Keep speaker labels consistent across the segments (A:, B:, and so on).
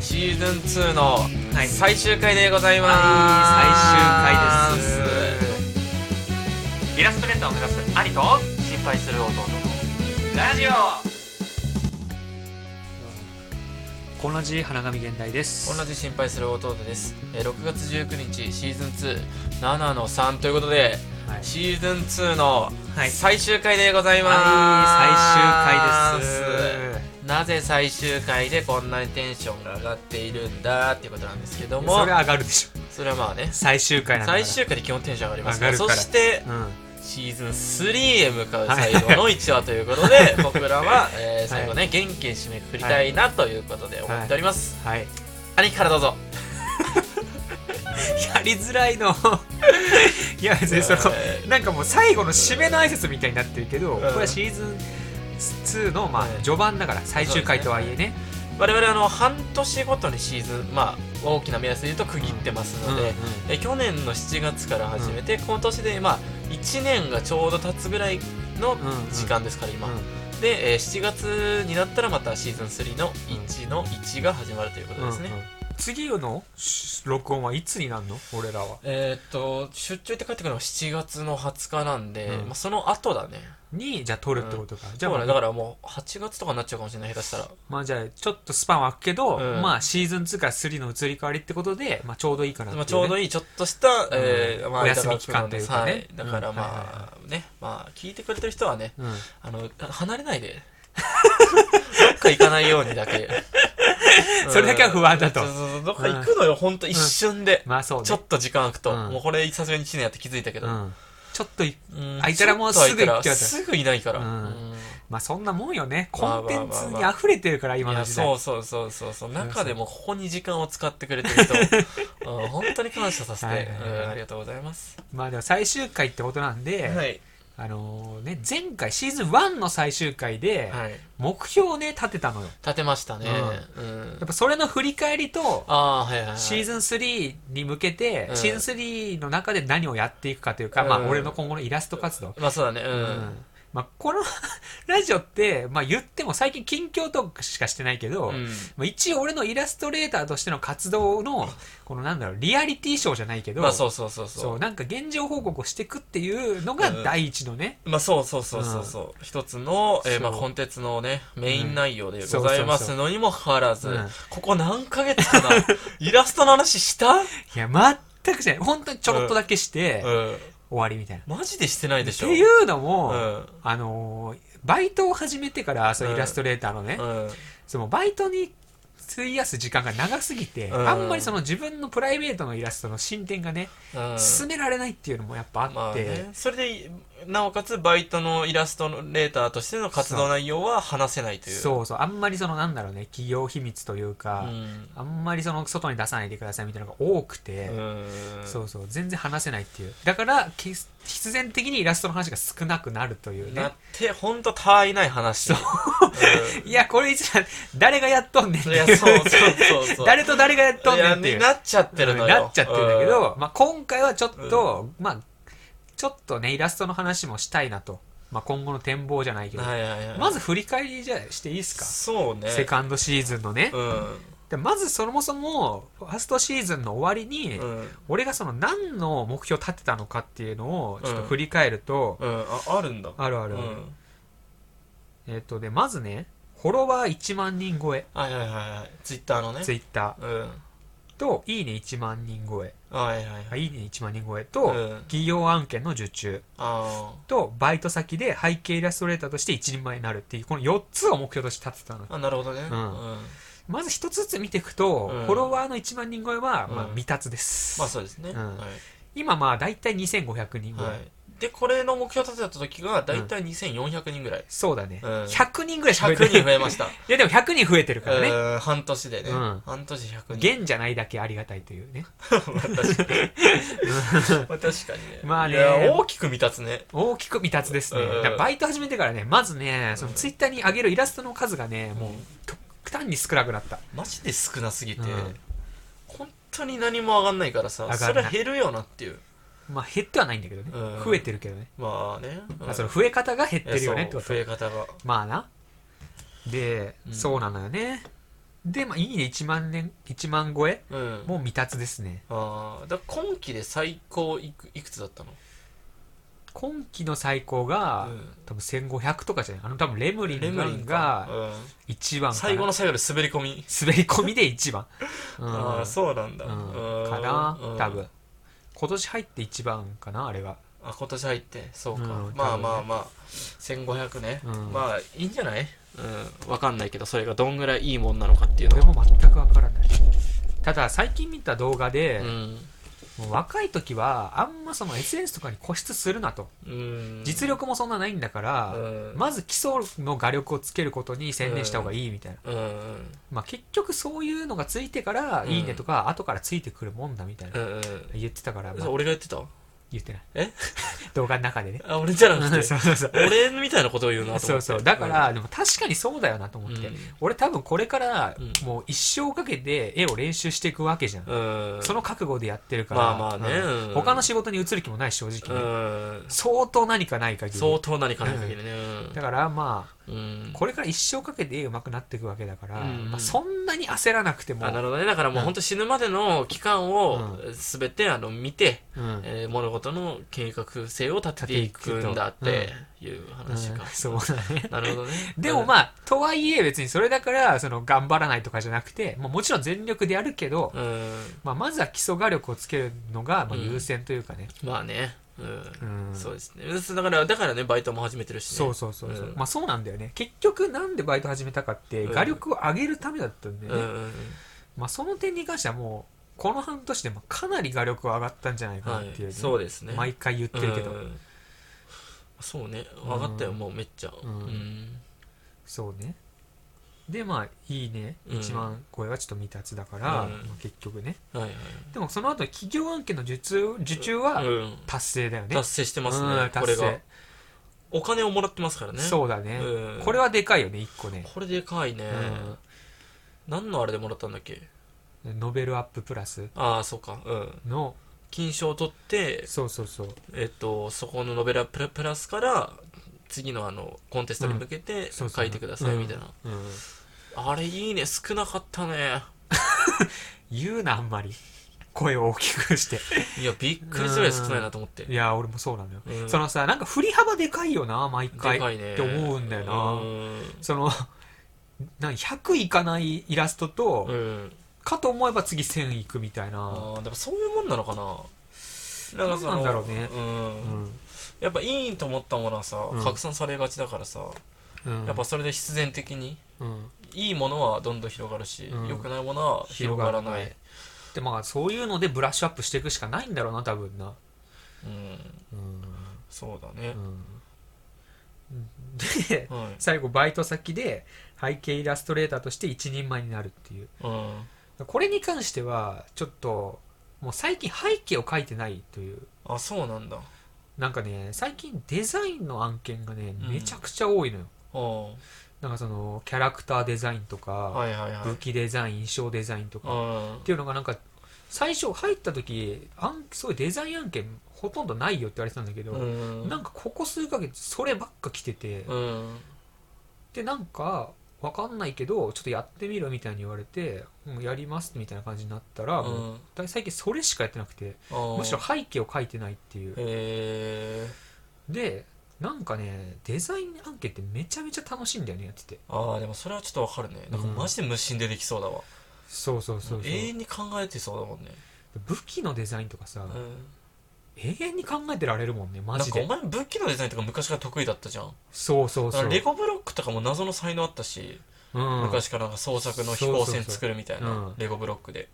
A: シーズン2の
B: はい
A: 最終回でございます、
B: はい最終回ですイラストレーターを目指す兄と心配する弟のラジオ同じ花神現代です
A: 同じ心配する弟です、えー6月19日シーズン27の3ということで
B: はい
A: シーズン2の
B: はい
A: 最終回でございます、
B: はい最終回です
A: なぜ最終回でこんなにテンションが上がっているんだっていうことなんですけども
B: それ上がるでしょ
A: それはまあね
B: 最終回なんだから
A: 最終回で基本テンション上がりますから
B: 上がる
A: そ
B: から
A: して
B: うん
A: シーズン3へ向かう最後の1話ということ で僕らは、えー最後ね、元気に締めくくりたいなということで思っております、
B: はい
A: 兄貴からどうぞ
B: やりづらいの いや別にその
A: え
B: なんかもう最後の締めの挨拶みたいになってるけど、
A: ん
B: これはシーズン2のまあ
A: うん
B: 序盤だから最終回とはいえね
A: 我々あの半年ごとにシーズンまあ大きな目安で言うと区切ってますので、
B: うんうん
A: え去年の7月から始めて、今年でまあ1年がちょうど経つぐらいの
B: んうん
A: 時間ですから今、で、えー7月になったらまたシーズン3の1の1が始まるということですね、
B: うんうん次のし録音はいつになるの俺らは
A: えーっと出張行って帰ってくるのが7月の20日なんで、
B: う
A: ま
B: ん
A: あ、その後だね
B: にじゃあ撮るってことか、じ
A: じ
B: ゃ
A: ゃ
B: あ、
A: あ、
B: ま
A: ね、
B: あ
A: だからもう8月とかになっちゃうかもしれない下手したら
B: まあじゃあちょっとスパンは空くけど、
A: うん
B: まあシーズン2から3の移り変わりってことで、まあ、ちょうどいいかなってい
A: ま
B: う、
A: あ、
B: ね、
A: ちょうどいいちょっとした、えーまあ、
B: お休み期間というかね
A: 間が空くのではい、だから
B: うん
A: ま
B: はいは
A: あ、ねまあ聞いてくれてる人はね
B: うん
A: あの離れないで どっか行かないようにだけうん
B: それだけは不安だと
A: そうそうそうどっか行くのよ、ほんと一瞬で、
B: まあそうね
A: ちょっと時間空くと、
B: うん
A: もうこれさすがに1年やって気づいたけど、
B: うん、ちょっとい
A: うん
B: 空いたらもうすぐ行って
A: ちょっ
B: よ
A: と空いたらすぐいないから、
B: うん
A: ん
B: まあそんなもんよね
A: まあ
B: コンテンツに溢れてるから今
A: い
B: の
A: や
B: 時代
A: そうそうそうそうそう中でもここに時間を使ってくれてる 人うん本当に感謝させて、
B: はいはいはい
A: うんありがとうございます、
B: まあでも最終回ってことなんで、
A: い
B: あのね、前回シーズン1の最終回で
A: はい
B: 目標をね立てたのよ
A: 立てましたね、うん
B: やっぱそれの振り返りと
A: ああーはいはい、はい、
B: シーズン3に向けて、
A: うん
B: シーズン3の中で何をやっていくかというか、まあ
A: うん
B: 俺の今後のイラスト活動、
A: まあそうだねうん、
B: うんまあ、この ラジオって、まあ、言っても最近近況トークしかしてないけど、
A: うん
B: まあ、一応俺のイラストレーターとしての活動のこのなんだろうリアリティショーじゃないけど、
A: まあそうそうそうそう
B: そうなんか現状報告をしていくっていうのが第一のね、
A: まあそうそうそうそうそう、一つの、えーまあ、
B: そう
A: コンテンツのねメイ
B: う
A: ン
B: ん
A: 内容でございますのにもかかわらず、
B: そうそうそううん
A: ここ何ヶ月か なイラストの話した、うん、
B: いや全くじゃない本当にちょろっとだけして、終わりみたいな。
A: マジでしてないでしょ
B: っていうのも、
A: うん
B: あのーバイトを始めてからそのイラストレーターのね、
A: うん
B: そのバイトに費やす時間が長すぎて、
A: うん
B: あんまりその自分のプライベートのイラストの進展がね、
A: うん
B: 進められないっていうのもやっぱあって、
A: まあね、それでなおかつバイトのイラストレーターとしての活動内容は話せないという
B: そうそうあんまりそのなんだろうね企業秘密という
A: う
B: か、
A: ん、
B: あんまりその外に出さないでくださいみたいなのが多くて、
A: うん、
B: そうそう全然話せないっていうだからけ必然的にイラストの話が少なくなるという
A: な
B: ね
A: ってほんとたわいない話そう、
B: いやこれいつだ誰がやっとんねんって
A: いや
B: い
A: そううそうそうそう
B: 誰と誰がやっとんねんってい
A: や
B: う
A: なっちゃってるのよ、
B: うんなっちゃってるんだけど、まあ、今回はちょっと、まあちょっとねイラストの話もしたいなと、まあ、今後の展望じゃないけ
A: うん、
B: ど、
A: はいはいはい
B: まず振り返りじゃあしていいですか、
A: そうね
B: セカンドシーズンのね、
A: うん
B: でまずそもそもファーストシーズンの終わりに、
A: うん、
B: 俺がその何の目標を立てたのかっていうのをちょっと振り返ると、
A: うん、ああるんだ
B: あるあ
A: う
B: る
A: ん
B: ある、えっ、とねまずねフォロワー1万人超え
A: はいはいはいはいツイッターのね
B: ツイッタ
A: うん
B: ーといいね1万人超え
A: はいはい
B: あ
A: はい
B: いいね1万人超えと、
A: うん
B: 企業案件の受注
A: あ
B: とバイト先で背景イラストレーターとして一人前になるっていうこの4つを目標として立てたの
A: ーあなるほどね
B: うん
A: うん、
B: まず一つずつ見ていくと、
A: うん
B: フォロワーの1万人超えは、まあ、
A: うん
B: 未達です、
A: まあそうですね、
B: うん
A: はい
B: 今まあ大体2500人ぐらい、
A: はい、でこれの目標立てた時が大体2400人ぐら い、
B: そうだね、
A: うん
B: 100人ぐらいしか増えて
A: 100
B: る
A: 人増えました
B: いやでも100人増えてるから
A: う
B: ね、
A: ーん半年でね、
B: うん
A: 半年100人
B: 現じゃないだけありがたいというね
A: 確かに確か にね
B: まあね
A: いや大きく見立つね
B: 大きく未達ですね、
A: うん
B: だからバイト始めてからねまずねそのツイッターに上げるイラストの数がねもう極端に少なくなった
A: マジで少なすぎて、
B: うん
A: 本当に何も上がんないからさ
B: 上がんない
A: それは減るよなっていう
B: まあ減ってはないんだけどね、
A: うん
B: 増えてるけどね、
A: まあね、うん
B: まあその増え方が減っ
A: い
B: て
A: や
B: るよねって
A: そ
B: こ
A: う
B: と
A: 増え方が
B: まあな。で、
A: うん
B: そうなのよね。で、まあ、いいね、1万年、1万超え
A: うん
B: もう未達ですね。
A: ああだから今期で最高いくいくつだったの
B: 今期の最高が、
A: うん
B: 多分1500とかじゃないあの、多分レムリ
A: レ
B: ン
A: ム
B: が
A: リンか、
B: 1
A: う
B: 番
A: ん、
B: かな
A: 最後の最後で滑り込み
B: 滑り込みで1番。うん
A: ああそうなんだ、
B: うん
A: うん
B: かな多
A: うん
B: 分。今年入って1番かなあれが。
A: あ今年入ってそうか、
B: うん
A: まあ
B: 多分ね
A: まあまあ1500ね、
B: うん
A: まあいいんじゃないうんわかんないけどそれがどんぐらいいいもんなのかっていうの
B: 俺
A: は
B: も全くわからない。ただ、最近見た動画で
A: う、ん、
B: もう若い時は、あんまその SNS とかに固執するなと。
A: うん、
B: 実力もそんなないんだから、
A: うん
B: まず基礎の画力をつけることに専念した方がいいみたいな。
A: うんうん
B: まあ結局そういうのがついてから、
A: うん
B: いいねとか、後からついてくるもんだみたいな。
A: うんうん
B: 言ってたから、まあ
A: それ俺が言ってた
B: 言ってない。
A: え
B: 動画の 中でね。
A: あ俺じゃな
B: そ
A: く
B: う
A: て
B: そうそう。
A: 俺みたいなことを言うなと思って
B: そうそう。だから、でも確かにそうだよなと思って。
A: うん
B: 俺多分これから
A: うん、
B: もう一生かけて絵を練習していくわけじゃん。
A: うん、うん、
B: その覚悟でやってるから。
A: まあまあね、
B: うん
A: うん
B: 他の仕事に移る気もない、正直ね、
A: うん
B: 相当何かない限り。
A: 相当何かない限りねうん
B: だからまあ、
A: うん
B: これから一生かけて絵上手くなっていくわけだから、
A: うん
B: まあ、そんなに焦らなくても
A: あ、なるほどねだからもう本当死ぬまでの期間を全てあの見て、
B: うん
A: えー物事の計画性を立てていくんだっていう話
B: うん
A: か、
B: そうだね。
A: なるほどね
B: でもまあ、とはいえ別にそれだから、その頑張らないとかじゃなくて、まあ、もちろん全力でやるけど、
A: あうん
B: まあ、まずは基礎画力をつけるのがまあ
A: うん
B: 優先というかね。
A: まあねうん、
B: うん
A: そうですねうんだからだからねバイトも始めてるしね
B: そうそうそうそう、
A: うん
B: まあそうなんだよね結局なんでバイト始めたかって
A: うん
B: 画力を上げるためだったんだよ
A: う
B: ね、
A: んうん
B: まあその点に関してはもうこの半年でもかなり画力は上がったんじゃない
A: うん
B: かな
A: は
B: っていうね、
A: い、そうですね
B: 毎回言ってるけど、
A: うんそうね分かったよ、
B: うん
A: もうめっちゃ
B: うん
A: うん
B: そうねでまあいいね
A: うん
B: 1万超えはちょっと未達だから、
A: うん
B: まあ結局ね
A: はいはい
B: でもその後企業案件の受注受注は
A: うん
B: 達成だよね、
A: 達成してます
B: うん
A: ねこ
B: 達
A: れ
B: 成、
A: がお金をもらってますからね
B: そうだね、
A: うん
B: これはでかいよね1個ね
A: これでかいね、
B: うん
A: 何のあれでもらったんだっけ
B: ノベルアッププラス
A: ああそうかうん
B: の
A: 金賞を取って
B: そうそうそう
A: えっとそこのノベラプラプラスから次のあのコンテストに向けて
B: そうそ
A: 書
B: う
A: いてくださいみたいな、
B: うん
A: あれいいね少なかったね
B: 言うなあんまり声を大きくして
A: いやびっくりするぐらい少ないなと思って
B: いや俺もそうなのよ、
A: うん
B: そのさなんか振り幅でかいよな毎
A: で
B: 回
A: かいね
B: って思うんだよな
A: う
B: その何100いかないイラストと、
A: ん、うん、
B: かと思えば次1000いくみたいな、
A: ああでもそういうもんなのかななんかその
B: どうなんだろうね
A: うん
B: うん
A: やっぱいいと思ったものはさ、
B: うん
A: 拡散されがちだからさ、
B: うん
A: やっぱそれで必然的に
B: うん
A: いいものはどんどん広がるし、
B: うん
A: 良くないものは広がらない
B: でまあそういうのでブラッシュアップしていくしかないんだろうな多分な
A: うん
B: うん、
A: そうだね
B: う、ん、で
A: はい
B: 最後バイト先で背景イラストレーターとして一人前になるっていう
A: うん
B: これに関してはちょっともう最近背景を描いてないという
A: あそうなんだあ
B: なんかね最近デザインの案件がね
A: うん
B: めちゃくちゃ多いのよ、
A: あ
B: なんかそのキャラクターデザインとか、
A: はいはいはい
B: 武器デザイン衣装デザインと
A: う
B: かっていうのがなんか最初入った時あんそういうデザイン案件ほとんどないよって言われてたんだけど、
A: んうん
B: なんかここ数ヶ月そればっか来てて、
A: うん
B: でなんかわかんないけどちょっとやってみろみたいに言われて、うん、やりますみたいな感じになったら、もう
A: うん
B: だい最近それしかやってなくてむ
A: む
B: しろ背景を描いてないっていう
A: へえ
B: でなんかねデザイン案件ってめちゃめちゃ楽しいんだよねやってて
A: ああでもそれはちょっとわかるねなんか
B: うん
A: マジで無心でできそうだわ、
B: そうそうそうそう、
A: 永遠に考えてそうだもんね、
B: 武器のデザインとかさ、
A: うん、
B: 永遠に考えてられるもんねマ
A: なん
B: ジ
A: かお
B: で
A: 前武器のデザインとか昔から得意だったじゃん
B: そうそう
A: だか
B: そ
A: ら
B: う
A: レゴブロックとかも謎の才能あったし、
B: うん、
A: 昔からなんか創作の飛行船作るみたいな
B: そうそうそううん
A: レゴブロックで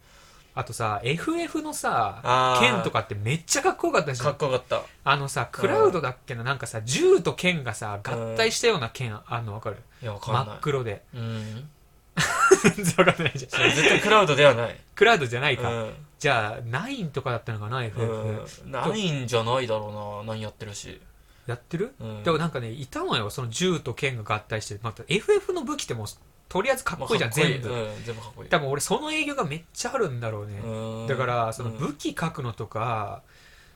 B: あとさ FF のさ
A: あー
B: 剣とかってめっちゃかっこよかったじゃ
A: かっ
B: ん
A: こよかっ
B: あのさクラウドだっけななんかさ銃と剣がさ合体したような剣あんのわかる
A: たいやわかんない
B: 真っ黒で
A: うん
B: 全然わかんないじゃん
A: それ絶対クラウドではない、
B: クラウド じゃないうか、
A: ん
B: じゃあ9とかだったのかな FF、
A: うん、ないんじゃないだろうな何やってるし、
B: やってる
A: うん、
B: でもなんかね、いたのよ、その銃と剣が合体して、また FF の武器ってもう、とりあえずかっこいいじゃん、
A: まあかっこ
B: 全部。
A: うん、全部かっこいい
B: 多分俺、その営業がめっちゃあるんだろうね。
A: うん
B: だから、その
A: うん
B: 武器書くのとか、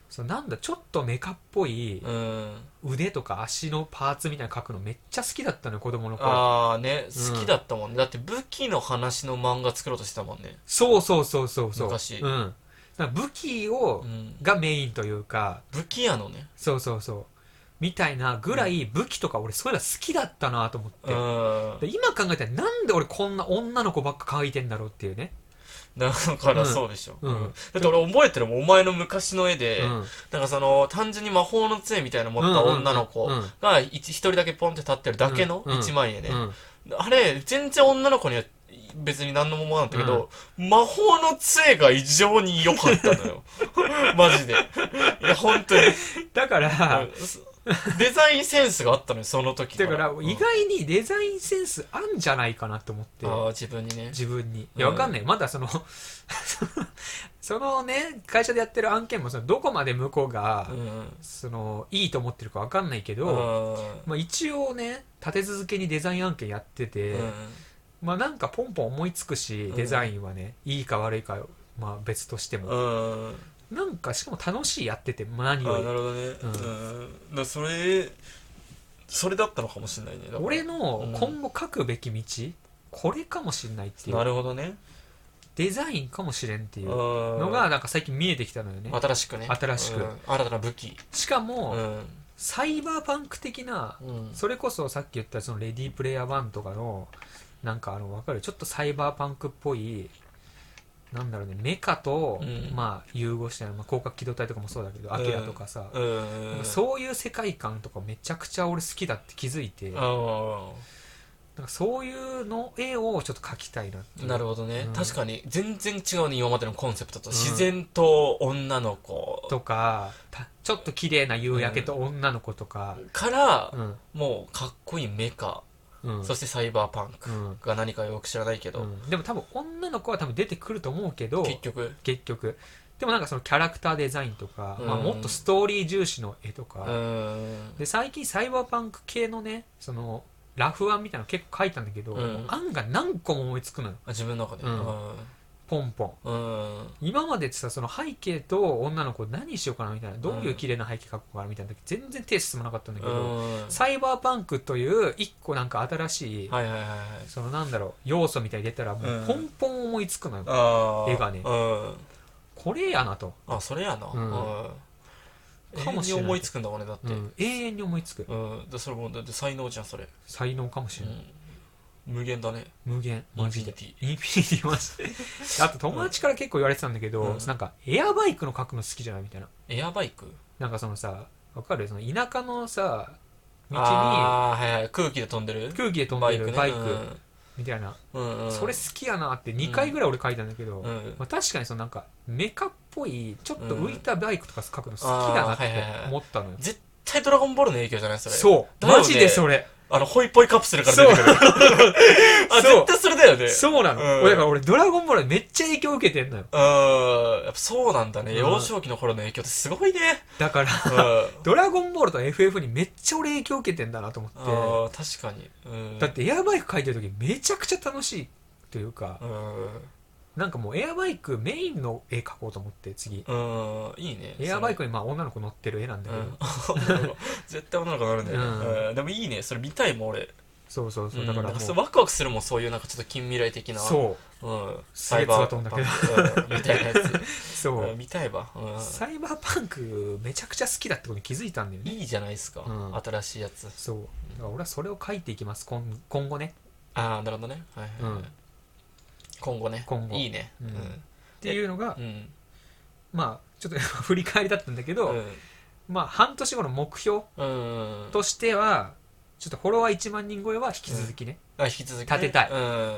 B: そのなんだちょっとメカっぽい
A: うん
B: 腕とか足のパーツみたいなの描くのめっちゃ好きだったのよ子供の頃
A: ああね
B: うん
A: 好きだったもんね、だって武器の話の漫画作ろうとしてたもんね
B: そうそうそうそうそう
A: 昔
B: うん、だから武器を、
A: うん
B: がメインというか
A: 武器屋のね
B: そうそうそうみたいなぐらい武器とか俺そういうの好きだったなと思って、
A: うん
B: で今考えたらなんで俺こんな女の子ばっか描いてんだろうっていうね、
A: だからそうでしょ、
B: うん
A: だって俺覚えてるもんお前の昔の絵で、
B: うん
A: なんかその単純に魔法の杖みたいなの持った女の子
B: うんうん
A: が一一人だけポンって立ってるだけの
B: うんうん
A: 一枚絵ね、
B: うん
A: あれ全然女の子には別に何のも思わなかったけど、魔法の杖が異常に良かったの よマジでいや本当に
B: だから、
A: デザインセンスがあったのよその時
B: だから
A: うん
B: 意外にデザインセンスあんじゃないかなと思って、
A: ああ自分にね
B: 自分に。い
A: うん
B: や、わかんない。まだその、 そのね、会社でやってる案件も、そのどこまで向こうが
A: う、ん
B: その、いいと思ってるかわかんないけ
A: う
B: ど、
A: ん
B: まあ一応ね、立て続けにデザイン案件やってて、まあなんかポンポン思いつくし
A: う、ん
B: デザインはね、いいか悪いか、まあ別として
A: う
B: も。
A: んうん
B: なんかしかも楽しいやってて、まあ何
A: ああな
B: よ
A: るほどね
B: うん
A: うんだからそれそれだったのかもしれないねだ
B: り。
A: から
B: 俺の
A: うん
B: 今後書くべき道、これかもしんないってい
A: な
B: う。
A: るほどね
B: デザインかもしれんっていうの
A: の
B: が、なんか最近見えてきたのよね。
A: 新しくね
B: 新しく
A: うん新たな武器
B: しか
A: う
B: も、
A: ん
B: サイバーパンク的な、
A: うん
B: それこそさっき言ったそのレディープレイヤー1とかの、なんかあの、わかるちょっとサイバーパンクっぽい、なんだろうね、メカと、
A: うん
B: まあ、融合したような、まあ、広角機動隊とかもそうだけど、アキラとかさ、
A: うん
B: そういう世界観とかめちゃくちゃ俺好きだって気づいて、なんか
A: あ
B: そういうの絵をちょっと描きたいなって
A: あなるほどね
B: うん
A: 確かに全然違うね今までのコンセプトと
B: うん
A: 自然と女の子
B: とか、たちょっと綺麗な夕焼けと女の子とか、
A: から
B: うん、
A: もうかっこいいメカ
B: うん、
A: そしてサイバーパンク
B: うん
A: が何かよく知らないけ
B: う
A: ど
B: んでも多分女の子は多分出てくると思うけど
A: 結局
B: 結局でもなんかそのキャラクターデザインとか、
A: うん
B: まあ、もっとストーリー重視の絵と
A: う
B: か、
A: ん
B: で最近サイバーパンク系のねそのラフ案みたいなの結構描いたんだけど、
A: うん
B: 案が何個も思いつくのよ
A: あ自分の中で
B: うんポンポン
A: うんうん
B: 今までってさその背景と女の子何しようかなみたいなどういう綺麗な背景描こうかなみたいな時全然手進まなかったんだけ
A: う
B: ど、
A: ん
B: サイバーパンクという一個なんか新しい、
A: はいはいはいはい
B: そのなんだろう要素みたいに出たらもうポンポン思いつくのよ、
A: ああ
B: 絵がね
A: うん
B: これやなと
A: あそれやな
B: うん
A: うん
B: かもしれな
A: 永遠に
B: い
A: 思いつくんだ俺だって
B: うん、永遠に思いつく
A: うん、でそれもだって才能じゃんそれ、
B: 才能かもしれない、
A: 無限だね
B: 無限
A: イン
B: マ
A: フィ
B: ジ
A: ニ
B: で
A: ティ
B: インフィニティ マジであと友達から結構言われてたんだけど、
A: うん
B: なんかエアバイクの書くの好きじゃないみたいな
A: エアバイク
B: なんかそのさわかるその田舎のさ道に
A: ああはいはい空気で飛んでる
B: 空気で飛んでるバイク,、
A: ね
B: みたいな、
A: うんうんうん、
B: それ好きやなって2回ぐらい俺書いたんだけど、
A: うん
B: まあ、確かにそのなんかメカっぽいちょっと浮いたバイクとか書くの好きだなって思ったのよ、
A: 絶対ドラゴンボールの影響じゃないそれう
B: そう
A: だよね
B: マジでそれ
A: あのホイポイカプセルから出てく るあ
B: そ
A: 絶
B: う
A: 対それだよね
B: そうな
A: う
B: の、
A: ん
B: 俺だから俺ドラゴンボールめっちゃ影響受けてんのよ
A: うんやっぱそうなんだね、
B: うん
A: 幼少期の頃の影響ってすごいね、
B: だから
A: うん、
B: ドラゴンボールと FF にめっちゃ俺影響受けてんだなと思っ
A: あー確かに、うん、
B: てだってエアバイク描いてる時めちゃくちゃ楽しいというか
A: う
B: なんかもうエアバイクメインの絵描こうと思って次
A: ん、うん、いいね
B: エアバイ
A: ク
B: クにまあ女の子乗ってる絵なんだ
A: う
B: け
A: ん、
B: ど、
A: 女の子絶対女の子になるんだよね、
B: うん
A: うんでもいいねそれ見たいもん俺
B: そうそうそううんだからも
A: なん
B: う、
A: それワクワクするもんそういうなんかちょっと近未来的な、
B: そう
A: うん、
B: すげえツアー飛んだけど
A: パンクうんみたいなやつ、
B: うそう、
A: うん見たいわ、う
B: サイバーパンクめちゃくちゃ好きだってことに気づいたんだよ
A: ん、
B: ね
A: いいじゃないですか、
B: うん
A: 新しいやつ
B: そうだから俺はそれを描いていきます今今後ね
A: ああなるほどね、はいはいはい
B: うん
A: 今後ね
B: 今後
A: いいね
B: う
A: うんん
B: っていうのが、
A: うん
B: まあちょっと 振り返りだったんだけど、
A: うん
B: まあ半年後の目標
A: うん
B: としてはちょっとフォロワー1万人超えは引き続きね、
A: あ引き続き、ね、
B: 立てたい
A: うん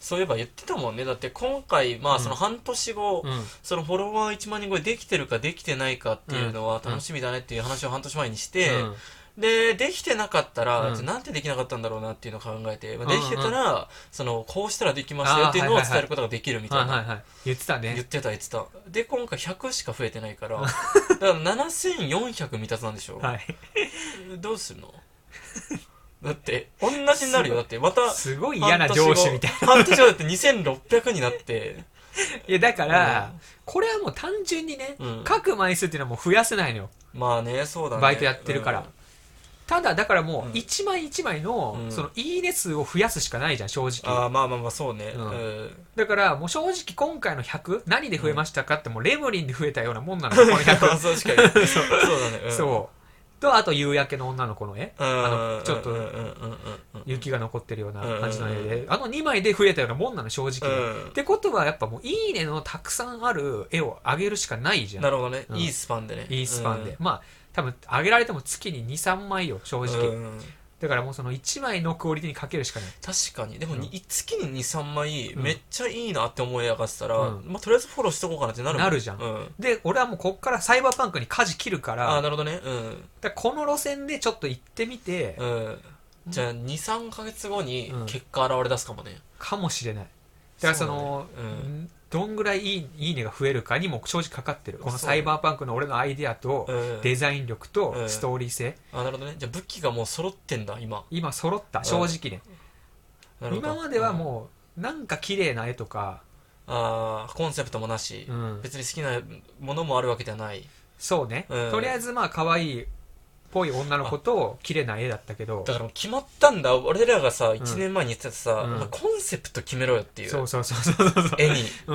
A: そういえば言ってたもんねだって今回ま
B: う
A: あ
B: ん
A: その半年後、
B: うん
A: そのフォロワー1万人超えできてるかできてないかっていうのは楽しみだねっていう話を半年前にして、
B: うん
A: でできてなかったら、
B: うん
A: じゃあなんてできなかったんだろうなっていうのを考えて、まあ、
B: うん
A: で
B: うん
A: きてたら、そのこうしたらできましたよっていうのを
B: あーはいはいはい
A: 伝えることができるみたいな、
B: はいはいはい言ってたね
A: 言ってた言ってたで今回100しか増えてないからだから7400未達なんでしょ、
B: はい
A: どうするのだって同じになるよだってまた
B: すごい嫌な上司みたい
A: な半年後だって2600になって
B: いや、だから、
A: う
B: これはもう単純にね、
A: うん
B: 書く枚数っていうのはもう増やせないのよ。
A: まあね、そうだね。
B: バイトやってるから。ただ、だからも
A: うん
B: う、一枚一枚の、
A: うん
B: その、いいね数を増やすしかないじゃん、正
A: うん。あ
B: 直。
A: あ、まあまあまあ、そうね。う
B: うん
A: ん。
B: だから、もう正直今回の100、何で増えましたかって、もうレムリンで増えたようなもんなのよ、この
A: 確か
B: 100。
A: に。 そうだね。 うん
B: そう。と、あと、夕焼けの女の子の絵。
A: うん。
B: あの、ちょっ
A: うんうんうん
B: と、
A: うんうん
B: 雪が残ってるような感じの絵
A: うん
B: で、あの2枚で増えたようなもんなの、正直ね。
A: うん
B: ってことは、やっぱもう、いいねのたくさんある絵を上げるしかないじゃん
A: な。るほどね。
B: うん
A: いいスパンでね。
B: いいスパンで、まあ多分上げられても月に23枚よ正
A: うん。
B: 直、
A: うん
B: だからもうその1枚のクオリティにかけるしかない
A: 確かにでも、
B: うん
A: に月に23枚
B: うん
A: めっちゃいいなって思い上がってたら、
B: うん
A: まあ、とりあえずフォローしとこうかなってなるも
B: なるじゃん
A: うん、
B: で俺はもうこっからサイバーパンクに舵切るから
A: ああ
B: だか
A: なるほどねうん、
B: らこの路線でちょっと行ってみて、
A: うん、じゃあ23か月後に
B: うん
A: 結果現れ出すかもね、
B: かもしれないだからその
A: そうだねうん
B: どんぐらいいいいいねが増えるかにも正直かかってるこの
A: そうだ
B: サ
A: ね
B: イバーパンクの俺のアイデアと
A: うん、
B: デザイン力
A: う
B: と
A: ん
B: ストーリー性、
A: あなるほどねじゃあ武器がもう揃ってんだ今
B: 今揃った正直ね、
A: なるほど
B: 今までは
A: うん
B: もうなんか綺麗な絵とか、
A: ああコンセプトもなし、
B: うん
A: 別に好きなものもあるわけではない
B: そうね、
A: うん
B: とりあえずまあ可愛いっぽい女の子と綺麗な絵だったけど
A: だからもう決まったんだ俺らがさ1年前に言ってたさ、
B: うん
A: お前コンセプト決めろよっていう
B: そうそうそうそうそうそう
A: 絵に
B: うん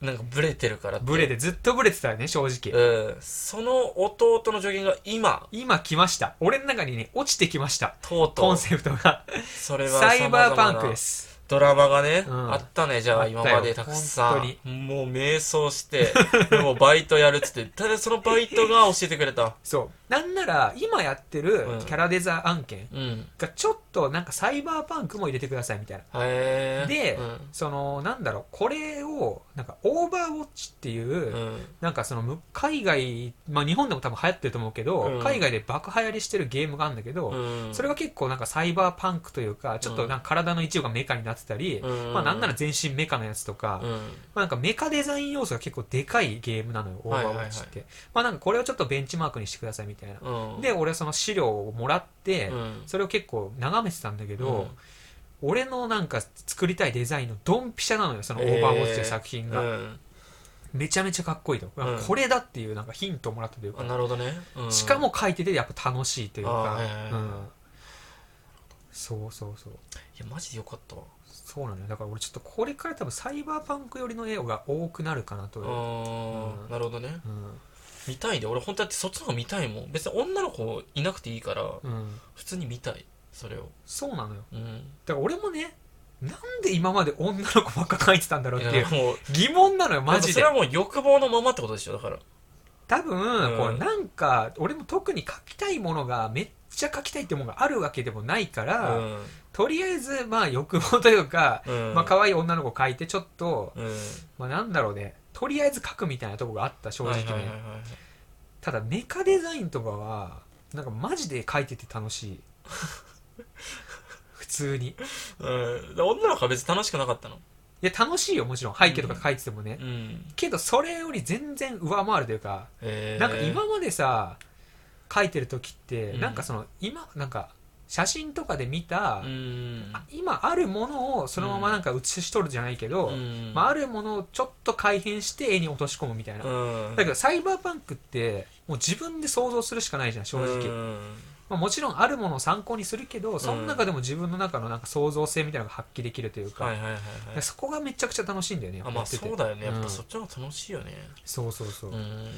A: なんかブレてるからって
B: ブレてずっとブレてたよね正直、
A: うんその弟の助言が今
B: 今来ました俺の中にね落ちてきました
A: とうと
B: コ
A: う
B: ンセプトが
A: それは
B: サイバ
A: 様
B: ー
A: 々
B: パ
A: な
B: ンクです
A: ドラマがね、
B: うん
A: あったねじゃあ
B: あったよ
A: 今までたくさ
B: 本
A: んもう迷走して でもバイトやるっつってただそのバイトが教えてくれた
B: そうなんなら今やってる
A: うん
B: キャラデザ案件
A: うん
B: がちょっとなんかサイバーパンクも入れてくださいみたいな
A: へえ
B: で
A: うん
B: そのなんだろうこれをなんかオーバーウォッチっていう、
A: うん
B: なんかそのむ海外、まあ、日本でも多分流行ってると思うけど、
A: うん
B: 海外で爆流行りしてるゲームがあるんだけど、
A: うん
B: それが結構なんかサイバーパンクというかちょっとなんか体の一部がメカになってたり、
A: うん
B: まあ、なんなら全身メカのやつとか、
A: う
B: ま
A: ん
B: あ、なんかメカデザイン要素が結構でかいゲームなのよオーバーウォッチっ
A: は
B: て、
A: いはい
B: まあ、なんかこれをちょっとベンチマークにしてくださいみたいな、
A: うん
B: で俺はその資料をもらって、
A: うん
B: それを結構眺めてたんだけ
A: う
B: ど
A: ん、
B: 俺のなんか作りたいデザインのドンピシャなのよそのオーバーウォッチという作品が、
A: うん
B: めちゃめちゃかっこいいと、
A: うん
B: これだっていうなんかヒントをもらったという
A: あ
B: か、
A: なるほどねうん
B: しかも書いててやっぱ楽しいというか
A: あ、ーはいはい
B: うん
A: はい
B: そうそうそう
A: いやマジでよかったわ
B: そうなのよだから俺ちょっとこれから多分サイバーパンク寄りの絵が多くなるかなという、うん
A: うんなるほどね
B: うん
A: 見たいで俺本当だってそっちの方が見たいもん別に女の子いなくていいから普通に見たいそれを
B: そうなのよ
A: うん
B: だから俺もねなんで今まで女の子ばっか描いてたんだろうって
A: い
B: い
A: や
B: う
A: もう
B: 疑問なの よマジ
A: そ
B: で
A: れはもう欲望のままってことでしょだから
B: 多分、
A: うん
B: こうなんか俺も特に描きたいものがめっちゃ描きたいってものがあるわけでもないから、
A: うん
B: とりあえずまあ欲望というか、
A: うん
B: まあ可愛い女の子描いてちょっと、
A: うん
B: まあ、なんだろうねとりあえず描くみたいなとこがあった正直ね、
A: はいはいはいはい
B: ただメカデザインとかはなんかマジで描いてて楽しい 普通にい
A: うん、女の子は別に楽しくなかったの。
B: や楽しいよもちろん背景とか描いててもね、
A: うん。
B: けどそれより全然上回るというか、
A: えー、
B: なんか今までさ描いてる時って、
A: うん
B: なんかその今なんか写真とかで見た、
A: うん。
B: あ今あるものをそのままなんか写しとるじゃないけど、
A: うん
B: まあ、あるものをちょっと改変して絵に落とし込むみたいな、
A: うん。
B: だけどサイバーパンクってもう自分で想像するしかないじゃん正直、
A: うん
B: まあ、もちろんあるものを参考にするけどその中でも自分の中のなんか創造性みたいなのが発揮できるというか,、
A: はいはいはいはい。
B: そこがめちゃくちゃ楽しいんだよねやっ
A: あ、
B: ぱ
A: ま
B: や
A: あ
B: ってて
A: そうだよね。やっ
B: う
A: ぱ
B: ん
A: そっちの方が楽しいよね。
B: そうそうそう、
A: うん。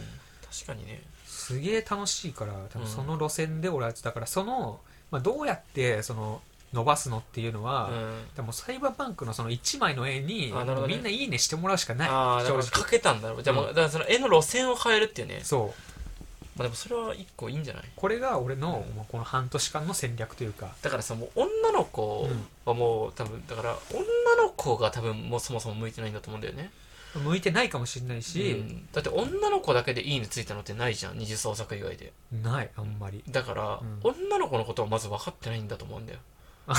A: 確かにね。
B: すげえ楽しいから多
A: うん
B: 分その路線で俺はだからその、まあ、どうやってその伸ばすのっていうの
A: う
B: は、
A: ん。
B: でもサイバーパンクのその1枚の絵に、
A: あなるほどね
B: みんないいねしてもらうしかない
A: ああ、だ
B: 正
A: から
B: 直
A: かけたんだろう。じゃあ、まあ
B: う
A: だ
B: ん
A: からその絵の路線を変えるっていうね。
B: そう
A: まあでもそれは一個いいんじゃない
B: これが俺の、もうこの半年間の戦略というか
A: だからさ、もう女の子はもう多分、だから女の子が多分もうそもそも向いてないんだと思うんだよね。
B: 向いてないかもしれないし、
A: だって女の子だけでいいねついたのってないじゃん二次創作以外で
B: ないあんまり
A: だから、
B: う
A: 女の子のことはまず分かってないんだと思 うんだようん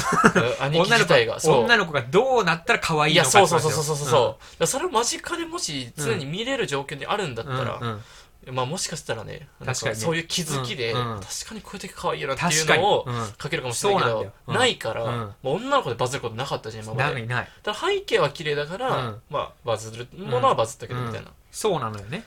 A: 兄貴自体がそう
B: 女の子がどうなったら可愛
A: い
B: いの
A: や
B: か
A: そうそうそうそうそうそう、だからそれを間近でもし常に見れる状況にあるんだ
B: だ
A: ったら、
B: うんうん
A: まあもしかしたらね、なん
B: 確か
A: か
B: にね
A: そういう気づきで、
B: うんうん
A: 確かにこういう時可愛いよなってい
B: 確
A: う
B: かに、
A: のを
B: う
A: かけるかもしれないけ
B: そうな
A: ど
B: んだよ、うん
A: ないから、
B: うん
A: まあ女の子でバズることなかったじゃん、今
B: ん、
A: ま
B: な
A: で。
B: いない
A: ただ背景は綺麗だから、
B: うん
A: まあバズるものはバズったけどみたいな。
B: そうなのよね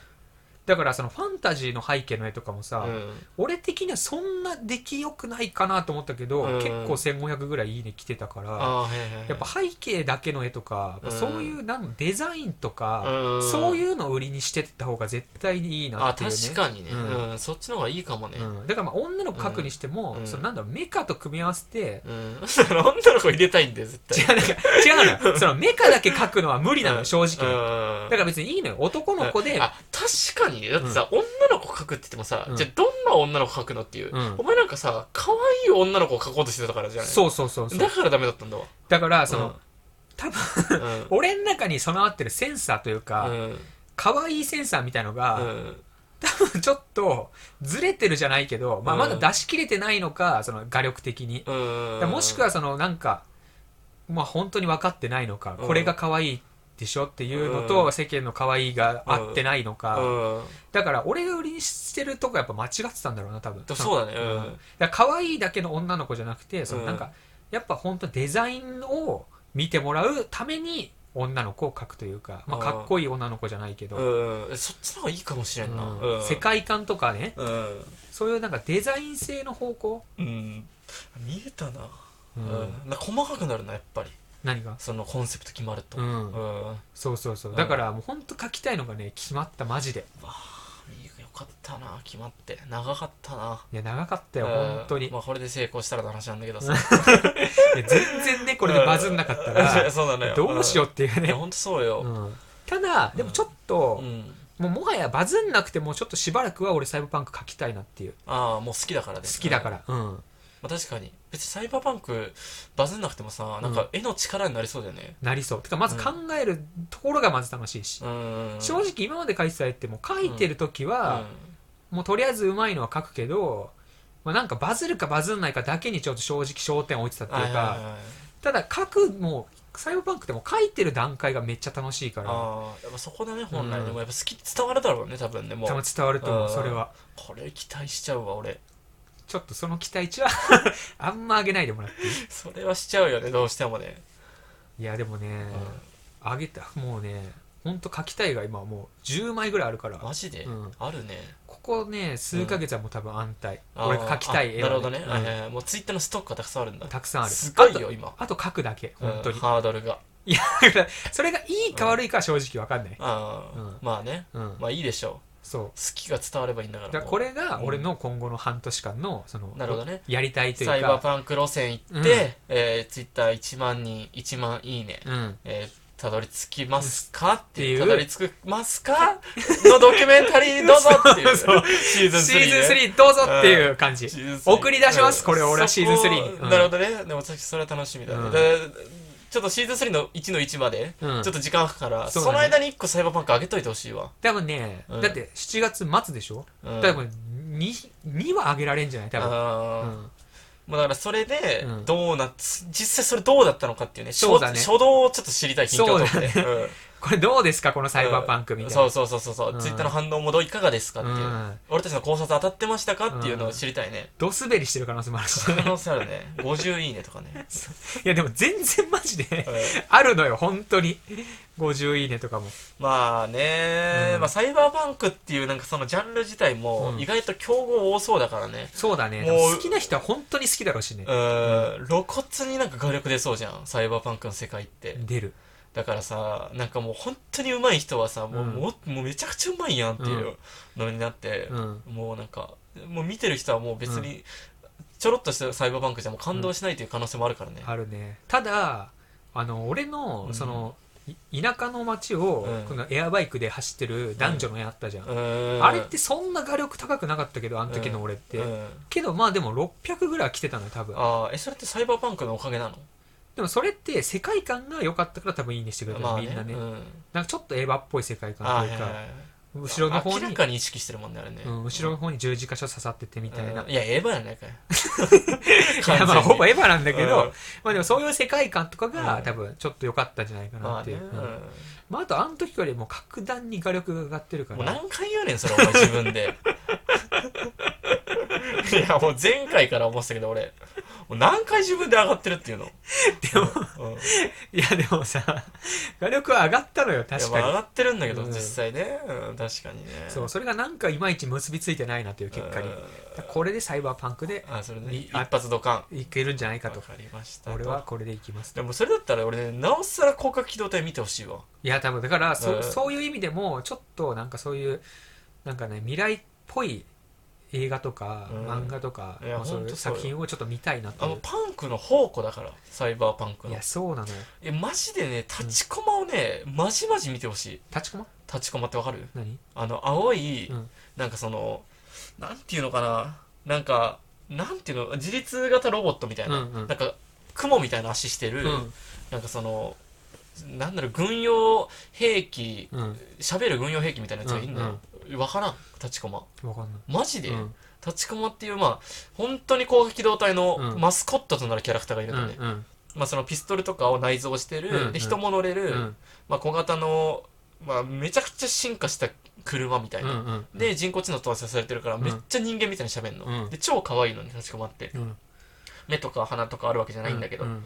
B: だからそのファンタジーの背景の絵とかもさ、
A: うん
B: 俺的にはそんな出来良くないかなと思ったけど、
A: うん
B: 結構1500ぐらいいいね来てたから、
A: ああ、はいはいはい。
B: やっぱ背景だけの絵とか、
A: うん
B: そういうなんデザインとか、
A: うん
B: そういうのを売りにしてった方が絶対にいいな
A: あ
B: っていうね
A: 確かにね、
B: う
A: うんんそっちの方がいいかもね、
B: うん、だからまあ女の子描くにしても、
A: うん
B: そのなんだろうメカと組み合わせて、
A: うん、 そしたら女の子入れたいんだよ絶対
B: 違うなんか違うのよそのメカだけ描くのは無理なのよ正直、
A: うん
B: だから別にいいのよ男の子で
A: あ確かにだってさ、女の子描くって言ってもさ、
B: うん
A: じゃあどんな女の子描くのっていう、
B: うん
A: お前なんかさ可愛い女の子を描こうとしてたからじゃない
B: そうそうそうそう
A: だからダメだったんだわ
B: だからその、多
A: 分うん
B: 俺の中に備わってるセンサーというか、
A: うん
B: 可愛いセンサーみたいの
A: う
B: が、
A: ん
B: ちょっとずれてるじゃないけど、まあ、
A: うん
B: まだ出し切れてないのか、その画力的に、
A: うん
B: もしくはそのなんか、まあ、本当に分かってないのか、
A: うん
B: これが可愛いでしょっていうのと、
A: うん
B: 世間の可愛いが合ってないのか、
A: うん
B: だから俺が売りにしてるとこやっぱ間違ってたんだろうな多分
A: でもそうだね
B: んだから可愛いだけの女の子じゃなくてそのなんか、やっぱ本当デザインを見てもらうために女の子を描くというか、まあ、
A: うん
B: かっこいい女の子じゃないけど、
A: うん、うん、そっちの方がいいかもしれんな、
B: うん
A: うん、
B: 世界観とかね
A: うん、
B: そういうなんかデザイン性の方向、
A: うん、見えたな、う
B: う
A: んんなんか細かくなるなやっぱり
B: 何が、
A: そのコンセプト決まると、
B: うん
A: うん
B: そうそうそう
A: うん
B: だからもう本当描きたいのがね決まったマジで
A: よかったな決まって長かったない
B: や長かったよ
A: うん
B: 本当に、
A: まあこれで成功したらの話なんだけどさ
B: いや全然ね これでバズんなかったら
A: そうなのよ
B: どうしようっていう
A: うんいや
B: ね、
A: ほんとそうよ
B: うんただでもちょっと、
A: うん
B: もうもはやバズんなくてもちょっとしばらくは俺サイバーパンク描きたいなっていう
A: ああもう好きだから
B: 好
A: ね
B: きだか
A: うん
B: らうん
A: まあ確かに別にサイバーパンクバズんなくてもさなんか絵の力になりそうだよね
B: なりそうてかまず考えるところがまず楽しいし、
A: うん
B: 正直今まで描いてた絵ってもう描いてる時は、もうとりあえずうまいのは描くけど、まあ、なんかバズるかバズんないかだけにちょっと正直焦点を置いてたって
A: はいは
B: いう
A: い
B: か、
A: はい
B: ただ描くもうサイバーパンクってもう描いてる段階がめっちゃ楽しいから
A: ああやっぱそこだね本
B: う
A: 来
B: ん
A: でもやっぱ好きって伝わるだろうね多分ねも
B: 多分
A: う
B: 伝わると思う
A: うん
B: それは
A: これ期待しちゃうわ俺
B: ちょっとその期待値は あんま上げないでもらっていい
A: それはしちゃうよねどうしてもね
B: いやでもね、上げたもうねほんと書きたいが今もう10枚ぐらいあるから
A: マジで
B: うん
A: あるね
B: ここね数ヶ月はもう多分安泰、
A: あー
B: 俺が書きたい
A: あ
B: 絵
A: なる
B: は
A: ほどね、
B: うん
A: はいはいはいもうツイッターのストックがたくさんあるんだ
B: たくさんある
A: すごいよ今
B: あとあと書くだけ
A: うん
B: 本当に、
A: ハードルが
B: いやだから それがいいか悪いかは正直わかんない、
A: あー、
B: うん
A: まあね
B: うん
A: まあいいでしょ
B: そう
A: う好きが伝わればいいんだから
B: だからこれが俺の今後の半年間のその
A: なるほどね
B: やりたいというか
A: サイバーパンク路線行って、
B: うん
A: えー、ツイッター1万人1万いいね、
B: うん、っ
A: えーたどり着きますかっていう
B: っていう
A: たどり着きますかのドキュメンタリーどうぞっていう
B: そう
A: シーズン
B: シ
A: 3、ね、
B: ーズン3どうぞっていう感じ、
A: シーズン3
B: 送り出しますこれ俺はシーズン3に
A: そこ
B: うん
A: なるほどねでも私それは楽しみだね、
B: うん
A: だちょっとシーズン3の1の1まで、
B: うん
A: ちょっと時間かかるから
B: そ
A: そ,、
B: うだね
A: の間に1個サイバーパンク上げといてほしいわ、
B: 多分ね、
A: うん
B: だって7月末でしょ、
A: うん、
B: 多分 2, 2は上げられんじゃない多分、
A: あー
B: うん
A: まあだからそれで
B: うん
A: どうなっ、実際それどうだったのかっていうね
B: そうだね
A: 初初動をちょっと知りたい近況とかね
B: そう
A: うん
B: これどうですかこのサイバーパンクみたいな、
A: そうそうそうそうそう、
B: うん
A: ツイッターの反応もどういかがですかっていう、
B: うん
A: 俺たちの考察当たってましたかっていうのを知りたいね、
B: ドスベリしてる可能性も あるし
A: 可能性あるね50いいねとかね、
B: いやでも全然マジで
A: うん
B: あるのよ本当に50いいねとかも
A: まあね、
B: うん
A: まあ、サイバーパンクっていうなんかそのジャンル自体も
B: うん
A: 意外と競合多そうだからね
B: そうだね
A: もう
B: 好きな人は本当に好きだろうしね
A: う、ーん露骨になんか画力出そうじゃんサイバーパンクの世界って
B: 出る
A: だからさなんかもう本当に上手い人はさもう,、
B: うん
A: ももうめちゃくちゃ上手いやんっていうのになって、
B: うん
A: もうなんかもう見てる人はもう別にちょろっとしたサイバーパンクじゃもう感動しないという可能性もあるからね、
B: あるねただあの俺の
A: うん
B: その、い田舎の街を、
A: うん
B: このエアバイクで走ってる男女のやったじゃん、
A: うーん
B: あれってそんな画力高くなかったけどあの時の俺って、
A: うん
B: けどまあでも600ぐらいは来てたのよ多分
A: ああえそれってサイバーパンクのおかげなの
B: でもそれって世界観が良かったから多分いいねしてくれたの、
A: まあ
B: みんなね、
A: うん
B: なんかちょっとエヴァっぽい世界
A: あ
B: 観
A: あ
B: というか、
A: はいはいはい
B: 後ろの方
A: 明ら
B: に、
A: かに意識してるもんね、あれね。
B: うん、後ろの方に十字箇所刺さっててみたいな、
A: うんいや、エヴァやないかい。
B: いやまあほぼ
A: エ
B: エヴァなんだけど、
A: うん
B: まあでもそういう世界観とかが、
A: うん
B: 多分ちょっと良かったんじゃないかな
A: まあ
B: って
A: ね、
B: いうう、
A: ん
B: うんまあ、あとあの時よりも格段に画力が上がってるか
A: もう
B: ら
A: 何回言うねん、それ、お前自分で。 いや、もう前回から思ってたけど、俺、もう何回自分で上がってるっていうの。
B: で
A: う
B: も
A: ん、い
B: いやでもさ画力は上がったのよ
A: や、
B: 確
A: まあ上
B: か
A: がってるんだけど、
B: うん
A: 実際ね、うん確かにね。
B: にそうそれがなんかいまいち結びついてないなという結果に
A: うん
B: これでサイバーパンクで
A: あ、それね、
B: い
A: 一発ドカ
B: いけるんじゃない
A: ン。
B: か
A: わ
B: と
A: かりました。
B: 俺はこれでいきます
A: でもそれだったら俺ね、なおさら広角機動隊見てほしいわ。
B: いや多分だからそ,、
A: う
B: うんそういう意味でもちょっとなんかそういうなんかね未来っぽい映画とか、
A: うん
B: 漫画とか、
A: いや
B: まあ、そうい
A: ほん
B: う
A: とそうよ
B: 作品をちょっと見たいな
A: あ
B: とい
A: の、
B: う
A: パンクの宝庫だから、サイバーパンク
B: い
A: の。
B: やそうなのよ
A: え、マジでね、立ちコマをね、まじまじ見てほしい。
B: 立ちこま
A: 立ちコマってわかる
B: 何
A: あの、青い、
B: うん
A: なんかその、なんていうのかな、なんか、なんていうの、自立型ロボットみたいな、
B: うんうん
A: なんか、雲みたいな足してる、
B: うん
A: なんかその、なんだろう、軍用兵器、
B: うん
A: 喋る軍用兵器みたいなやつがいんのよ。わからん、立ちコマ。
B: 分かんな
A: マジで、
B: い、うん
A: 立ちこまっていう、まあ、本当に攻撃機動隊の
B: うん
A: マスコットとなるキャラクターがいる
B: うん
A: のね。まあ、そのピストルとかを内蔵してる、
B: うんうん
A: で、人も乗れ
B: う
A: る、
B: んうん
A: まあ、小型の、まあ、めちゃくちゃ進化した車みたいな。
B: うんうん
A: で、人工知能搭載されてるから、
B: うん
A: めっちゃ人間みたいに喋んの。
B: うん
A: で、超可愛いのに立ちこまって。
B: うん
A: 目とか鼻とかあるわけじゃないんだけど。
B: うん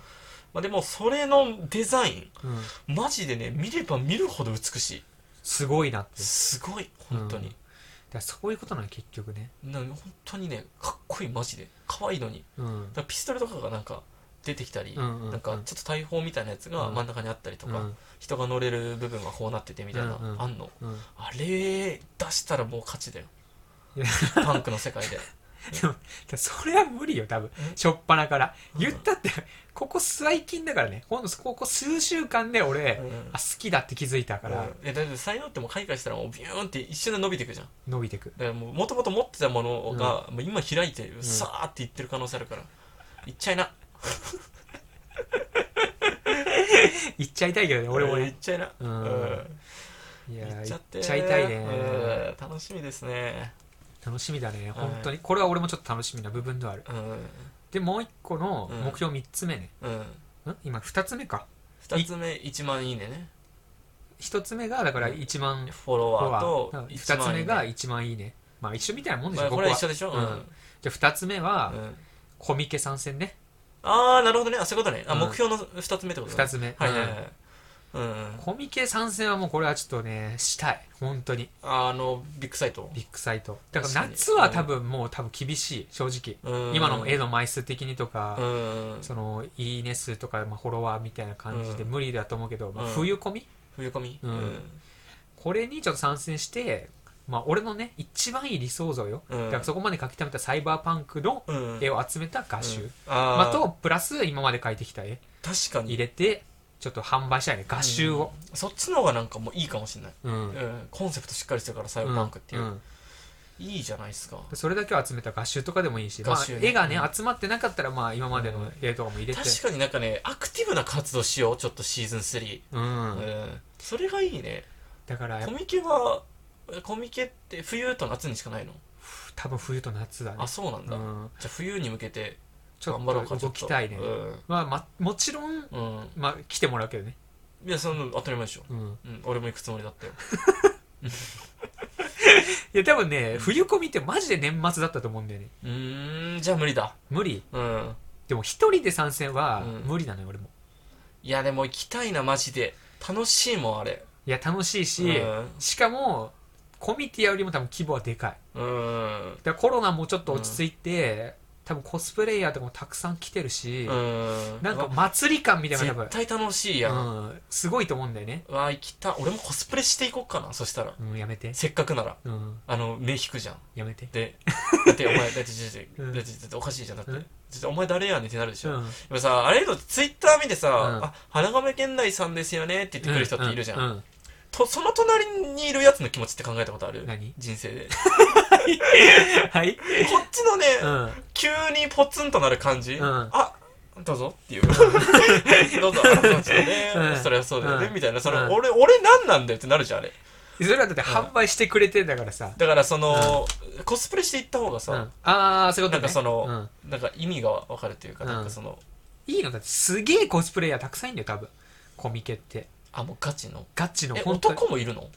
A: まあ、でも、それのデザイ
B: うんうん
A: ン、マジでね、見れば見るほど美し
B: すごいなって
A: い。すごい、本当に。
B: だからそういうことなの結局ね
A: なんか本当にね、かっこいい、マジで。可愛いのに。
B: うん
A: だからピストルとかがなんか出てきたり、
B: うんうん
A: なんかちょっと大砲みたいなやつが
B: うん
A: 真ん中にあったりとか、
B: うん
A: 人が乗れる部分がこうなっててみたいな、
B: うんうん
A: あんの
B: うん
A: あれ出したらもう勝ちだよ
B: いや
A: パンクの世界で
B: だそれは無理よ多分しょっぱなから
A: うん
B: 言ったってここ最近だからねほんとここ数週間で俺、
A: うん
B: あ好きだって気づいたか
A: だ
B: ら
A: えだって才能ってもう開花したらもうビューンって一瞬で伸びていくじゃん
B: 伸びてく
A: だからもともと持ってたものが、もう今開いてる
B: ん
A: さーっていってる可能性あるからいっちゃいな
B: 行っちゃいたいけどね俺も
A: いっ
B: ね
A: ちゃいな
B: うんい
A: い
B: や
A: っち
B: 行
A: ゃっ
B: ってちゃいたいね
A: うん楽しみですね
B: 楽しみだね本当にこれは俺もちょっと楽しみな部分ではある
A: うん
B: でもう一個の
A: うん
B: 目標3つ目ね、
A: うん
B: ん今2つ目か
A: 2つ目1万いいねね
B: 1つ目がだから1
A: フ
B: 万
A: ォロ
B: フォロ
A: ワー
B: ワ
A: と
B: ーだから
A: 1
B: 2
A: 万
B: つ目が
A: いいね
B: 1万いいねまあ一緒みたいなもんでし
A: ま
B: ょ
A: あ
B: こ
A: こ
B: こ
A: れ
B: は
A: は
B: じ
A: 一
B: ゃ
A: 緒でしょ、
B: う
A: うんん
B: あ2つ目は
A: うん
B: コミケ参戦ね
A: ああなるほどねあそういうことねあ、
B: うん
A: 目標の2つ目ってことね
B: 2つ目
A: はいはいは
B: うん
A: い、うん、
B: コミケ参戦はもうこれはちょっとねしたい本当に
A: あのビッグサイト
B: ビッグサイトだから
A: 確かに
B: 夏は多分もう多分厳しい正直
A: うん
B: 今の絵の枚数的にとか、
A: うん
B: そのいいね数とか、まあ、フォロワーみたいな感じで
A: うん
B: 無理だと思うけど、まあ、
A: うん
B: 冬コミ
A: 冬コミ
B: うんこれにちょっと参戦して、まあ、俺のね一番いい理想像よ、
A: うん
B: だからそこまで描き溜めたサイバーパンクの
A: うん
B: 絵を集めた画集、
A: うん
B: ま
A: あ
B: あ、
A: ー
B: とプラス今まで描いてきた絵
A: 確かに
B: 入れてちょっと販売したいね画集を、
A: そっちの方がなんかもういいかもしれない、
B: うん
A: うんコンセプトしっかりしてるからサイバーパンクっていう、
B: うん
A: いいじゃないですか
B: それだけを集めた画集とかでもいいし、
A: 画
B: まあ
A: 集ね、
B: 絵がね、
A: う
B: 集まってなかったらまあ今までの絵とかも入れて、
A: 確かになんかねアクティブな活動しようちょっとシーズン3、
B: うん
A: うん、それがいいね
B: だから
A: コミケはコミケって冬と夏にしかないの
B: 多分冬と夏だね
A: あそうなん
B: う
A: だ、
B: ん、
A: じゃあ冬に向けて
B: ちょ
A: 頑張ろう
B: っ
A: かち
B: と
A: ょ
B: 動
A: っと
B: きたいね、
A: う
B: まあまもちろん、
A: ん、うん、
B: まあ、来てもらうけどね、
A: いやその当たり前でしょ、
B: うん、
A: うん、俺も行くつもりだったよ
B: いや多分ね冬コミってマジで年末だったと思うんだよね
A: うーんじゃあ無理だ
B: 無理
A: うん
B: でも一人で参戦は
A: うん
B: 無理なのよ、俺も
A: いやでも行きたいなマジで楽しいもんあれ
B: いや楽しいし、
A: うん
B: しかもコミティアよりも多分規模はでかい
A: うん
B: だからコロナもちょっと落ち着いて、多分コスプレイヤーとかもたくさん来てるし、
A: うん
B: なんか
A: うわ
B: 祭り感みたいなのが多
A: 絶
B: 分
A: 対楽しいやん、
B: うん、すごいと思うんだよね
A: うわ行きたい俺もコスプレしていこうかなそしたら
B: うんやめて
A: せっかくなら
B: うん
A: あの目引くじゃん
B: やめて
A: でだってお前だってちょちょちょ
B: うん
A: だってだっておかしいじゃんだって
B: うん
A: だってお前誰やねんってなるでし
B: う
A: ょ
B: ん
A: でもさ、あれのツイッター見てさ、
B: うん
A: あ、花亀県内さんですよねって言ってくる人っているじゃん。
B: ううん
A: とその隣にいるやつの気持ちって考えたことある
B: 何
A: 人生で。こ
B: はい
A: っちのね、
B: うん
A: 急にポツンとなる感じ、
B: ん
A: あ、どうぞっていう。 どうぞ、あの感じでね、
B: うん
A: それはそうだよね、
B: うん
A: みたいな。そうの、
B: ん
A: 俺、俺何なんだよってなるじゃん、あれ。
B: それはだって販売してくれてんだからさ。
A: だからその、コスプレしていった方が
B: う
A: さ、
B: ん、ああ、そういうことね。
A: なんかその、
B: う
A: なんか意味がわかるというか、
B: うん
A: なんかその、
B: ん、いいのだってすげえコスプレイヤーたくさんいるんだよ、多分。コミケって。
A: あ、もうガチの。
B: ガチの
A: え、
B: 本当に
A: 男もいるの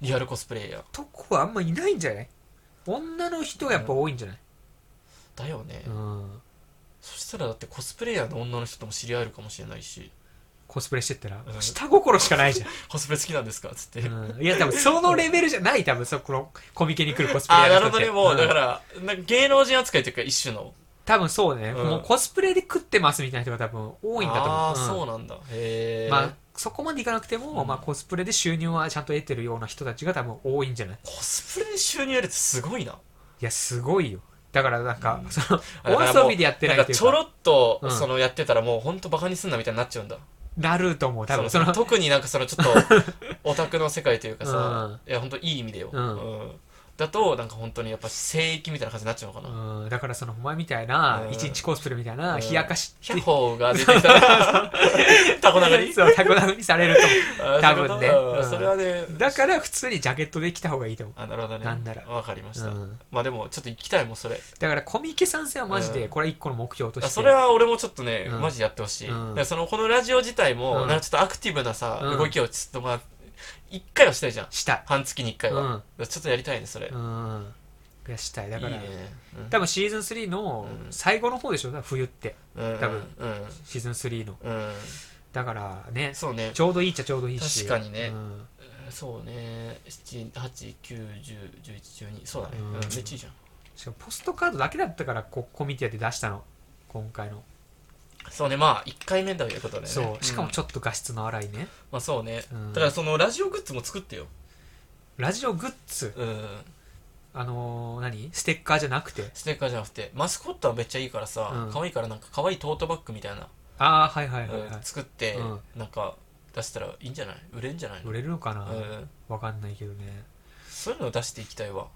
A: リアルコスプレイヤー。
B: 男はあんまいないんじゃない女の人がやっぱ多いんじゃない、
A: だよね、
B: うん、
A: そしたらだってコスプレイヤーの女の人とも知り合えるかもしれないし、
B: コスプレしてったら
A: う、ん
B: 下心しかないじゃ
A: コスプレ好きなんですかっつって。
B: ん。うん、いや、多分そのレベルじゃない、多分そこのコミケに来るコスプレイ
A: あ
B: ヤ
A: あ、
B: ーの
A: な
B: 人
A: る
B: っ
A: ほど
B: て
A: ね。もう、だ
B: ん
A: から、なんか芸能人扱いというか一種の。
B: 多分そうね、
A: うん
B: もうコスプレで食ってますみたいな人が多分多いんだと思う。
A: ああ、
B: うん
A: そうなんだ。へえ。
B: まあ、そこまでいかなくても、
A: うん
B: まあ、コスプレで収入はちゃんと得てるような人たちが多分多いんじゃない
A: コスプレで収入やるってすごいな。
B: いや、すごいよ。だからなんか、
A: うん
B: その、
A: だからもう
B: お遊びでやってない
A: なんか
B: という
A: ちょ
B: か、
A: ろっと、
B: うん
A: そのやってたらもうほんとバカにすんなみたいになっちゃうんだ。
B: なると思う。多分
A: そ
B: そ
A: の
B: の、
A: 特になんかそのちょっと オタクの世界というかさ、いやほんといい意味でよ、
B: うん
A: うんだとなんか本当にやっぱ聖域みたいな感じになっちゃうのかな、
B: うん、だからその、お前みたいな
A: う、ん
B: 一日コスプレみたいな、
A: うん
B: 冷やかしって、
A: 百歩が出てきた らタコ流り
B: そう、タコ殴りされると
A: あー
B: 多分ね
A: そういうこと
B: うん
A: それはね
B: 思う。だから、普通にジャケットで来た方がいいと思
A: あなるほどね
B: なんなら
A: わかりまし
B: う。
A: た、
B: うん、
A: まあでもちょっと行きたいもんそれ
B: だから、コミケ参戦はマジ
A: う
B: で、
A: ん
B: これは一個の目標として。
A: あそれは俺もちょっとね、
B: うん
A: マジやってほしい、
B: うん
A: だからそのこのラジオ自体も、
B: うん
A: なんかちょっとアクティブなさ、
B: うん
A: 動きをちょっとまあ一回はしたいじゃん
B: したい。
A: 半月に一
B: う
A: 回は、だか
B: ん。
A: らちょっとやりたいねそれ、
B: うん。いや、したい。だか
A: い
B: ら、
A: いね、うん
B: 多分シーズン3の
A: うん
B: 最後の方でしょ、冬って。
A: うん
B: 多分
A: うん
B: シーズン3の。
A: うん
B: だからね、
A: そうね
B: ちょうどいいっちゃちょうどいいし。
A: 確かにね
B: うん
A: そうね789101112そうだね、
B: うん
A: うん、めっちゃいいじゃん
B: しかもポストカードだけだったから、こコミティアで出したの。今回の。
A: そうねまあ1回目だよいうことでね
B: そう。しかも
A: ん
B: ちょっと画質の荒いね。
A: まあそうね、
B: うん
A: だからそのラジオグッズも作ってよ
B: ラジオグッズ、
A: うん
B: あのー、何ステッカーじゃなくて。
A: ステッカーじゃなくてマスコットはめっちゃいいからさ、
B: うん
A: 可愛いからなんか可愛いトートバッグみたいな、
B: ああ、はいはいはいは
A: うん
B: い。
A: 作って、
B: うん
A: なんか出したらいいんじゃない売れんじゃない
B: 売れるのかな
A: うん、
B: わかんないけどね。
A: そういうの出していきたいわ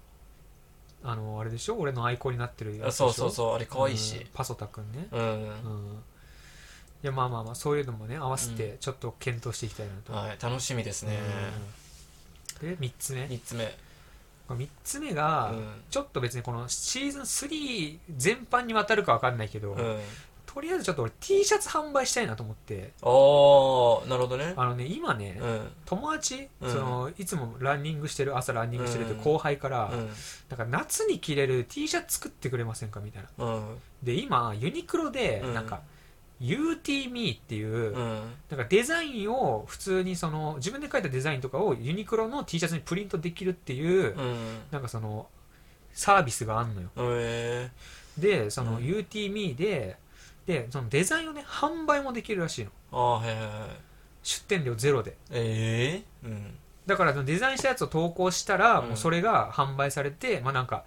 B: あのー、あれでしょ俺のアイコンになってるや
A: あ
B: つでし
A: そ
B: ょ
A: うそうそうあれ可愛い
B: うん
A: し
B: パソタくんね。
A: うん、
B: うん。いや、まあまあまあ、そういうのもね、合わせてちょっと検討していきたいなと。
A: はい楽しみですね、
B: うんで3つ目
A: 三3つ目
B: 3つ目が、
A: うん
B: ちょっと別にこのシーズン3全般にわたるかわかんないけど、
A: うん
B: とりあえずちょっと俺 T シャツ販売したいなと思って
A: ああなるほどね
B: あのね今ね、
A: うん
B: 友達、
A: うん
B: そのいつもランニングしてる朝ランニングしてるって
A: うん
B: 後輩から、
A: うん
B: なんか夏に着れる T シャツ作ってくれませんかみたいな
A: うん
B: で今ユニクロで
A: うん
B: なんか、UTME っていう、
A: うん
B: なんかデザインを普通にその自分で書いたデザインとかをユニクロの T シャツにプリントできるっていう、
A: うん
B: なんかそのサービスがあんのよ
A: え
B: でその
A: うん
B: UTME で,、でそのデザインをね販売もできるらしいの
A: ー、ああーはいはいはい
B: 出店料ゼロで
A: ええうん
B: だからそのデザインしたやつを投稿したら、
A: うん
B: もうそれが販売されてまあなんか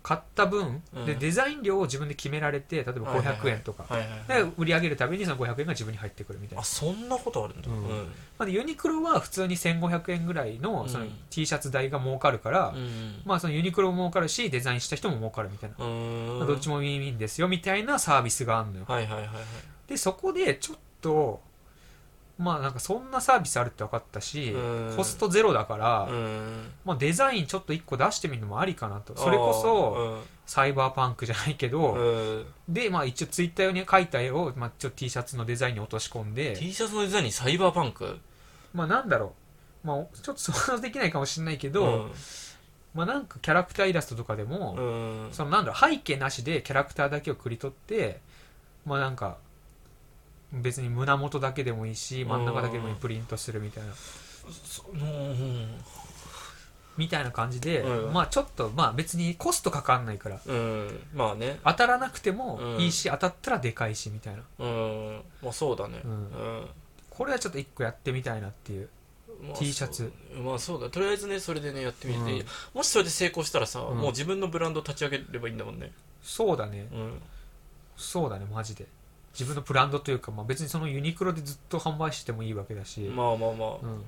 B: 買った分、
A: うん
B: でデザイン料を自分で決められて例えば
A: はいはいはい
B: 500円とか、
A: はいはいはい、
B: で売り上げるたびにその500円が自分に入ってくるみたいな
A: あ、そんなことあるんだ
B: う
A: うんん、
B: まあ、でユニクロは普通に1500円ぐらいのその
A: うん
B: T シャツ代が儲かるから、
A: うん
B: まあそのユニクロも儲かるしデザインした人も儲かるみたいな、
A: うー
B: ま
A: ん
B: あどっちもウィンウィンですよみたいなサービスがあるのよ
A: はいはいはいはい
B: でそこでちょっとまあなんかそんなサービスあるって分かったし、
A: うん
B: コストゼロだから、
A: うん
B: まあ、デザインちょっと1個出してみるのもありかなとそれこそサイバーパンクじゃないけ
A: あー
B: ど、
A: うんうん
B: で、まあ、一応ツイッター用に描いた絵を、まあ、ちょっと T シャツのデザインに落とし込んで、
A: T シャツのデザインにサイバーパンク
B: まあ、なんだろう、まあ、ちょっと想像できないかもしれないけど、まあ、なんかキャラクターイラストとかでも、
A: うん、うん、
B: そのなんだろう背景なしでキャラクターだけをくり取ってまあなんか別に胸元だけでもいいし真ん中だけでもいい
A: うん
B: プリントするみたいな
A: そうん
B: みたいな感じで、
A: うん
B: まあちょっとまあ別にコストかかんないから
A: うんまあね
B: 当たらなくてもいいし、当たったらでかいしみたいな
A: うんまあそうだね
B: うんこれはちょっと一個やってみたいなっていう
A: まあ
B: T シャツ
A: そうまあそうだとりあえずねそれでねやってみて、
B: うん
A: もしそれで成功したらさ、
B: うん
A: もう自分のブランド立ち上げればいいんだもんね
B: そうだね
A: うん
B: そうだねマジで自分のブランドというか、まあ、別にそのユニクロでずっと販売しててもいいわけだし、
A: まあまあまあ、
B: うん、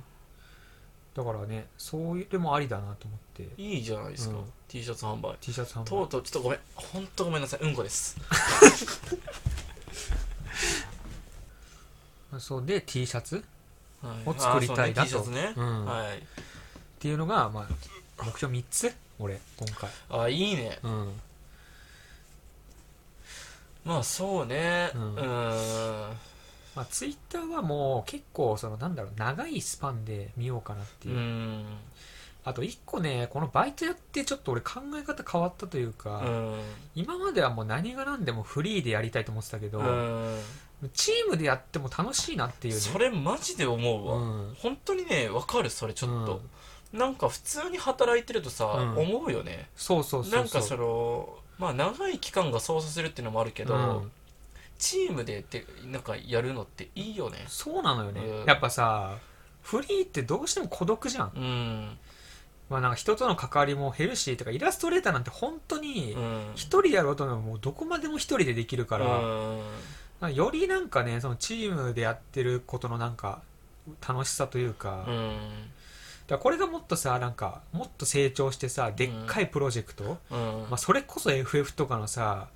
B: だからねそういうでもありだなと思って
A: いいじゃないですか、
B: うん
A: T シャツ販売
B: T シャツ販売
A: とうとうちょっとごめん本当ごめんなさいうんこです
B: そうで T シャツ
A: はい
B: を作りたいなと
A: あーそうね T シャツね、
B: うん
A: はい
B: っていうのが、まあ、目標3つ俺、今回。
A: あいいね
B: うん。
A: まあそうねう
B: うん
A: ーん
B: まあ、ツイッターはもう結構、その、なんだろう、長いスパンで見ようかなって
A: う
B: いう。
A: ん
B: あと1個ね、このバイトやってちょっと俺考え方変わったという
A: う
B: か、
A: ん
B: 今まではもう何が何でもフリーでやりたいと思ってたけど、
A: うん
B: チームでやっても楽しいなっていうね。
A: それマジで思う
B: う
A: わ
B: ん。
A: 本当にねわかるそれちょっ
B: う
A: と
B: ん
A: なんか普通に働いてるとさ
B: うん
A: 思うよね
B: そうそうそうそう。
A: なんかそのまあ長い期間が操作するっていうのもあるけど、
B: うん
A: チームでってなんかやるのっていいよね
B: そうなのよね、
A: うん
B: やっぱさフリーってどうしても孤独じゃん,、
A: うん
B: まあ、なんか人との関わりも減るしとかイラストレーターなんて本当に
A: うん
B: 一人やろうと思えばもうどこまでも一人でできるから、
A: うん
B: なんかよりなんかねそのチームでやってることのなんか楽しさというか,、
A: う
B: だか
A: ん
B: らこれがもっとさなんかもっと成長してさでっかいプロジェクト、
A: うん
B: まあ、それこそ FF とかのさ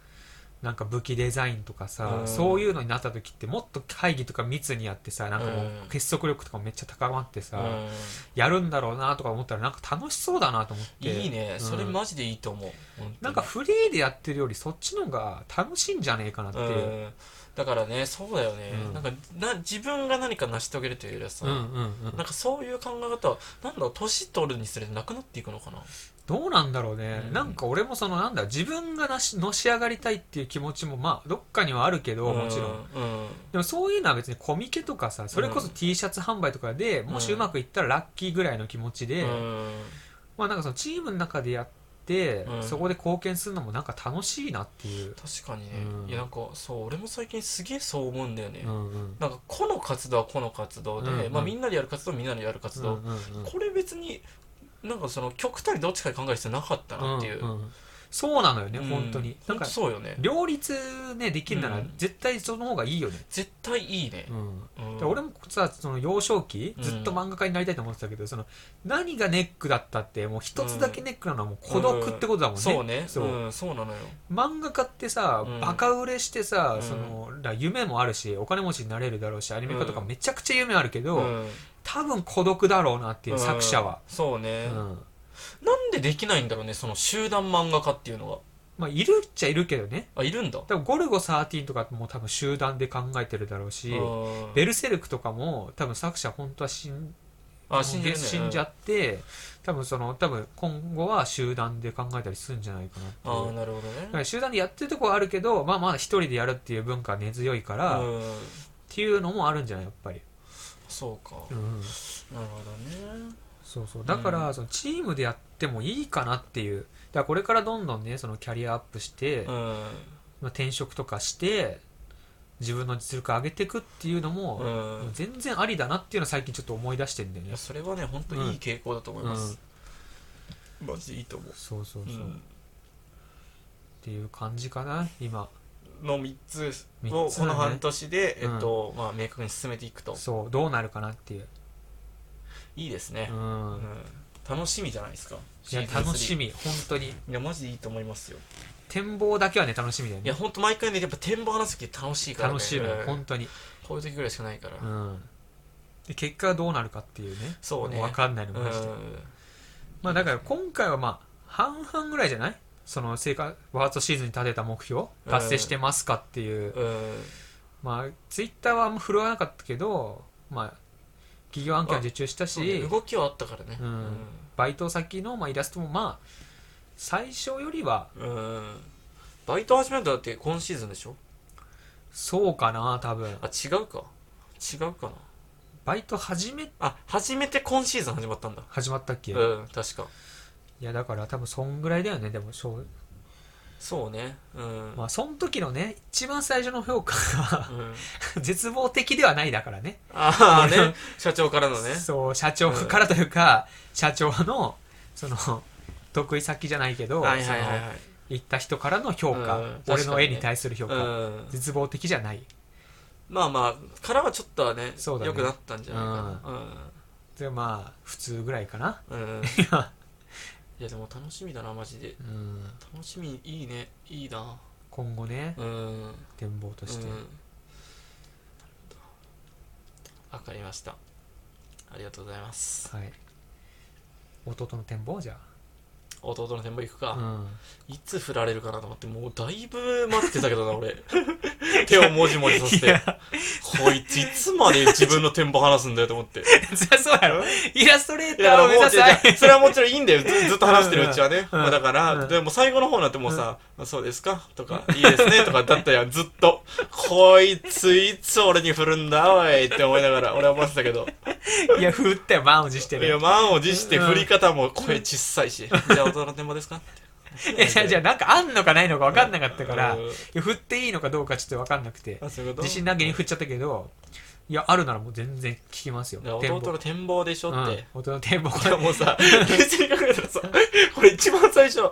B: なんか武器デザインとかさ、
A: うん
B: そういうのになった時ってもっと会議とか密にやってさなんかもう
A: うん
B: 結束力とかもめっちゃ高まってさ、
A: うん
B: やるんだろうなとか思ったらなんか楽しそうだなと思って
A: いいね、それ
B: うん
A: マジでいいと思う本当に
B: なんかフリーでやってるよりそっちの方が楽しいんじゃねえかなって
A: う
B: いう、うん、
A: んだからねそうだよね、
B: うん
A: なんかな自分が何か成し遂げるというよりはさ、
B: うんうん
A: なんかそういう考え方はなんだろう年取るにつれてなくなっていくのかな
B: どうなんだろうね、
A: うん
B: なんか俺もそのなんだ自分がなしのし上がりたいっていう気持ちもまあどっかにはあるけどもちろん、
A: うん
B: でもそういうのは別にコミケとかさそれこそ T シャツ販売とかで、もしうまくいったらラッキーぐらいの気持ちで、
A: うん
B: まあなんかそのチームの中でやって、
A: うん
B: そこで貢献するのもなんか楽しいなっていう、
A: 確かにね、
B: うん
A: いやなんかそう俺も最近すげえそう思うんだよね、
B: うんうん
A: なんか個の活動は個の活動で、
B: うんうん
A: まあ、みんなでやる活動はみんなでやる活動、
B: うんうんうん
A: これ別になんかその極端にどっちかに考える必要なかったなっていう、
B: んんそうなのよね、
A: うん
B: 本当に
A: ほ
B: なん
A: んと
B: か
A: そうよね
B: 両立ねできるな
A: う
B: ら
A: ん
B: 絶対その方がいいよね、
A: 絶対いいね、うん
B: で俺もさその幼少期
A: うん
B: ずっと漫画家になりたいと思ってたけど、その何がネックだったってもう一つだけネックなのはもう孤独ってことだもんね、
A: そうね、
B: そううん
A: そうなのよ
B: 漫画家ってさ、
A: うん
B: バカ売れしてさ、
A: うん
B: そのだ夢もあるしお金持ちになれるだろうしアニメ化とかめちゃくちゃ夢あるけど、
A: うん
B: 多分孤独だろうなっていう、作者は、
A: うんそうね、
B: うん
A: なんでできないんだろうねその集団漫画家っていうのが
B: まあいるっちゃいるけどね
A: あいるんだ
B: 多分ゴルゴ13とかも多分集団で考えてるだろうし、
A: うん
B: ベルセルクとかも多分作者本当は死ん
A: あ死んでるね
B: 死んじゃって、多分その多分今後は集団で考えたりするんじゃないかなって
A: ああ
B: いう
A: ーなるほど
B: だか
A: ね
B: ら集団でやってるとこはあるけどまあまあ一人でやるっていう文化は根強いから、っ
A: うん
B: ていうのもあるんじゃないやっぱり、
A: そうか
B: う
A: な
B: ん、
A: るほどね
B: そうそうだからそのチームでやってもいいかなっていうだからこれからどんどんねそのキャリアアップして、
A: う
B: ま
A: ん
B: あ、転職とかして自分の実力上げていくっていうのも、
A: うん
B: 全然ありだなっていうのを最近ちょっと思い出してんだよ
A: い
B: ね
A: やそれはね本当いい傾向だと思います、マジでいいと思う
B: そうそう
A: う
B: そう、っ
A: ん
B: ていう感じかな今
A: の3つ
B: 三つだ
A: を
B: ね
A: この半年で、
B: うん
A: えっとまあ、明確に進めていくと
B: そうどうなるかなっていう、
A: いいですね
B: う、
A: うん
B: ん、
A: 楽しみじゃないですか
B: いや
A: シーズン3
B: 楽しみ本当に
A: いやマジでいいと思いますよ
B: 展望だけはね楽しみだよ
A: いや
B: ね
A: 本当毎回ねやっぱ展望話す時楽しいから、ね、
B: 楽しいのよ
A: うん
B: 本当に、
A: こういう時ぐらいしかないから、
B: うん、で結果がどうなるかっていうね
A: そうね
B: も分かんないの
A: う
B: マジで、
A: ん
B: まあだから今回はまあ半々ぐらいじゃないその成果ワーストシーズンに立てた目標達成してますかっていう、
A: うん
B: まあツイッターはあんま振るわなかったけどまあ企業案件は受注したし、
A: そうね動きはあったからね
B: うんバイト先のまあイラストもまあ最初よりは
A: うんうんバイト始めたのだって今シーズンでしょ
B: そうかな多分
A: あ違うか違うかな
B: バイト始め
A: あ初めて今シーズン始まったんだ
B: 始まったっけ、い
A: うん確か
B: やだから多分そんぐらいだよねでもそう
A: そうねうん、
B: まあその時のね一番最初の評価が
A: うん、
B: 絶望的ではないだからね
A: ああ ね社長からのね
B: そう社長
A: うん
B: からというか、社長のその得意先じゃないけど、
A: はいはいはい
B: その
A: はい
B: 行った人からの評価、
A: うん
B: 俺の絵に
A: 確か
B: 対する評
A: う
B: 価、
A: ん
B: 絶望的じゃない
A: まあまあからはちょっとはね
B: そうだね
A: 良くなったんじゃないかな
B: でまあ普通ぐらいかな
A: うん、うん、い
B: や
A: やでも楽しみだなマジで
B: うん
A: 楽しみいいねいいな
B: 今後ね
A: うんうん
B: 展望として、
A: わかりましたありがとうございます
B: はい弟の展望じゃ
A: 弟の展望行く
B: あ、
A: か、
B: うん、
A: いつ振られるかなと思ってもうだいぶ待ってたけどな俺 手をもじもじさせ
B: い
A: て
B: や
A: こいついつまで自分の展望話すんだよと思って
B: そりゃそうやろイラストレータ
A: いやだから
B: ーを目
A: もう
B: 指
A: じゃあじゃあ
B: せ
A: それはもちろんいいんだよず ずっと話してるうちはね、
B: うん
A: まあ、だから、
B: うん
A: でも最後の方になってもうさ「そうですか?」とか「いいですね」とかだったやんずっと「こいついつ俺に振るんだおい」って思いながら俺は思ってたけど
B: いや振ったよ満を持して
A: い
B: る
A: や
B: よ
A: 満を持して振り方も声小さいし「じゃあ大人の展望ですか?」
B: いやじゃあじゃあなんかあんのかないのか分かんなかったから、
A: うん
B: いや振っていいのかどうかちょっと分かんなくて
A: あそういうこと
B: 自信なげに振っちゃったけどいやあるならもう全然聞きますよ
A: だから弟の展望でしょって、
B: うん、弟の 展望
A: いやもうさ、 冷静に考えたらさ、これ一番最初、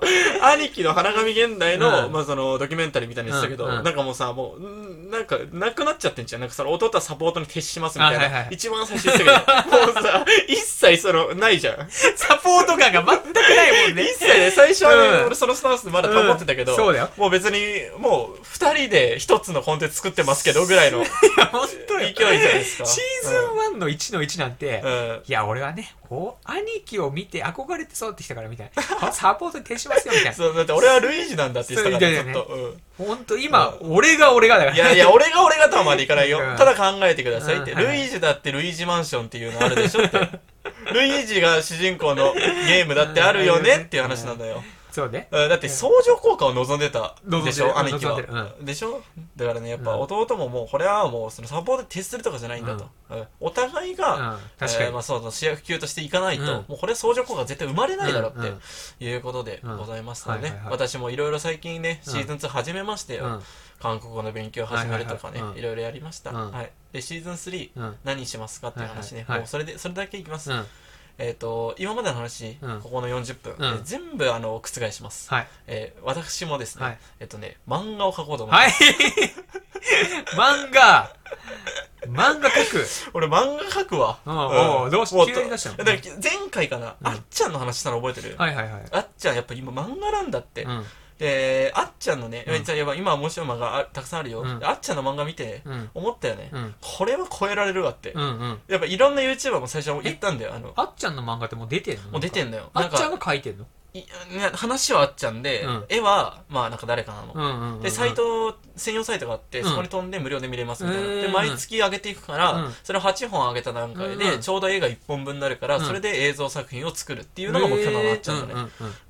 A: 兄貴の花神現代の、
B: うん
A: まあその、ドキュメンタリーみたいにしてたけど、
B: うんうん
A: なんかもうさ、もう、んなんか、なくなっちゃってんじゃん。なんかその、弟はサポートに徹しますみたいな。
B: あはいはい
A: 一番最初言ってたけど、もうさ、一切その、ないじゃん。
B: サポート感が全くないもんね
A: 一切ね、最初はね、
B: うん
A: 俺そのスタンスでまだ保ってたけど、
B: うんそうだよ
A: もう別に、もう、二人で一つのコンテンツ作ってますけど、ぐらいの
B: いや本当
A: 勢
B: よ
A: いじゃないですか。
B: シーズン1の1の1なんて、
A: うん。
B: いや俺はねお兄貴を見て憧れて育ってきたからみたいなサポートに徹しますよみたいな
A: そう、だって俺はルイージなんだって言ってたから、
B: そう
A: ずっ
B: 言ってた
A: と
B: よ。
A: うん
B: 本当今、俺が俺がだから
A: いやいや、俺が俺がとはまでいかないよ
B: う。ん
A: ただ考えてくださいって。
B: うんはい
A: ルイージだってルイージマンションっていうのあるでしょって。ルイージが主人公のゲームだってあるよねっていう話なんだよ。
B: そうね
A: うんだって相乗効果を望んでた
B: 望んでる
A: でしょ、
B: うん
A: 兄貴
B: 望んでる
A: は。でしょだからね、やっぱ
B: うん
A: 弟ももう、これはもう、そのサポートで徹するとかじゃないんだと。うんお互い
B: うん
A: が、
B: 確か
A: え
B: に、
A: ーまあそう、主役級としていかないと、
B: うん
A: もうこれは相乗効果絶対生まれないだろう
B: うんう
A: っ
B: ん
A: ていうことでございますので
B: うんはい
A: ね
B: はい。はい
A: 私もいろいろ最近ね、
B: うん
A: シーズン2始めましてよ。
B: うん
A: 韓国語の勉強を始めるとかね、
B: は
A: い
B: いはいはいうん
A: ろいろやりました、
B: うん
A: はい、でシーズン3
B: うん
A: 何しますかっていう話ね、
B: はいはいはい
A: もうそれでそれだけいきます、
B: うん
A: えっ、と今までの話、
B: うん
A: ここの40分、
B: うん
A: えー全部あの覆します、
B: はい
A: えー私もですね、
B: はい
A: えっ、とね漫画を描こうと思って、
B: はい 漫画漫画描く
A: 俺漫画描くわ、
B: うんおうどうし
A: もと
B: 急に出したの
A: だから前回かな、
B: うん
A: あっちゃんの話したの覚えてる、
B: はいはいはい
A: あっちゃんやっぱ今漫画なんだって、
B: うん
A: であっちゃんのね、
B: うん
A: じゃあやっぱ今面白い漫画あたくさんあるよ、
B: うん
A: であっちゃんの漫画見て
B: うん
A: 思ったよね、
B: うん
A: これは超えられるわって、
B: うんうん
A: やっぱいろんな YouTuber も最初言ったんだよ。あの、
B: あっちゃんの漫画ってもう出てんの
A: もう出て
B: の
A: んだよ。
B: あ
A: なん
B: っちゃん
A: か
B: が、描いてんの
A: いいや話はあっちゃんで
B: うん、
A: 絵は、まあなんか誰かなの。
B: んうんうん
A: で、サイト、専用サイトがあって、
B: うん
A: そこに飛んで無料で見れますみたいな。
B: うん
A: で、毎月上げていくか
B: う
A: ら
B: ん、
A: それを8本上げた段階
B: う
A: で、
B: ん
A: ちょうど絵が1本分になるから、
B: うん
A: それで映像作品を作るっていうのが目標なの、あっちゃんのね。
B: ね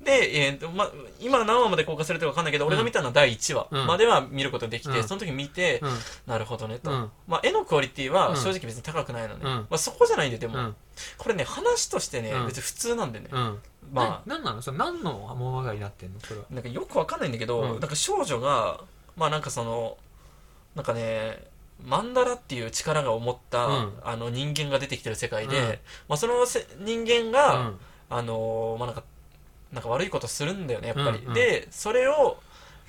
A: で、えーとま、今何話まで公開されてるか分かんないけど、俺が見たのは第1話
B: うん
A: までは見ることでき
B: う
A: て、
B: ん
A: その時見て、なるほどねと。
B: うん
A: まあ、絵のクオリティ
B: う
A: は
B: ん
A: 正直別に高くないのね。
B: うん
A: まあ、そこじゃないんだよ、で
B: う
A: も。
B: ん
A: これね話としてね、
B: うん
A: 別に普通なんだよね、
B: うん
A: ま
B: まあ何なのそれ何の物語になってんのそれは
A: あなんかよくわかんないんだけど、
B: うん
A: なんか少女がまあなんかそのなんかねマンダラっていう力が思った、
B: うん
A: あの人間が出てきてる世界で、
B: うん
A: まあ、そのせ人間が、あのーまあなんかなんか悪いことするんだよねやっぱり、
B: うんうん
A: でそれを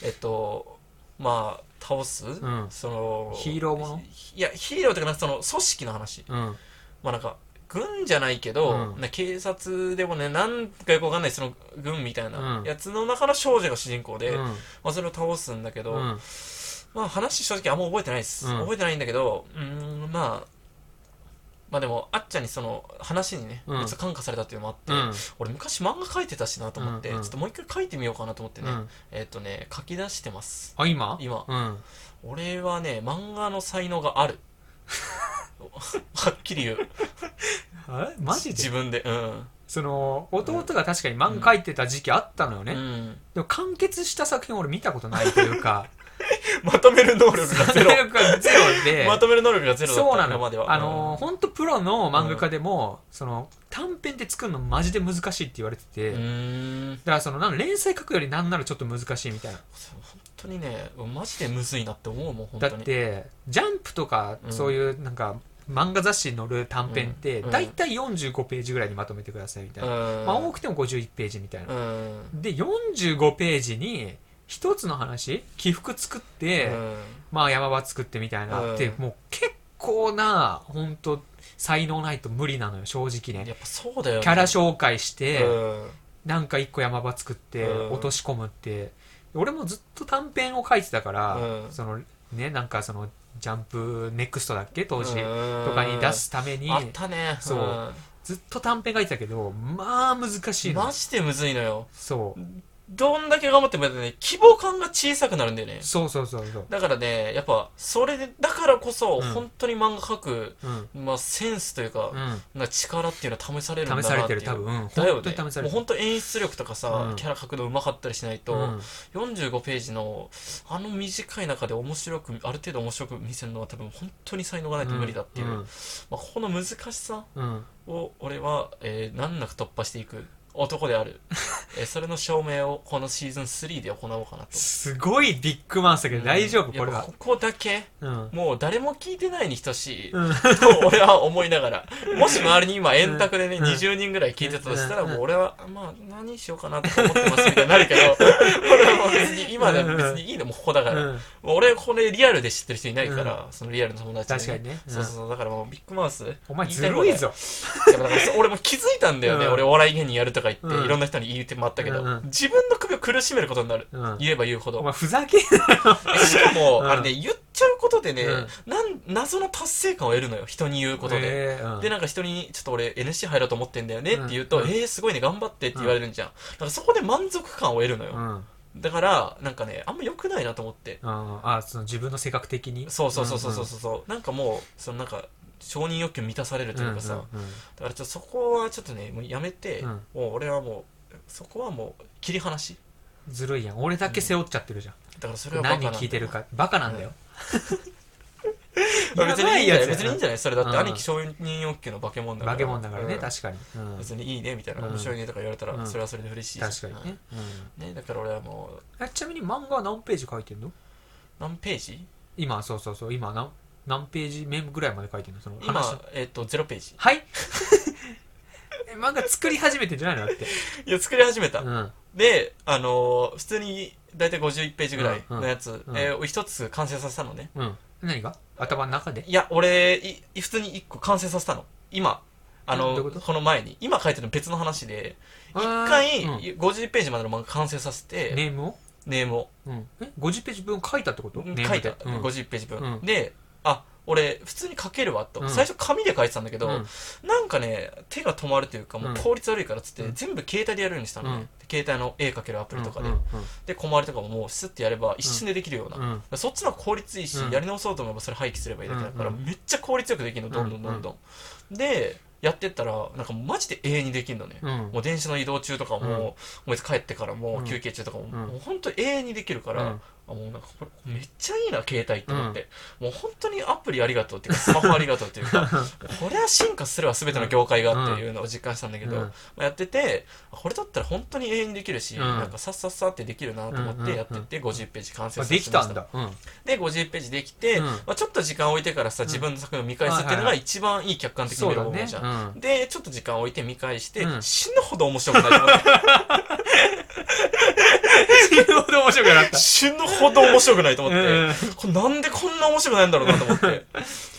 A: えっとまあ倒す、
B: ん
A: その
B: ヒーローもの
A: いやヒーローというかなんかその組織の話、
B: うんうん
A: まあなんか軍じゃないけど、
B: うん
A: な警察でもねなんかよくわかんないその軍みたいな
B: うん
A: やつの中の少女が主人公で、
B: うん
A: まあ、それを倒すんだけど、
B: うん
A: まあ話正直あんま覚えてないです、
B: うん
A: 覚えてないんだけどうーんまあまあでもあっちゃんにその話にね、
B: うん
A: 別に感化されたっていうのもあって、
B: うん
A: 俺昔漫画描いてたしなと思って、
B: うんうん
A: ちょっともう一回描いてみようかなと思ってね、
B: うん
A: えっ、とね書き出してます
B: あ今
A: 今
B: うん
A: 俺はね漫画の才能があ るはっきり言う
B: あれマジ
A: 自
B: で
A: 分でうん
B: その弟が確かに漫画描いてた時期あったのよ
A: う
B: ね
A: ん、
B: でも完結した作品俺見たことないとい うか
A: まとめる能力がゼ ロ
B: それがゼロで
A: まとめる能力がゼロだった
B: そうな
A: 今まで
B: の
A: は
B: あの本当プロの漫画家でもその短編で作るのマジで難しいって言われて
A: う
B: て
A: んうーん
B: だからそのなんか連載書くよりなんならちょっと難しいみたいな
A: 本当にねマジでむずいなって思うもん本
B: だ
A: 当
B: っ
A: に
B: てジャンプとか
A: うん
B: そういうなんか漫画雑誌に載る短編って
A: うん
B: 大体45ページぐらいにまとめてくださいみたいな、
A: うん
B: まあ、多くても51ページみたいな
A: う、ん
B: で45ページに一つの話起伏作って、
A: うん
B: まあ山場作ってみたいな、
A: うん
B: ってもう結構な本当才能ないと無理なのよ正直ね
A: やっぱそうだよね、
B: キャラ紹介して、
A: うん
B: なんか一個山場作って、
A: うん
B: 落とし込むって俺もずっと短編を書いてたから、
A: うん
B: そのねなんかそのジャンプネクストだっけ当時、
A: うん
B: とかに出すために、
A: あったね
B: そう
A: うん
B: ずっと短編書いてたけど、まあ難しいの。
A: マジでむずいのよ。
B: そう。
A: どんだけ頑張ってもやっぱね、希望感が小さくなるんだよね。
B: そうそうそうそう。
A: だからね、やっぱ、それで、だからこそ、
B: うん
A: 本当に漫画描く、
B: うん。
A: まあ、センスという
B: う
A: か、
B: ん。
A: な力っていうのは試されるんだなっ
B: 試
A: てい
B: さ
A: う。
B: れてる、多分。うん
A: だよね。
B: 本当に試さ
A: も
B: れ
A: う
B: てる。
A: 本当演出力とかさ、
B: うん
A: キャラ描くの上手かったりしないと、
B: うん
A: 45ページのあの短い中で面白くある程度面白く見せるのは多分本当に才能がないと無理だっていう、
B: ん
A: まあ、ここの難しさ
B: うんうん
A: を俺は、えー難なく突破していく男であ る、えーそれの証明をこのシーズン3で行おうかなと
B: すごいビッグマウスだけど大丈
A: うん
B: 夫これ
A: やっぱ
B: は
A: ここだけ
B: うん
A: もう誰も聞いてないに等しい、
B: うん
A: と俺は思いながらもし周りに今円卓でね
B: うん
A: 20人ぐらい聞いてたとしたら
B: うん
A: もう俺はまあ何しようかなとか思ってますみたいにな るけど俺はもう別に今では別にいいのもうここだから、
B: うん
A: 俺これリアルで知ってる人いないから、そのリアルの友達
B: 確かにね
A: そうそうそうだからもうビッグマウス
B: お前ずるいぞ
A: 言いたいことだよいやだからそう俺も気づいたんだよね、
B: うん
A: 俺お笑い芸人やるとか言って、
B: うん
A: いろんな人に言うてもあったけど、
B: うんうん
A: 自分の首を苦しめることになる、
B: うん
A: 言えば言うほど
B: お前ふざけんな
A: しかも、
B: うん
A: あれね、言っちゃうことでね、
B: うん
A: なん謎の達成感を得るのよ、人に言うことで。
B: えーうん
A: で、なんか人に、ちょっと俺 NC 入ろうと思ってんだよねって言うと、
B: うん
A: えー、すごいね、頑張ってって言われるんじゃん。だからそこで満足感を得るの
B: う
A: よ。
B: んうん
A: だから、なんかね、あんま良くないなと思って。
B: あその自分の性格的に
A: そうそうそうそうそうそう。なんかもう、そのなんか、承認欲求満たされる
B: うん
A: と
B: う
A: いうんかさ、
B: うんうん
A: だからちょっとそこはちょっとね、もうやめて、
B: うん
A: もう俺はもう、そこはもう切り離し。
B: ずるいやん俺だけ背負っちゃってるじゃん
A: だからそれはバカなんだ
B: 何聞いてるかバカなんだよ
A: まあ別にいいんじゃない別にいいん
B: や
A: じゃないそれだって
B: うん
A: 兄貴承認欲求の化け物だから
B: 化け物だからね
A: うん
B: 確かにうん
A: 別にいいねみたいな
B: うん
A: 面白いねとか言われた
B: う
A: ら
B: ん
A: それはそれで嬉しい
B: 確かに
A: ね
B: ねうん
A: ねだから俺はもう
B: あちなみに漫画は何ページ書いてんの
A: 何ページ
B: 今そうそうそう今何何ページ目ぐらいまで書いてんのその話
A: 今えっと0ページ
B: はい え漫画作り始めてんじゃないのだって。
A: いや作り始めた
B: うん。
A: であのー普通に大体51ページぐらいのやつ
B: うんうん
A: えー一つ完成させたのね
B: うん。何が頭の中で
A: いや俺い普通に一個完成させたの今あの
B: どういうこと
A: この前に今書いてるの別の話で一
B: あー
A: 回
B: うん
A: 50ページまでの漫画完成させて、
B: ネームを
A: ネームを
B: うん。え ?50 ページ分書いたってことネーム
A: 書いた、
B: でうん
A: 50ページ分、
B: うん
A: であ俺普通に書けるわと、
B: うん
A: 最初紙で書いてたんだけど、
B: うん
A: なんかね手が止まるというかもううん効率悪いからっつって、
B: うん
A: 全部携帯でやるようにしたのね、
B: うん
A: 携帯の絵描けるアプリとかで、
B: うん
A: で小回りとかももうスッてやれば一瞬でできるような、
B: うん
A: そっちの方が効率いいし、
B: うん
A: やり直そうと思えばそれ廃棄すればいいだけだから、
B: うん
A: めっちゃ効率よくできるのどんどんどんどん、でやってったらなんかもうマジで永遠にできるのね、
B: うんうん
A: もう電車の移動中とかも、
B: うん
A: もう帰ってからも、
B: うん
A: 休憩中とかも、
B: ん
A: もう本当永遠にできるから、
B: うん
A: あもうなんかこれめっちゃいいな携帯って思って、もう本当にアプリありがとうっていうかスマホありがとうっていう かこれは進化すれば全ての業界がっていうのを実感したんだけど、
B: うん
A: まあ、やっててあこれだったら本当に永遠にできるし、
B: うん
A: なんかさっさっさってできるなと思
B: う
A: っ
B: んうんう
A: て
B: ん
A: やってって50ページ完成
B: あ
A: させま
B: でき
A: した
B: たんだ。うん。
A: で50ページできて、
B: うん
A: まあ、ちょっと時間置いてからさ自分の作品を見返すっていうの
B: は
A: が
B: いはい
A: 一番いい客観的に
B: そ
A: 見
B: う
A: る
B: だ
A: 方法
B: ね
A: じゃん。。
B: うん
A: で、ちょっと時間置いて見返して、
B: うん
A: 死ぬほど面白くなりました。
B: 死ぬほど面白くな かった。
A: 死ぬほど面白くないと思って、
B: うん
A: これなんでこんな面白くないんだろうなと思 って。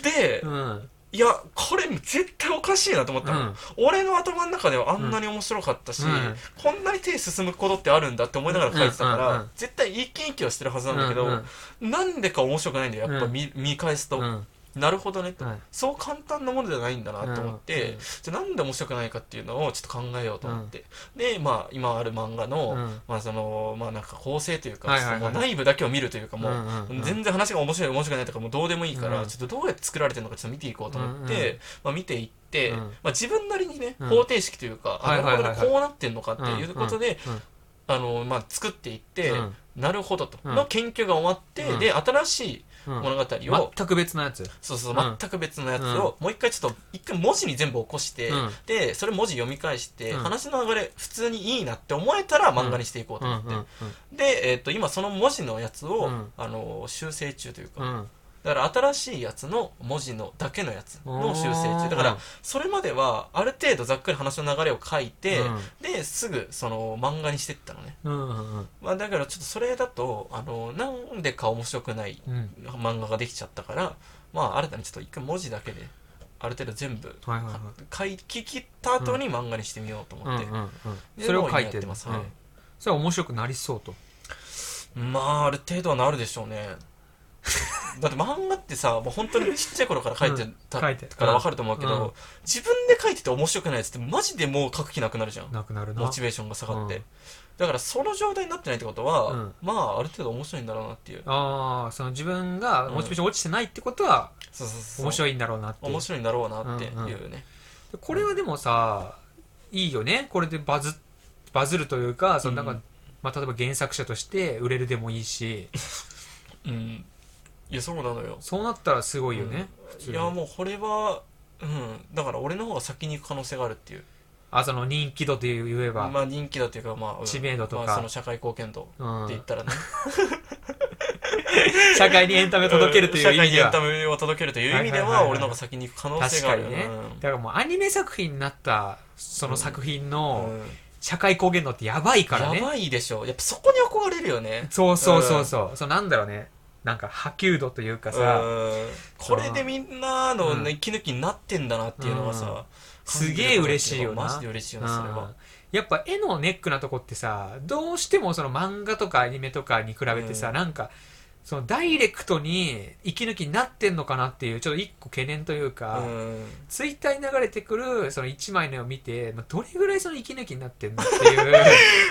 A: で、
B: うん。
A: いや、これ絶対おかしいなと思ったの。
B: うん
A: 俺の頭の中ではあんなに面白かったし、
B: うん
A: こんなに手進むことってあるんだって思いながら書いてたから、
B: うんうんうん
A: 絶対一気一気はしてるはずなんだけど、
B: うん
A: なんでか面白くないんだよ、やっぱ見,、見返すと、
B: うん
A: なるほどねと、
B: はい
A: そう簡単なものじゃないんだなと思って、
B: うん
A: じゃあなんで面白くないかっていうのをちょっと考えようと思って、で、まあ、今ある漫画の、
B: うん
A: まあそのまあなんか構成というか、
B: はいはいはい
A: その内部だけを見るというかもう、
B: うんうんうん
A: 全然話が面白い面白くないとかもうどうでもいいから、
B: うん
A: ちょっとどうやって作られてるのかちょっと見ていこうと思って、
B: うんうん
A: まあ、見ていって、
B: うん
A: まあ、自分なりにね、
B: うん
A: 方程式というか、あ
B: はいはいはいはい
A: なるほどねこうなってんのかっていうことで、
B: うんうん
A: あのまあ、作っていって、
B: うん
A: なるほどと、
B: うん
A: の研究が終わって、
B: うん
A: で新しい
B: うん
A: 物語を、
B: 全く別のやつ。
A: そうそう
B: うん
A: 全く別のやつを、もう一回ちょっと一回文字に全部起こして、
B: うん
A: でそれ文字読み返して、
B: うん
A: 話の流れ普通にいいなって思えたら漫画にしていこうと
B: うん
A: 思
B: う
A: って、
B: ん
A: で、えっと今その文字のやつを、
B: うん
A: あの修正中というか、
B: うん。
A: だから新しいやつの文字のだけのやつの修正
B: お
A: 中
B: ー
A: だからそれまではある程度ざっくり話の流れを書いて、
B: うん
A: ですぐその漫画にしてったのね、
B: うんうんうん
A: まあ、だからちょっとそれだとあのなんでか面白くない
B: うん。
A: 漫画ができちゃったからまあ新たにちょっと一回文字だけである程度全部
B: はいはいはい
A: 書いき切った後に漫画にしてみようと
B: うん
A: 思っ
B: うん
A: て、
B: うん
A: で
B: それを書い
A: もう今
B: て
A: やっ
B: る
A: ます、はい
B: それは面白くなりそうと
A: まあある程度はなるでしょうねだって漫画ってさもう本当にちっちゃい頃から書いてた
B: うん書いて
A: から分かると思うけ
B: うん
A: ど自分で書いてて面白くないやつってマジでもう書く気なくなるじゃん
B: なくなるな
A: モチベーションが下がっ
B: う
A: て
B: ん
A: だからその状態になってないってことは、
B: うん
A: まあある程度面白いんだろうなっていう
B: ああその自分がモチベーション落ちてないってことは
A: そうそうそう
B: 面
A: い
B: 白いんだろうなっていう
A: 面白いんだろうなっていうね、
B: うんこれはでもさいいよねこれでバズバズるというかそのなんか、
A: うん
B: まあ、例えば原作者として売れるでもいいし
A: うんいやそうなのよ
B: そうなったらすごいよね、普通
A: い
B: に
A: やもうこれはうんだから俺の方が先に行く可能性があるっていう
B: あその人気度で言えば、
A: まあ人気だっていうかまあうん
B: 知名度とか
A: まあその社会貢献度って言ったらね、
B: うん、社会にエンタメを届けるという意味で
A: 社会に
B: は
A: エンタメを届けるという意味で
B: はいはいはいは
A: はい俺の方が先に行く可能性
B: 確
A: があ
B: か
A: る
B: にね、
A: うん
B: だからもうアニメ作品になったその作品の
A: うん
B: 社会貢献度ってやばいからね、
A: やばいでしょやっぱそこに憧れるよね
B: そうそうそうそう、そうなんだろうねなんか波及度というかさ、
A: うんこれでみんなのね息抜きになってんだなっていうのが
B: うん
A: さ
B: すげえ嬉しいよな
A: マジで嬉しいよねそれは
B: やっぱ絵のネックなとこってさどうしてもその漫画とかアニメとかに比べてさ、
A: うん
B: なんかそのダイレクトに息抜きになってんのかなっていうちょっと一個懸念というか、
A: うん
B: ツイッターに流れてくるその一枚の絵を見て、まあ、どれぐらいその息抜きになってんのっ ていう、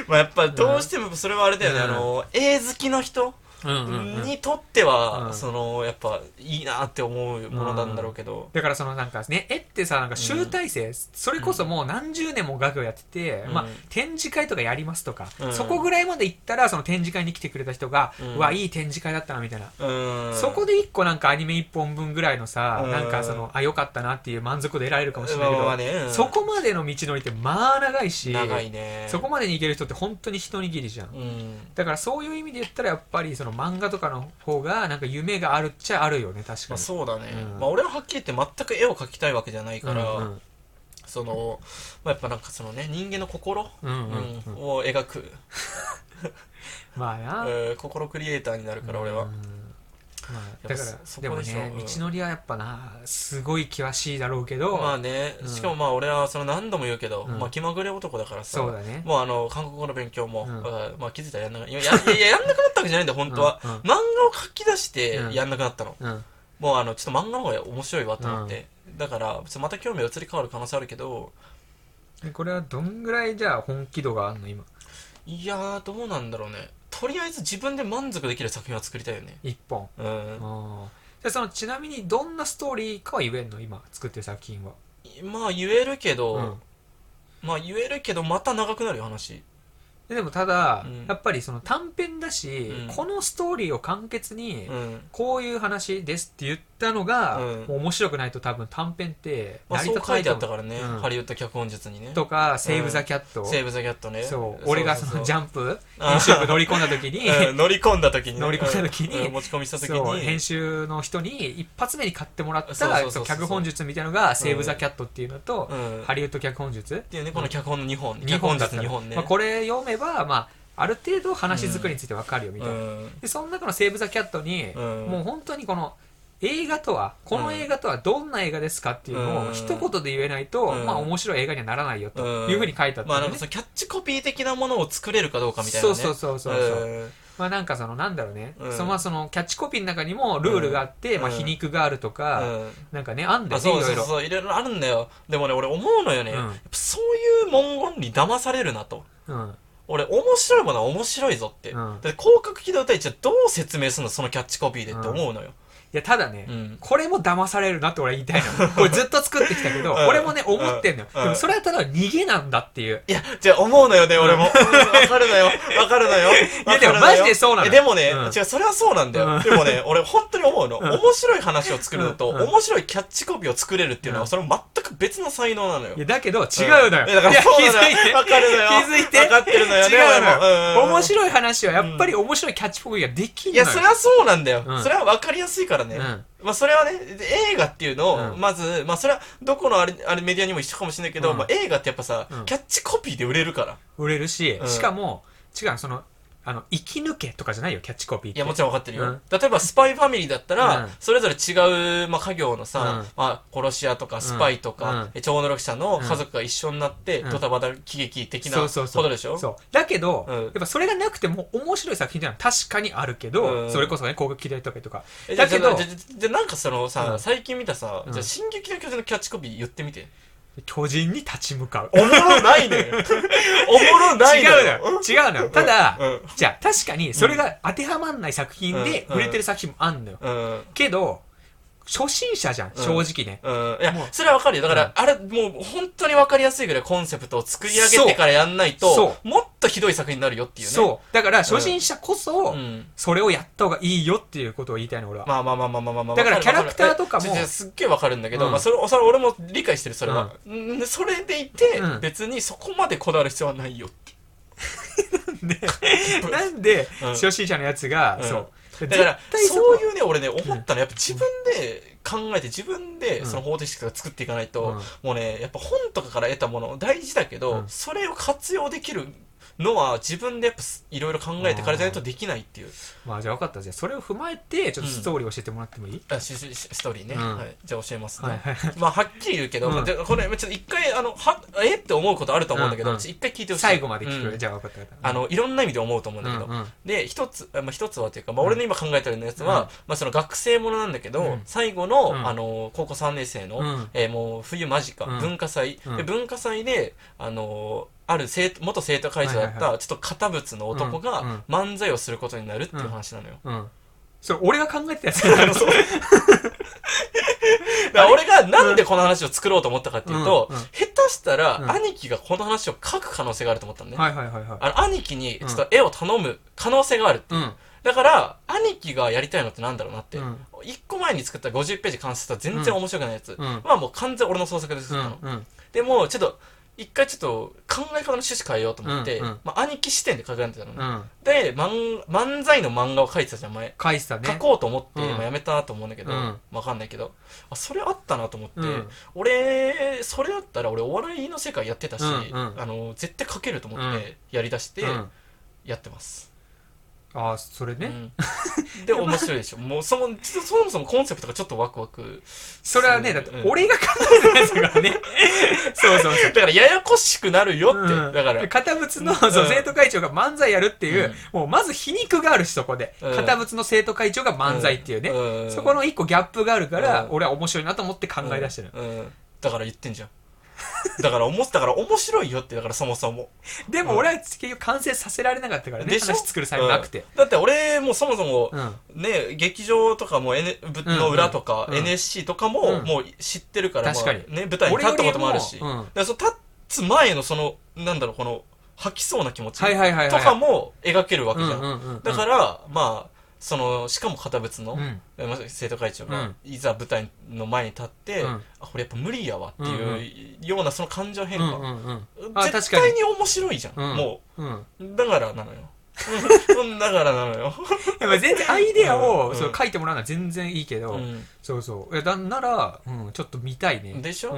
A: まあやっぱどうしてもそれはあれだよね
B: うん
A: あの絵好きの人
B: うんうんうん
A: にとって
B: うん
A: はそのやっぱいいなって思うものなんだろうけど
B: だからそのなんかね絵ってさなんか集大成、それこそもう何十年も学業やってて、
A: うん
B: まあ、展示会とかやりますとか、
A: うん
B: そこぐらいまで行ったらその展示会に来てくれた人が、
A: う
B: うんわいい展示会だったなみたいな
A: うん
B: そこで一個なんかアニメ一本分ぐらいのさ、
A: うん
B: なんかその、あ、良かったなっていう満足で得られるかもしれな
A: まあ
B: いけ
A: ま
B: ど、
A: あまあねうん
B: そこまでの道のりってまあ長いし、
A: 長いね
B: そこまでに行ける人って本当に一握りじゃん。
A: うん
B: だからそういう意味で言ったらやっぱりその漫画とかの方がなんか夢があるっちゃあるよね、確か
A: まあ
B: に。
A: そうだね
B: うん
A: まあ俺ははっきり言って全く絵を描きたいわけじゃないから
B: うん
A: そのまあやっぱなんかそのね人間の心
B: うんうんうん
A: うん
B: うん
A: を描く
B: まあな。
A: うん心クリエイターになるから俺は
B: うんまあ、だ
A: やっぱ
B: か
A: そ
B: ら、で
A: こ
B: も
A: でしょ
B: ね、
A: うん
B: 道のりはやっぱな、すごい険しいだろうけど、
A: まあね
B: うん
A: しかもまあ俺はその何度も言うけど
B: うん
A: まあ気まぐれ男だからさ
B: そうだね。
A: もうあの韓国語の勉強も、
B: うん
A: あまあ気づいたらやんなくいやいやいややんなくなったわけじゃないんだよ本当は、
B: うんうん
A: 漫画を書き出して
B: うん
A: やんなくなったの、
B: うん。
A: もうあのちょっと漫画の方が面白いわと思って、だからちょっとまた興味が移り変わる可能性あるけど
B: えこれはどんぐらいじゃあ本気度があんの今
A: いやーどうなんだろうねとりあえず自分で満足できる作品は作りたいよね
B: 一本
A: うん、
B: ああそのちなみにどんなストーリーかは言えんの今作ってる作品は
A: まあ言えるけど、
B: うん
A: まあ言えるけどまた長くなるよ話
B: ででもただ、
A: うん
B: やっぱりその短編だし、
A: うん
B: このストーリーを簡潔に、
A: うん
B: こういう話ですって言ったのが、
A: うん
B: もう面白くないと多分短編って
A: まあ、
B: 成
A: そ
B: り
A: う
B: 立た
A: 書
B: ないい
A: て
B: と
A: あっ
B: 思
A: た
B: う
A: からね、
B: うん
A: ハリウッド脚本術にね
B: とか「セーブ・ザ・キャット」
A: セーブ・ザ・ギャットね
B: そう俺がそのジ
A: ャン
B: ャンプ
A: あー
B: 編集部乗り込んだ時に、
A: うん乗り込んだ時にね
B: 乗り込んだ時に
A: うんうん持ち込みした時
B: そう
A: に
B: 編集の人に一発目に買ってもらった
A: そうそうそうそう
B: その脚本術みたいなのが「セーブ・ザ・キャット」っていうのと、
A: うん
B: ハリウッド脚本術
A: っていうねこの脚本の2本
B: 日本だった
A: 脚
B: ら
A: 本術2本ね
B: まあ、これ読めば、まあ、ある程度話作りについてわかるよみたいな、
A: うん
B: でその中の「セーブ・ザ・キャットに」
A: うん
B: もう本当にこの映画とはこの映画とはどんな映画ですかっていうの
A: う
B: を
A: ん
B: 一言で言えないと、
A: うん
B: まあ面白い映画にはならないよと
A: うん
B: いうふうに書いてあった
A: まあ
B: の
A: なん
B: ね
A: かそのキャッチコピー的なものを作れるかどうかみたいなね
B: そうそうそうそう、
A: ん
B: まあなんかそのなんだろうね、
A: うん
B: そのまあそのキャッチコピーの中にもルールがあって、
A: うん
B: まあ、皮肉があるとか、
A: うん
B: なんかねあんだ
A: あ
B: よねい
A: そうそ
B: ろいうろ
A: そういろいろあるんだよでもね俺思うのよね、
B: うん
A: やっぱそういう文言に騙されるなと
B: うん
A: 俺面白いものは面白いぞって、
B: うん
A: だって広角機動隊長どう説明するのそのキャッチコピーでって思うのよ、
B: いやただね、
A: うん
B: これも騙されるなって俺は言いたいの これずっと作ってきたけど、
A: うん
B: 俺もね思ってんのよ、
A: うん
B: でもそれはただ逃げなんだっていう
A: いや、じゃあ思うのよね、俺も。わかるのよ。わかるのよ。
B: いやで
A: わかる
B: も
A: よ
B: マジでそうなの
A: えでもね、
B: うん
A: 違う、それはそうなんだよ。
B: うん
A: でもね、俺本当に思うの。
B: うん
A: 面白い話を作るのと、
B: うんうん
A: 面白いキャッチコピーを作れるっていうのは、
B: うん
A: それも全く別の才能なのよ
B: い。やだけど違うのよ、
A: いやだからそうなのよ
B: いや
A: わかるのよ
B: 気づいて
A: わかってるのよね
B: 違う
A: 俺もうん
B: の
A: うん
B: よ、
A: うん
B: 面白い話はやっぱり面白いキャッチコピーができる
A: い
B: のよ
A: や、それはそうなんだよ。
B: うん
A: それはわかりやすいからね。
B: うん
A: まあ、それはね、で映画っていうのを、
B: うん
A: まず、まあ、それはどこのあれ、あれメディアにも一緒かもしれないけど、
B: うん
A: まあ、映画ってやっぱさ、
B: うん
A: キャッチコピーで売れるから。
B: 売れるし、
A: うん
B: しかも違うそのあの、生き抜けとかじゃないよ、キャッチコピーっ
A: い
B: て。
A: や、もちろん分かってるよ。
B: うん
A: 例えば、スパイファミリーだったら、
B: うん
A: それぞれ違う、まあ、家業のさ、
B: うん
A: まあ、殺し屋とか、スパイと
B: うん
A: か、え超能力者の家族が一緒になって、
B: うん
A: ドタバタ喜劇的な
B: そ
A: こ
B: うそうそう
A: とでしょ
B: そうだけど、
A: うん
B: やっぱそれがなくても面白い作品じゃない確かにあるけど、
A: うん
B: それこそね攻撃嫌いとかとか
A: えじゃ
B: だ
A: あ
B: けど
A: じゃあじゃあじゃあじゃあなんかそのさ、
B: うん
A: 最近見たさ、
B: うん
A: じゃあ、進撃の巨人のキャッチコピー言ってみて。
B: 巨人に立ち向かう
A: おもろないね おもろない
B: 違うのよ違うのよただ、
A: うん
B: じゃあ確かにそれが当てはまんない作品で
A: うん
B: 売れてる作品もあんのよ、
A: うん。
B: けど初心者じゃん
A: うん
B: 正直ね、
A: うん、いや
B: もう、
A: それはわかるよ。だから、あれ、もう本当にわかりやすいぐらいコンセプトを作り上げてからやんないと
B: そ、
A: もっとひどい作品になるよっていうね。
B: そうだから初心者こそ、
A: うん。
B: それをやった方がいいよっていうことを言いたいの俺は、
A: まあまあまあまあまあまあまあ。
B: だから
A: わるわる
B: キャラクターとかも
A: えちょちょすっげえわかるんだけど、
B: うん
A: まあそれ、それ俺も理解してる、それは。うんそれでいて
B: う、ん
A: 別にそこまでこだわる必要はないよって。うん
B: なんで、
A: うん
B: 初心者のやつが、
A: うん
B: そう
A: だから
B: 絶、対こ
A: そういうね、俺ね、思ったのやっぱ自分で考えて、自分で
B: うん
A: その方程式とか作っていかないと、
B: うん
A: もうね、やっぱ本とかから得たもの大事だけど、
B: うん
A: それを活用できるのは自分でやっぱいろいろ考えてからじゃないとできないっていう。
B: まあじゃあ分かったじゃあそれを踏まえてちょっとストーリー教えてもらってもいい、
A: あしししストーリーね、
B: うん
A: はい、じゃあ教えますね、
B: はいはい
A: まあはっきり言うけど、
B: うん
A: でこれちょっと一回あのはえって思うことあると思うんだけど、
B: うんうん
A: ちょっと一回聞いてほしい
B: 最後まで聞く、
A: うん
B: じゃあ分かった分かった
A: あのいろんな意味で思うと思うんだけど、
B: うんうん
A: で一つあまあ一つはというか、まあ、俺の今考えてるやつは、
B: うん
A: まあ、その学生ものなんだけど、
B: うん
A: 最後の,、
B: うん
A: あの高校3年生の、
B: うん
A: えーもう冬間近、
B: うん
A: 文化祭、
B: うん
A: で文化祭であのーある生徒元生徒会長だっ
B: はいはい
A: たちょっと堅物の男
B: うんうん
A: が漫才をすることになるっていう話なのよ、
B: うんそれ俺が考えてたやつだ
A: だから俺がなんでこの話を作ろうと思ったかっていうと、
B: うんうん
A: 下手した
B: うん
A: ら兄貴がこの話を書く可能性があると思ったのね、
B: はいはいはいは
A: あの兄貴にちょっと絵を頼む可能性がある、
B: い。うん。
A: だから兄貴がやりたいのってなんだろうなって、
B: うん
A: 1個前に作った50ページ完成した全然面白くないやつ、
B: うん
A: まあもう完全俺の創作で
B: う
A: 作ったの、
B: ん。うん。
A: でもちょっと一回ちょっと考え方の趣旨変えようと思って、
B: うんうん
A: まあ、兄貴視点で考えてたのね、
B: うん。
A: で漫漫才の漫画を描いてたじゃん前
B: 返したね。
A: 書こうと思って、
B: うん
A: まあ、やめたと思うんだけど、
B: うん
A: まあわかんないけどあそれあったなと思って、
B: うん
A: 俺それだったら俺お笑いの世界やってたし、
B: うんうん
A: あの絶対書けると思っ
B: うん
A: てやりだして
B: うん。
A: やってます、
B: ああ、それ
A: う
B: ね。
A: ん で面白いでしょもうそもそもそもコンセプトがちょっとワクワク
B: それは
A: そ
B: ね、だ
A: う
B: って
A: うん
B: 俺が考えたやつだからね。 そうそうそ
A: だからややこしくなるよって、
B: う。うん
A: だから
B: 堅物の、
A: うん
B: そう、生徒会長が漫才やるっていう、もうまず皮肉があるし、そこで。
A: うん
B: 堅物の生徒会長が漫才っていうね。
A: うん
B: そこの一個ギャップがあるから
A: う、ん
B: 俺は面白いなと思って考え出してる。
A: うんうんだから言ってんじゃんだからおもだから面白いよってだからそもそも
B: でも俺は結局完成させられなかったからね。
A: でしょ
B: 話作る際もなくて。
A: だって俺もうそもそも
B: うん。
A: ね劇場とかも、N、ぶ
B: うん
A: の裏とか
B: うん
A: NSC とか
B: う
A: も
B: ん
A: もう知ってるから、まあ
B: 確かに
A: ね、舞台に立ったこともあるし、
B: 俺よりもうん
A: だからその立つ前のそのなんだろうこの吐きそうな気持ち
B: はいはいはいはい。
A: とかも描けるわけじゃん,、
B: うんうんうんうん
A: だから、まあそのしかも堅物の、
B: うん
A: まあ生徒会長
B: う
A: が
B: ん
A: いざ舞台の前に立って、
B: うん
A: あこれやっぱ無理やわって
B: うんう
A: いうようなその感情変
B: う
A: 化、
B: んうんうん。あ
A: 絶
B: 確か
A: 対
B: に
A: に面白いじゃん、
B: うん
A: も
B: うん。
A: うだからなのようんだからなのよ、
B: いや全然アイデアを、
A: うん
B: そう書いてもらうのは全然いいけど、
A: う
B: そうそういやなんなら、うん、ちょっと見たいね
A: ん、でしょ、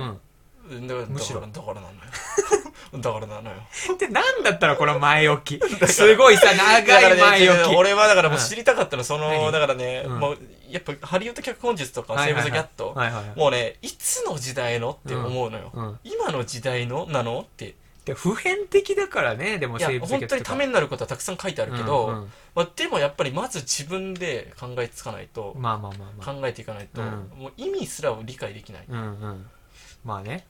B: うん、
A: だから
B: むしろ
A: だからだからなのよだからなのよ
B: で何だったらこの前置き すごいさ長
A: だ
B: い前置
A: から
B: き、
A: ね俺はだからもう
B: うん
A: 知りたかったのそ
B: 何
A: のだからね、
B: うん
A: もうやっぱハリウッド脚本術とか
B: はい
A: セー
B: は
A: ブ・ザ・
B: いはい
A: ギャット、
B: はいはいはい
A: もうねいつの時代のって思うのよ、
B: うん、
A: 今の時代のなのって
B: で普遍的だからねでも
A: いや
B: 生物
A: 本当にためになることはたくさん書いてあ
B: あ
A: るけど、まあ、でもやっぱりまず自分で考えつかないと、
B: まあまあまあまあ
A: 考えていかないと、
B: うん
A: もう意味すらを理解できない
B: うんうんまあね、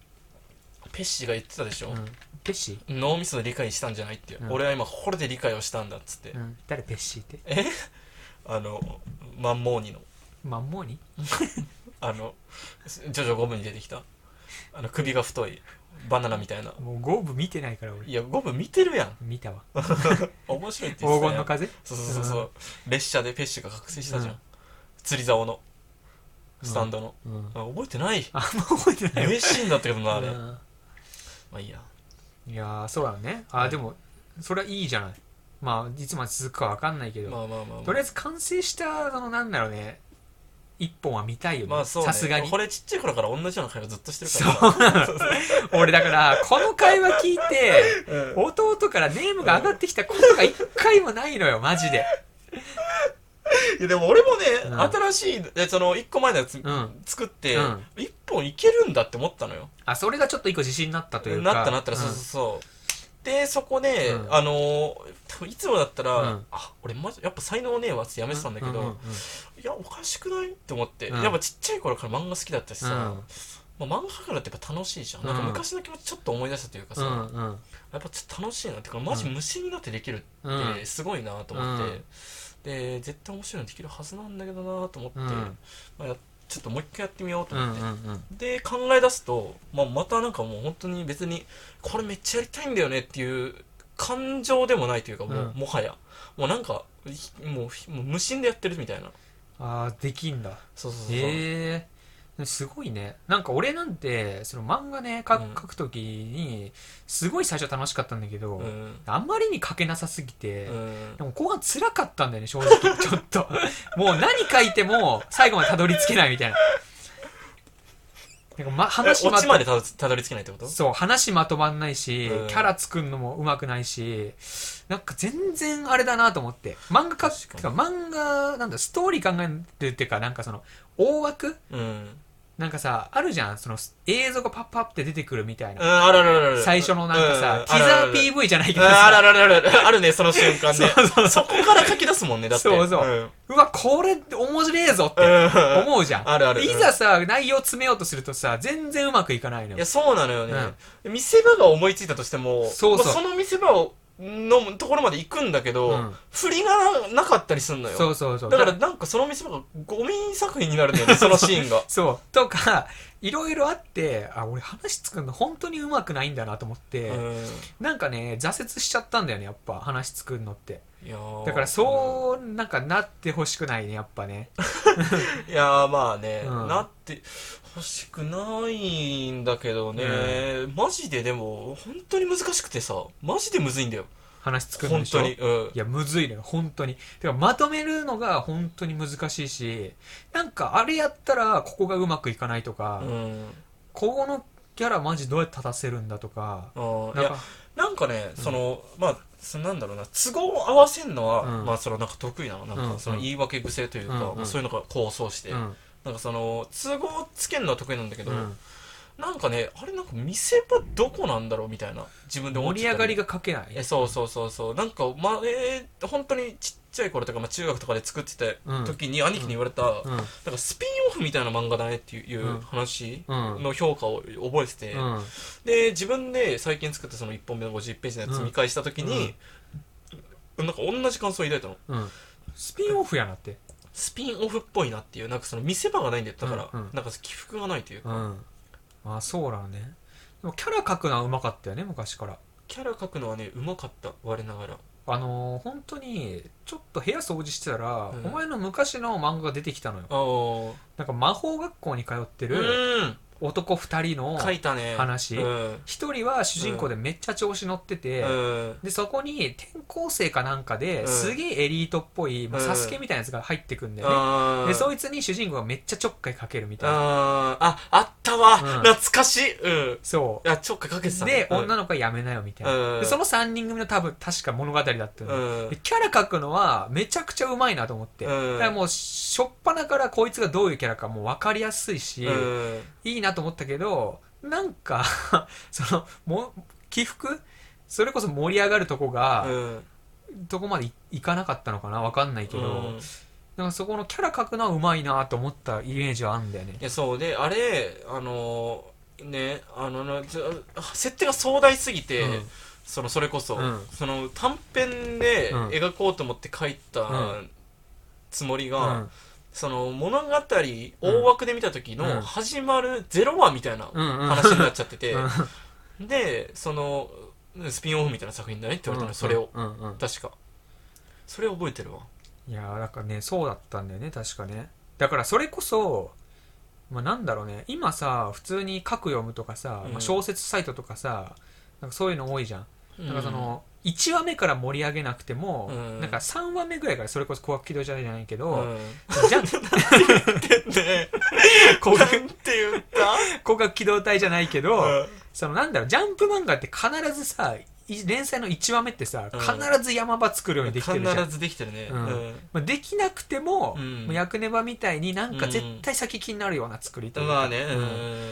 A: ペッシーが言ってたでし
B: う
A: ょ
B: ん、、ペッシ
A: 脳みそで理解したんじゃないって、
B: うん
A: 俺は今これで理解をしたんだっつって、
B: ー、うん、誰ペッシーって
A: えあのマンモーニの
B: マンモーニ
A: あのジョジョ5部に出てきたあの首が太いバナナみたいな
B: もうゴーブ見てないから俺
A: いや5部見てるやん
B: 見たわ
A: 面白いって言っ
B: 黄
A: てた
B: 金
A: や
B: の
A: ん
B: 風
A: そうそうそうそうう列車でペッシーが覚醒したじゃん、
B: うん
A: 釣り竿のスタンドの、
B: うん、
A: あ覚えてない
B: あんま覚えてないわ
A: 名シーンだったけど なあれ、
B: う
A: ま
B: ん
A: あいいや
B: いやーそうだねあーでもそれはいいじゃないまあいつまで続くかわかんないけど、
A: まあまあまあ、まあ、
B: とりあえず完成したそのなんだろうね一本は見たいよ
A: ま
B: ね。
A: あそうね
B: さすがに
A: こ。れちっちゃい頃から同じような会話ずっとして
B: そ
A: るから
B: うなの。 俺だから、この会話聞いて、
A: なうん
B: 弟からネームが上がってきたことが一回もないのよ、マジで。
A: いやでも俺もね、
B: うん
A: 新しいえその一個前のやつ、
B: うん
A: 作って
B: うん
A: 一本いけるんだって思ったのよ
B: あ、それがちょっと一個自信になったというか。
A: なったなったら、そうそうそうでそこで、
B: うん
A: あのー多分いつもだったら、
B: うん
A: あ俺マジやっぱ才能ねえわってやめてたんだけど、
B: うううん
A: いやおかしくないって思って、
B: うん
A: やっぱちっちゃい頃から漫画好きだったしさ、
B: うん
A: まあ、漫画描くのってやっぱ楽しいじゃん、
B: うん
A: なんか昔の気持ちちょっと思い出したというかさ、
B: うんうん
A: やっぱちょっと楽しいなってかマジ無心になってできる
B: うん
A: ってすごいなと思って、
B: うん
A: で絶対面白いのできるはずなんだけどなと思って、
B: うん
A: まあ、やちょっともう一回やってみようと
B: うん
A: 思って、
B: うん
A: で考え出すと、まあ、またなんかもう本当に別にこれめっちゃやりたいんだよねっていう感情でもないというかもう、
B: うん
A: もはやもうなんかひもうひもう無心でやってるみたいな
B: ああできんだ
A: そうそうそう、
B: へえすごいねなんか俺なんてその漫画ねか
A: うん
B: 描くときにすごい最初楽しかったんだけど、
A: うん
B: あんまりに描けなさすぎて、
A: うん
B: でも後半辛かったんだよね正直 ちょっともう何書いても最後までたどり着けないみたいななんか、ま、話
A: えオチま
B: ま
A: でたどたどり着けないってこと
B: そう話まとまんないし、
A: うん
B: キャラ作るのもうまくないしなんか全然あれだなと思って漫画か
A: 確
B: て
A: か
B: か漫画なんだストーリー考えるっていうかなんかその大枠
A: うん、うん、
B: なんかさあるじゃんその映像がパッパッって出てくるみたいな、
A: あるあるあるある
B: 最初のなんかさ、
A: う
B: ティザー PV じゃないけど
A: あるあ
B: さ
A: るあるあるあるあるあるねその瞬間ね
B: そうそうそ
A: そこから書き出すもんねだって
B: そうそう
A: うん
B: ううわこれ面白えぞっ
A: うん
B: て思うじゃん
A: あるある
B: いざさ内容詰めようとするとさ全然うまくいかないの
A: い
B: よ
A: やそうなのよね、見せ場が思いついたとしても
B: そうそう
A: まあその見せ場をのところまで行くんだけど、
B: うん
A: 振りがなかったりすんのよ
B: そうそうそう
A: だからなんかその見せ場がゴミ作品になるんだ よねそのシーンが
B: そう。とか、いろいろあって、あ、俺話作るの本当にうまくないんだなと思って、
A: う
B: なんかね、挫折しちゃったんだよね、やっぱ、話作るのって。
A: んいやー
B: だから、そう、なんかなってほしくないね、やっぱね。
A: いやーまあね、
B: うん
A: なって欲しくないんだけどね、マジででも本当に難しくてさマジでむずいんだよ
B: 話作るの
A: 本
B: でしょ
A: 当にうん
B: いや、むずいのよ、本当に。てか、まとめるのが本当に難しいし、なんか、あれやったら、ここがうまくいかないとか、
A: うん
B: ここのキャラマジどうやって立たせるんだとか、
A: あーい
B: なん
A: や
B: か、
A: なんかね、そのまあそのなんだろうな都合を合わせるのは、
B: うん
A: まあそのなんか得意なのなん
B: うんう
A: か
B: ん
A: その言い訳癖というか、
B: うんうん
A: まあそういうのが構想して、
B: うん、
A: なんかその都合をつけるのは得意なんだけど、
B: うん
A: なんかねあれなんか見せ場どこなんだろうみたいな自分で思っ
B: 盛
A: ち
B: り
A: ゃ
B: 上
A: った
B: が
A: り
B: りが書けない。
A: えそうそうそうそうなんかまえー本当にちっちゃい頃とか、まあ、中学とかで作ってた時に兄貴に言われた、
B: うん、
A: なんかスピンオフみたいな漫画だねっていう
B: うん
A: 話
B: うん
A: の評価を覚えてて、
B: うん、
A: で自分で最近作ったその1本目の50ページのやつ見返した時に、なんか同じ感想を抱いたの
B: うん。スピンオフやなって。
A: スピンオフっぽいなっていうなんかその見せ場がないんだよだから、
B: うんうん
A: なんか起伏がないという
B: う
A: か、
B: ん。あ、そうなのね。でもキャラ描くのはうまかったよね、昔から。
A: キャラ描くのはねうまかった我ながら
B: あのー、本当に、ちょっと部屋掃除してたら、
A: うん
B: お前の昔の漫画が出てきたのよ。
A: ああ
B: なんか魔法学校に通ってる
A: うん
B: 男二人の、
A: 書いたね
B: 話
A: うん、
B: 一人は主人公でめっちゃ調子乗ってて、
A: うん
B: で、そこに転校生かなんかで、
A: うん
B: すげえエリートっぽい、まあ、
A: うん
B: サスケみたいなやつが入ってくんだよね。
A: あー
B: で、そいつに主人公がめっちゃちょっかいかけるみたいな。
A: あーああったわ、
B: うん
A: 懐かしいうん
B: そう。
A: あちょっかかけてたね
B: で、
A: うん
B: 女の子はやめなよみたい
A: うん
B: な。でその3人組の多分、確か物語だったのよ
A: うん
B: でキャラ描くのはめちゃくちゃうまいなと思って。
A: う
B: だ
A: ん
B: からもう、しょっぱなからこいつがどういうキャラかもう分かりやすいし
A: う、ん
B: いいなと思ったけど、なんか、 その、も、起伏それこそ盛り上がるとこ
A: う
B: が、
A: ん
B: どこまでいいかなかったのかなわかんないけ
A: う
B: ど
A: ん、
B: なんかそこのキャラ描くのはうまいなと思ったイメージはあるんだよね
A: い。やそうであれあのねあのなちょ設定が壮大すぎて、
B: うん
A: そのそれこそ、
B: うん
A: その短編で
B: うん
A: 描こうと思って書いた
B: うん
A: つもり
B: う
A: が、
B: ん
A: その物語大枠で見た時
B: う
A: の
B: ん
A: 始まるゼロ話みたいな
B: うんうん
A: 話になっちゃってて、
B: うん
A: でそのスピンオフみたいな作品だねって言われたの、それを
B: うんうん
A: 確かそれ覚えてるわ
B: いやーなんかねそうだったんだよね確かねだからそれこそ、まあ、なんだろうね今さ普通に書く読むとかさ、
A: うん
B: まあ小説サイトとかさなんかそういうの多いじゃん
A: だ
B: だからそ、の、1話目から盛り上げなくても、
A: うん
B: なんか3話目ぐらいからそれこそ怖く気取りじゃないけ
A: う
B: ど、
A: ん、
B: じゃ ん
A: で、
B: 広
A: なん
B: 角
A: て言った
B: 広角機動隊じゃないけ
A: う
B: ど、
A: ん
B: そのなんだろう、ジャンプ漫画って必ずさ、い連載の1話目ってさ、
A: うん
B: 必ず山場作るようにできてるじゃん。
A: 必ずできてるね。
B: うんまあ、できなくても、
A: うん
B: もう役ネバみたいになんか
A: うん
B: 絶対先気になるような作りというか
A: まあね、う
B: うん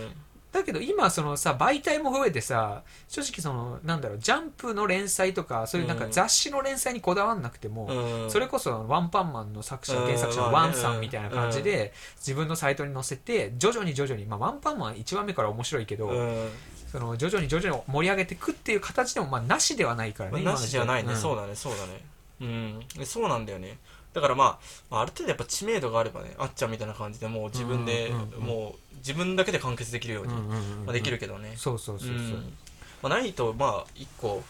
A: ん。
B: だけど今そのさ媒体も増えてさ正直そのなんだろうジャンプの連載とかそういうなんか
A: うん
B: 雑誌の連載にこだわんなくても、
A: うん
B: それこそワンパンマンの作者
A: うん
B: 原作者の
A: まあ
B: ワ
A: ね
B: ンさんみたいな感じで自分のサイトに載せて徐々に徐々に、まあ、ワンパンマン1話目から面白いけど、
A: うん
B: その徐々に徐々に盛り上げていくっていう形でもまあなしではないからね、
A: まあ
B: 今
A: な
B: の
A: し
B: 時
A: じ
B: 代
A: ゃないね、
B: うん
A: そうだねそうだねうんでそうなんだよねだからまあまあある程度やっぱ知名度があればねあっちゃんみたいな感じでもう自分で、
B: うんうんうんうん
A: もう自分だけで完結できるよう
B: う
A: に、
B: んうんうんうん
A: まあ、できるけどね、
B: そうそうそうそう、
A: うんまあ、ないとまあ一個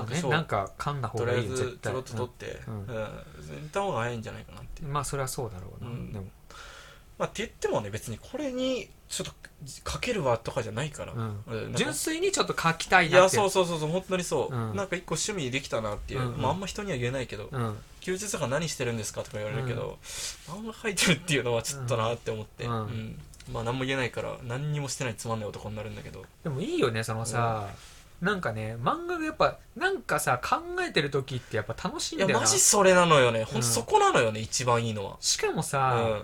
A: な
B: あ
A: んか
B: ね
A: そう
B: なんか噛んだ方
A: とり
B: が
A: あえ
B: いいよ
A: ず
B: 絶
A: ちょ
B: 対
A: ろっと取って
B: う
A: うん
B: ん
A: うん行った方が早いんじゃないかなっていう
B: うんまあそれはそうだろうな、
A: うん
B: でも
A: まあって言ってもね別にこれにちょっとかけるわとかじゃないから、
B: うん
A: うんなんか
B: 純粋にちょっと書きたい
A: い
B: な
A: や
B: ってい
A: そうそうそうそう本当にそう、
B: うん
A: なんか一個趣味できたなっていう、
B: うんうん
A: まあ、あんま人には言えないけど、
B: うん
A: 休日とか何してるんですかとか言われるけど、漫画描いてるっていうのはちょっとなって思って、
B: う
A: うんんまあ何も言えないから何にもしてないつまんない男になるんだけど
B: でもいいよねそのさ、なんかね漫画がやっぱなんかさ考えてる時ってやっぱ楽しい
A: い
B: んだ
A: や
B: よな
A: マジそれなのよねほ
B: うん
A: んとそこなのよね、一番いいのは
B: しかも
A: う
B: さ、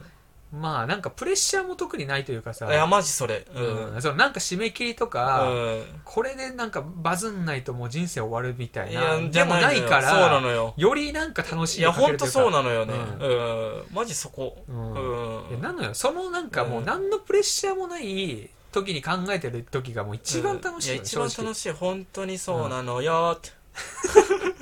B: まあなんかプレッシャーも特にないというかさ
A: んいやマジそれうん、うん
B: うん、そのなんか締め切りとか、これでなんかバズんないともう人生終わるみたい
A: い
B: な
A: やじ
B: で
A: ゃ
B: も
A: の
B: ない
A: よ
B: から
A: そうなのよ
B: よりなんか楽しい
A: いやほ
B: 本
A: ん
B: 当
A: とそう
B: な
A: なのよね
B: う
A: うん、マジそこ
B: う
A: うんん、
B: いやなのよそのなんかもう何のプレッシャーもない時に考えてる時がもう一番楽しい,、
A: や一番
B: 正直
A: 楽しい本当にそうなのよって、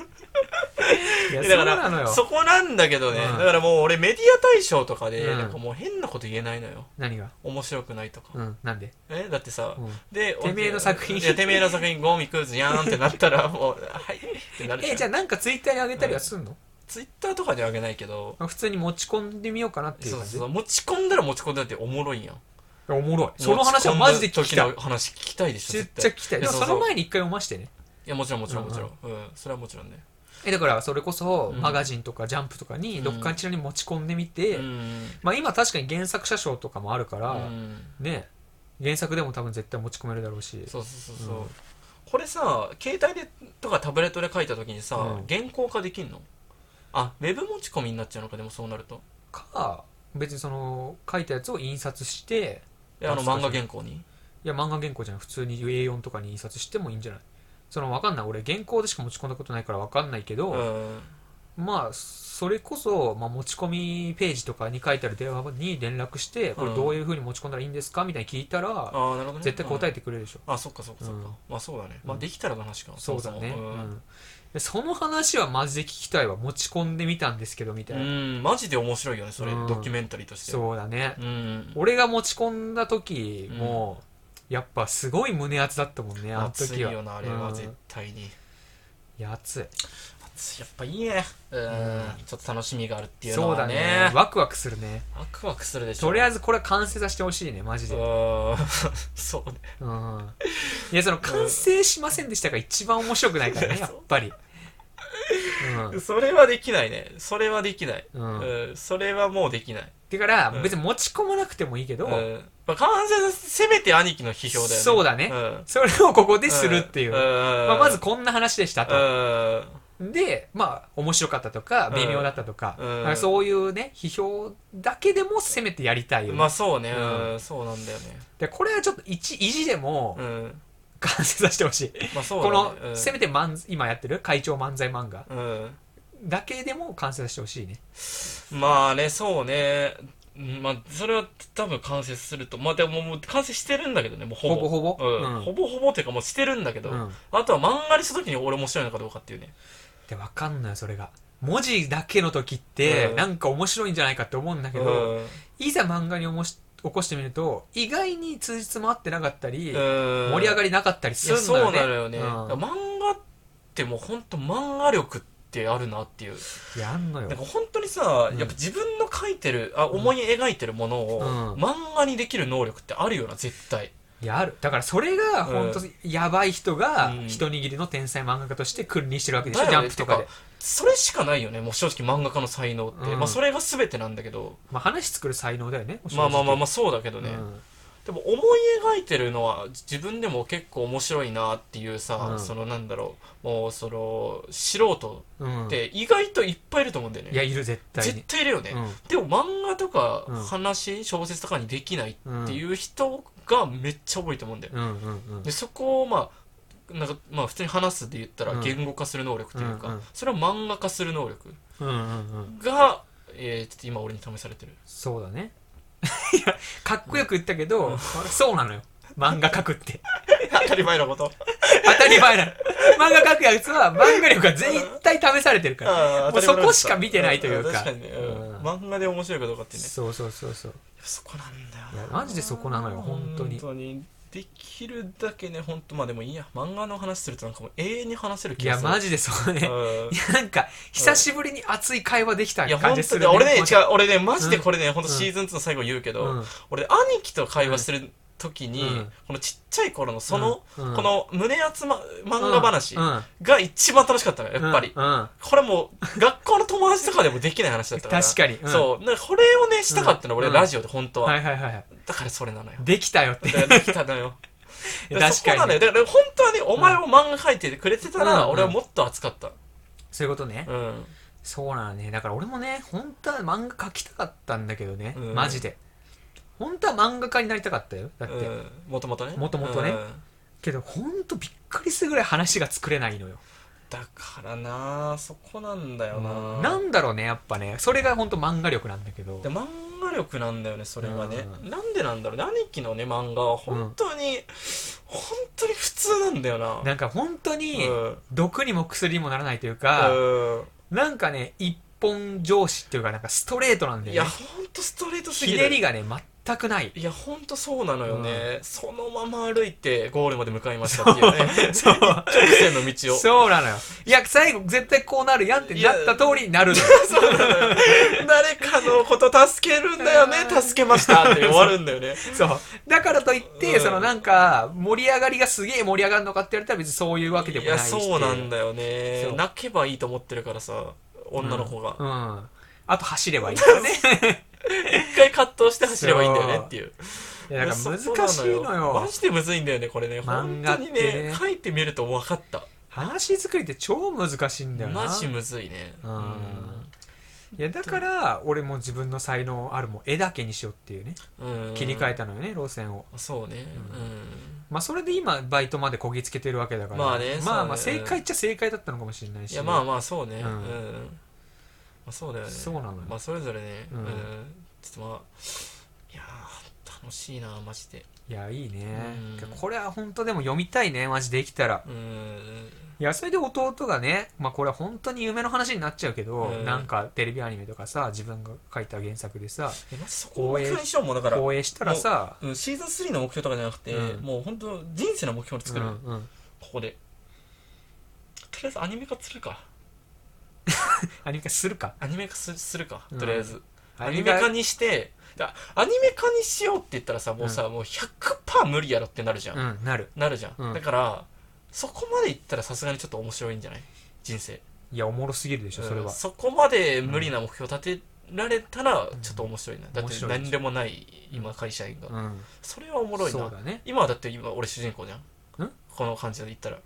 B: いや
A: だか
B: そうなの
A: ら
B: よ
A: そこなんだけどね、
B: うん
A: だからもう俺メディア大賞とかで
B: うん
A: なんかもう変なこと言えないのよ
B: 何が
A: 面白くないとか、
B: うんなんで、
A: えだってさ、
B: うん
A: で
B: てめえの作品
A: いやてめえの作品ゴミ食うずやんってなったらもうはいってなる
B: えじゃあなんかツイッターにあげたりはすんの、
A: ツイッターとかにはあげないけど
B: まあ普通に持ち込んでみようかなっていう
A: そう
B: 感じ
A: そう持ち込んだら持ち込んだっておもろいやん
B: おもろいその話はマジで聞きた
A: 持ち込んだ時
B: い
A: の話聞きたいでしょ
B: めっ
A: 絶
B: ちゃ
A: 対
B: 聞きたい
A: い
B: で
A: やそ
B: も
A: うそ
B: そうの前に一回読ましてね
A: いやもちろんもちろんもちろん、うんそれはもちろんね
B: えだからそれこそ
A: うん
B: マガジンとかジャンプとかにどっかしらに持ち込んでみて、
A: うん
B: まあ今確かに原作者賞とかもあるから、
A: うん
B: ね原作でも多分絶対持ち込めるだろうし
A: そうそうそうそう、
B: うん
A: これさ携帯でとかタブレットで書いた時にさ、
B: うん
A: 原稿化できんのあウェブ持ち込みになっちゃうのかでもそうなると
B: か別にその書いたやつを印刷して
A: えあの
B: 確かに
A: 漫画原稿に
B: いや漫画原稿じゃない普通に A4 とかに印刷してもいいんじゃないそのわかんない俺原稿でしか持ち込んだことないからわかんないけど、
A: うん
B: まあそれこそ、まあ、持ち込みページとかに書いてある電話に連絡してこれどういうふうに持ち込んだらいいんですかみたいに聞いた
A: あ
B: ら
A: ーなるほどね
B: 絶対答え
A: て、
B: てくれるでしょ、
A: うんあそっかそっかそっか、
B: うん
A: まあそうだねまあ
B: うん
A: できたらの話か、
B: そうだね
A: も
B: う
A: も
B: んでその話はマジで聞きたいわ持ち込んでみたんですけどみた
A: う
B: い
A: ん、
B: な、
A: うんマジで面白いよねそれ、
B: うん
A: ドキュメンタリーとして
B: そうだね、
A: うん
B: 俺が持ち込んだ時も、やっぱすごい胸熱だったもんねあの
A: 熱い
B: 時は
A: よなあれは
B: うん
A: 絶対に、
B: いや熱い
A: 熱いやっぱいいねうん、
B: うん
A: ちょっと楽しみがあるっていうの
B: そう
A: は
B: だ
A: ね
B: ねワクワクするね
A: ワクワクするでしょ
B: とりあえ
A: ず
B: ずこれは完成させてほしいねマジで、
A: そうね
B: うん、いやその完成しませんでしたが一番面白くないからねやっぱりうん
A: それはできないね。それはできない。
B: う、
A: うんん、それはもうできない。
B: だから
A: うん
B: 別に持ち込まなくてもいいけど、
A: うんまあ、完全せめて兄貴の批評だよね。
B: そうだね
A: うん。
B: それをここでするっていう、
A: ん
B: まあ、まず、こんな話でした
A: う
B: と、
A: ん。
B: でまあ面白かったとか
A: うん
B: 微妙だったとか,、
A: うん
B: そういうね批評だけでもせめてやりたいよね、
A: まあそうね、
B: うん
A: うんそうなんだよね。
B: でこれはちょっと一意地でも
A: うん。
B: 完成させてほしい、
A: まあそうだ
B: この
A: ね。、うん、
B: せめて漫才今やってる会長漫才漫画
A: うん。
B: だけでも完成させてほしいね
A: まあね、そうね。うんまあ、それは多分完成すると。まあでももう完成してるんだけどね、もうほぼ。
B: ほぼほぼ
A: うん
B: うん
A: ほぼほぼっていうかもうしてるんだけど、
B: うん
A: あとは漫画にした時に俺面白いのかどうかっていうね。
B: でわかんないそれが文字だけの時って、
A: うん
B: なんか面白いんじゃないかって思うんだけど、いざ漫画におもし起こしてみると意外に通じつも合ってなかったり、
A: 盛
B: 盛り上が
A: り
B: りなかったり
A: い
B: す
A: や
B: るんだ
A: そ
B: よ
A: う
B: ね
A: なのよね、
B: うん
A: 漫画ってもう本当漫画力ってあるなっていう
B: いやあんのよ
A: なんか本当にさ、
B: うん
A: やっぱ自分の描いてるあ思い描いてるものを、
B: うん
A: 漫画にできる能力ってあるよな絶対
B: やるだからそれが本当やばい人が
A: うん
B: 一握りの天才漫画家として君臨してるわけでしょ、
A: だ
B: ジ
A: よ
B: ャ
A: ね
B: ンプとかで
A: て、それしかないよねもう正直漫画家の才能って、
B: うん
A: まあそれが全てなんだけど
B: まあ、話作る才能だよね
A: まあまあまあま
B: あ
A: あそうだけどね、でも思い描いてるのは自分でも結構面白いなっていうさ、
B: うん
A: そのなんだろうもうその素人
B: うん、
A: って意外といっぱいいると思うんだよね、
B: いやいる絶対
A: 絶
B: に
A: 対いるよね、
B: うん
A: でも漫画とか
B: うん
A: 話、小説とかにできないって
B: う
A: いう人がめっちゃ多いと思うんだよ、
B: んうんうん
A: でそこをまあなんかまあ普通に話すで言ったら
B: うん
A: 言語化する能力というか、
B: うんうん
A: それは漫画化する能力
B: うんうんうん
A: が、えーちょっと今俺に試されて る
B: そう だねいやかっこよく言ったけど、そうなのよ漫画描くって
A: 当たり前のこと
B: 当たり前なの漫画描くやつは漫画力が絶対試されてるから
A: あー
B: も
A: 当た
B: う
A: り前のと
B: そこしか見てないというか
A: ん確かにね、うん
B: うん
A: 漫画で面白いかどうかってね
B: そうそうそうそう
A: そこなんだよない
B: やマジでそこなのよ本当に
A: 本当にできるだけね本当まあでもいいや漫画の話するとなんかもう永遠に話せる
B: い
A: 気が
B: や
A: する
B: マジでそうね
A: うん
B: いやなんか久しぶりに熱い会話できた
A: いや、
B: 感
A: 本
B: じ
A: 当
B: す
A: ね、
B: る、
A: 俺ね、違
B: こ
A: う
B: うやっ、
A: 俺ね、マジでこれね、本当
B: うん
A: シーズン2の最後言うけ
B: て
A: ど、
B: うん
A: 俺、兄貴と会話するときに、
B: うん
A: このちっちゃい頃のその、
B: うん
A: この胸熱ま、漫画話
B: うんうん
A: が一番楽しかったのよ、やっぱり。
B: うんうん
A: これもう、学校の友達とかでもできない話だったから。
B: 確かに、うん
A: そう。だからこれをね、したかったの、
B: うん
A: 俺、ラジオで、本当は。
B: はいはいはいはい
A: だからそれなのよ。
B: できたよって
A: だからできたの よ。だらそ
B: 確
A: こな
B: か
A: の
B: に
A: よ。だから、本当はね、お前を漫画描いてくれてた
B: う
A: ら、
B: ん
A: 俺はもっと熱かった。
B: そういうことね
A: うん。
B: そうなのねだから俺もね本当は漫画描きたかったんだけどね、
A: うん
B: マジで本当は漫画家になりたかったよだって、
A: もともとね。
B: 元々ね
A: うん
B: けど本当びっくりするぐらい話が作れないのよ
A: だからなあそこなんだよなあ
B: なんだろうねやっぱねそれが本当漫画力なんだけど
A: で漫画力なんだよねそれはね
B: う
A: なんでなんだろうね兄貴のね漫画は本当に、本当に普通なんだよな
B: なんか本当に
A: うん
B: 毒にも薬にもならないというか、なんかね一本上司っていうかなんかストレートなん
A: うん
B: だ
A: い
B: よ
A: や
B: ね
A: 本当ストレートすぎ
B: ひ
A: る
B: ねりがね全くない
A: いや本当そうなのよね、そのまま歩いてゴールまで向かいましたっていうね
B: そう
A: 一直線の道を
B: そうなのよいや最後絶対こうなるやんってなった通りになるのよ
A: そうなのよ 誰かのこと助けるんだよね助けましたって終わるんだよね
B: そう。だからといって、
A: うん
B: そのなんか、盛り上がりがすげえ盛り上がるのかって言われたら別にそういうわけでも
A: い
B: ない
A: や
B: し。
A: そうなんだよね
B: そう
A: 泣けばいいと思ってるからさ女の子が、
B: うん。あと走ればいいからね。
A: 一回葛藤して走ればいいんだよねっていう
B: いや、だから
A: そうな
B: 難しいのよ
A: マ。ジでむずいんだよねこれね
B: 漫
A: 本
B: 画っ
A: 当
B: てね
A: にね書いてみると分かった
B: 話作りって超難しいんだよな。
A: マジむずいね
B: う
A: うん
B: ん。いや、だから、俺も自分の才能あるもん絵だけにしようっていうね。
A: うん
B: 切り替えたのよね、路線を。
A: そうね
B: まあ、それで今、バイトまでこぎつけてるわけだから。
A: まあね
B: まあまあ、
A: そうね
B: 正解っちゃ正解だったのかもしれな
A: う
B: い
A: ん
B: し。
A: いやまあまあそうね
B: う
A: うんん、まあ、そうだよね
B: そうなのよ
A: まあそれぞれね
B: う
A: うんん、ちょっとまあいやー楽しいなマジで
B: いや、いいね
A: うん。
B: これは本当でも読みたいね、マジできたら。
A: うん
B: いやそれで弟がね、まあ、これは本当に夢の話になっちゃうけど、
A: うん
B: なんかテレビアニメとかさ自分が書いた原作でさ
A: えマジそこを目標にしようもうだから
B: 放映したらさ、
A: うん、シーズン3の目標とかじゃなくて、
B: うん
A: もう本当人生の目標を
B: うん
A: 作る、
B: うん
A: ここでとりあえずアニメ化するか
B: アニメ化するか
A: アニメ化すするか
B: うん
A: とりあえず、アニメ
B: ア
A: 化
B: ニ
A: にしてだアニメ化にしようって言ったらさもうさ、もう100%無理やろってなるじゃん、
B: メ化うんなる
A: なるじゃん、
B: うん
A: だからそこまでいったらさすがにちょっと面白いんじゃない人生
B: いやおもろすぎるでしょそれ
A: うん
B: は、
A: そこまで無理な目標立てられたらちょっと面白いな、だっ
B: 面
A: て
B: 白い
A: 何でもない今会社員が、
B: うん
A: それはおもろいな
B: そうだね
A: 今はだって今俺主人公じゃん
B: ん
A: この感じで言 ったら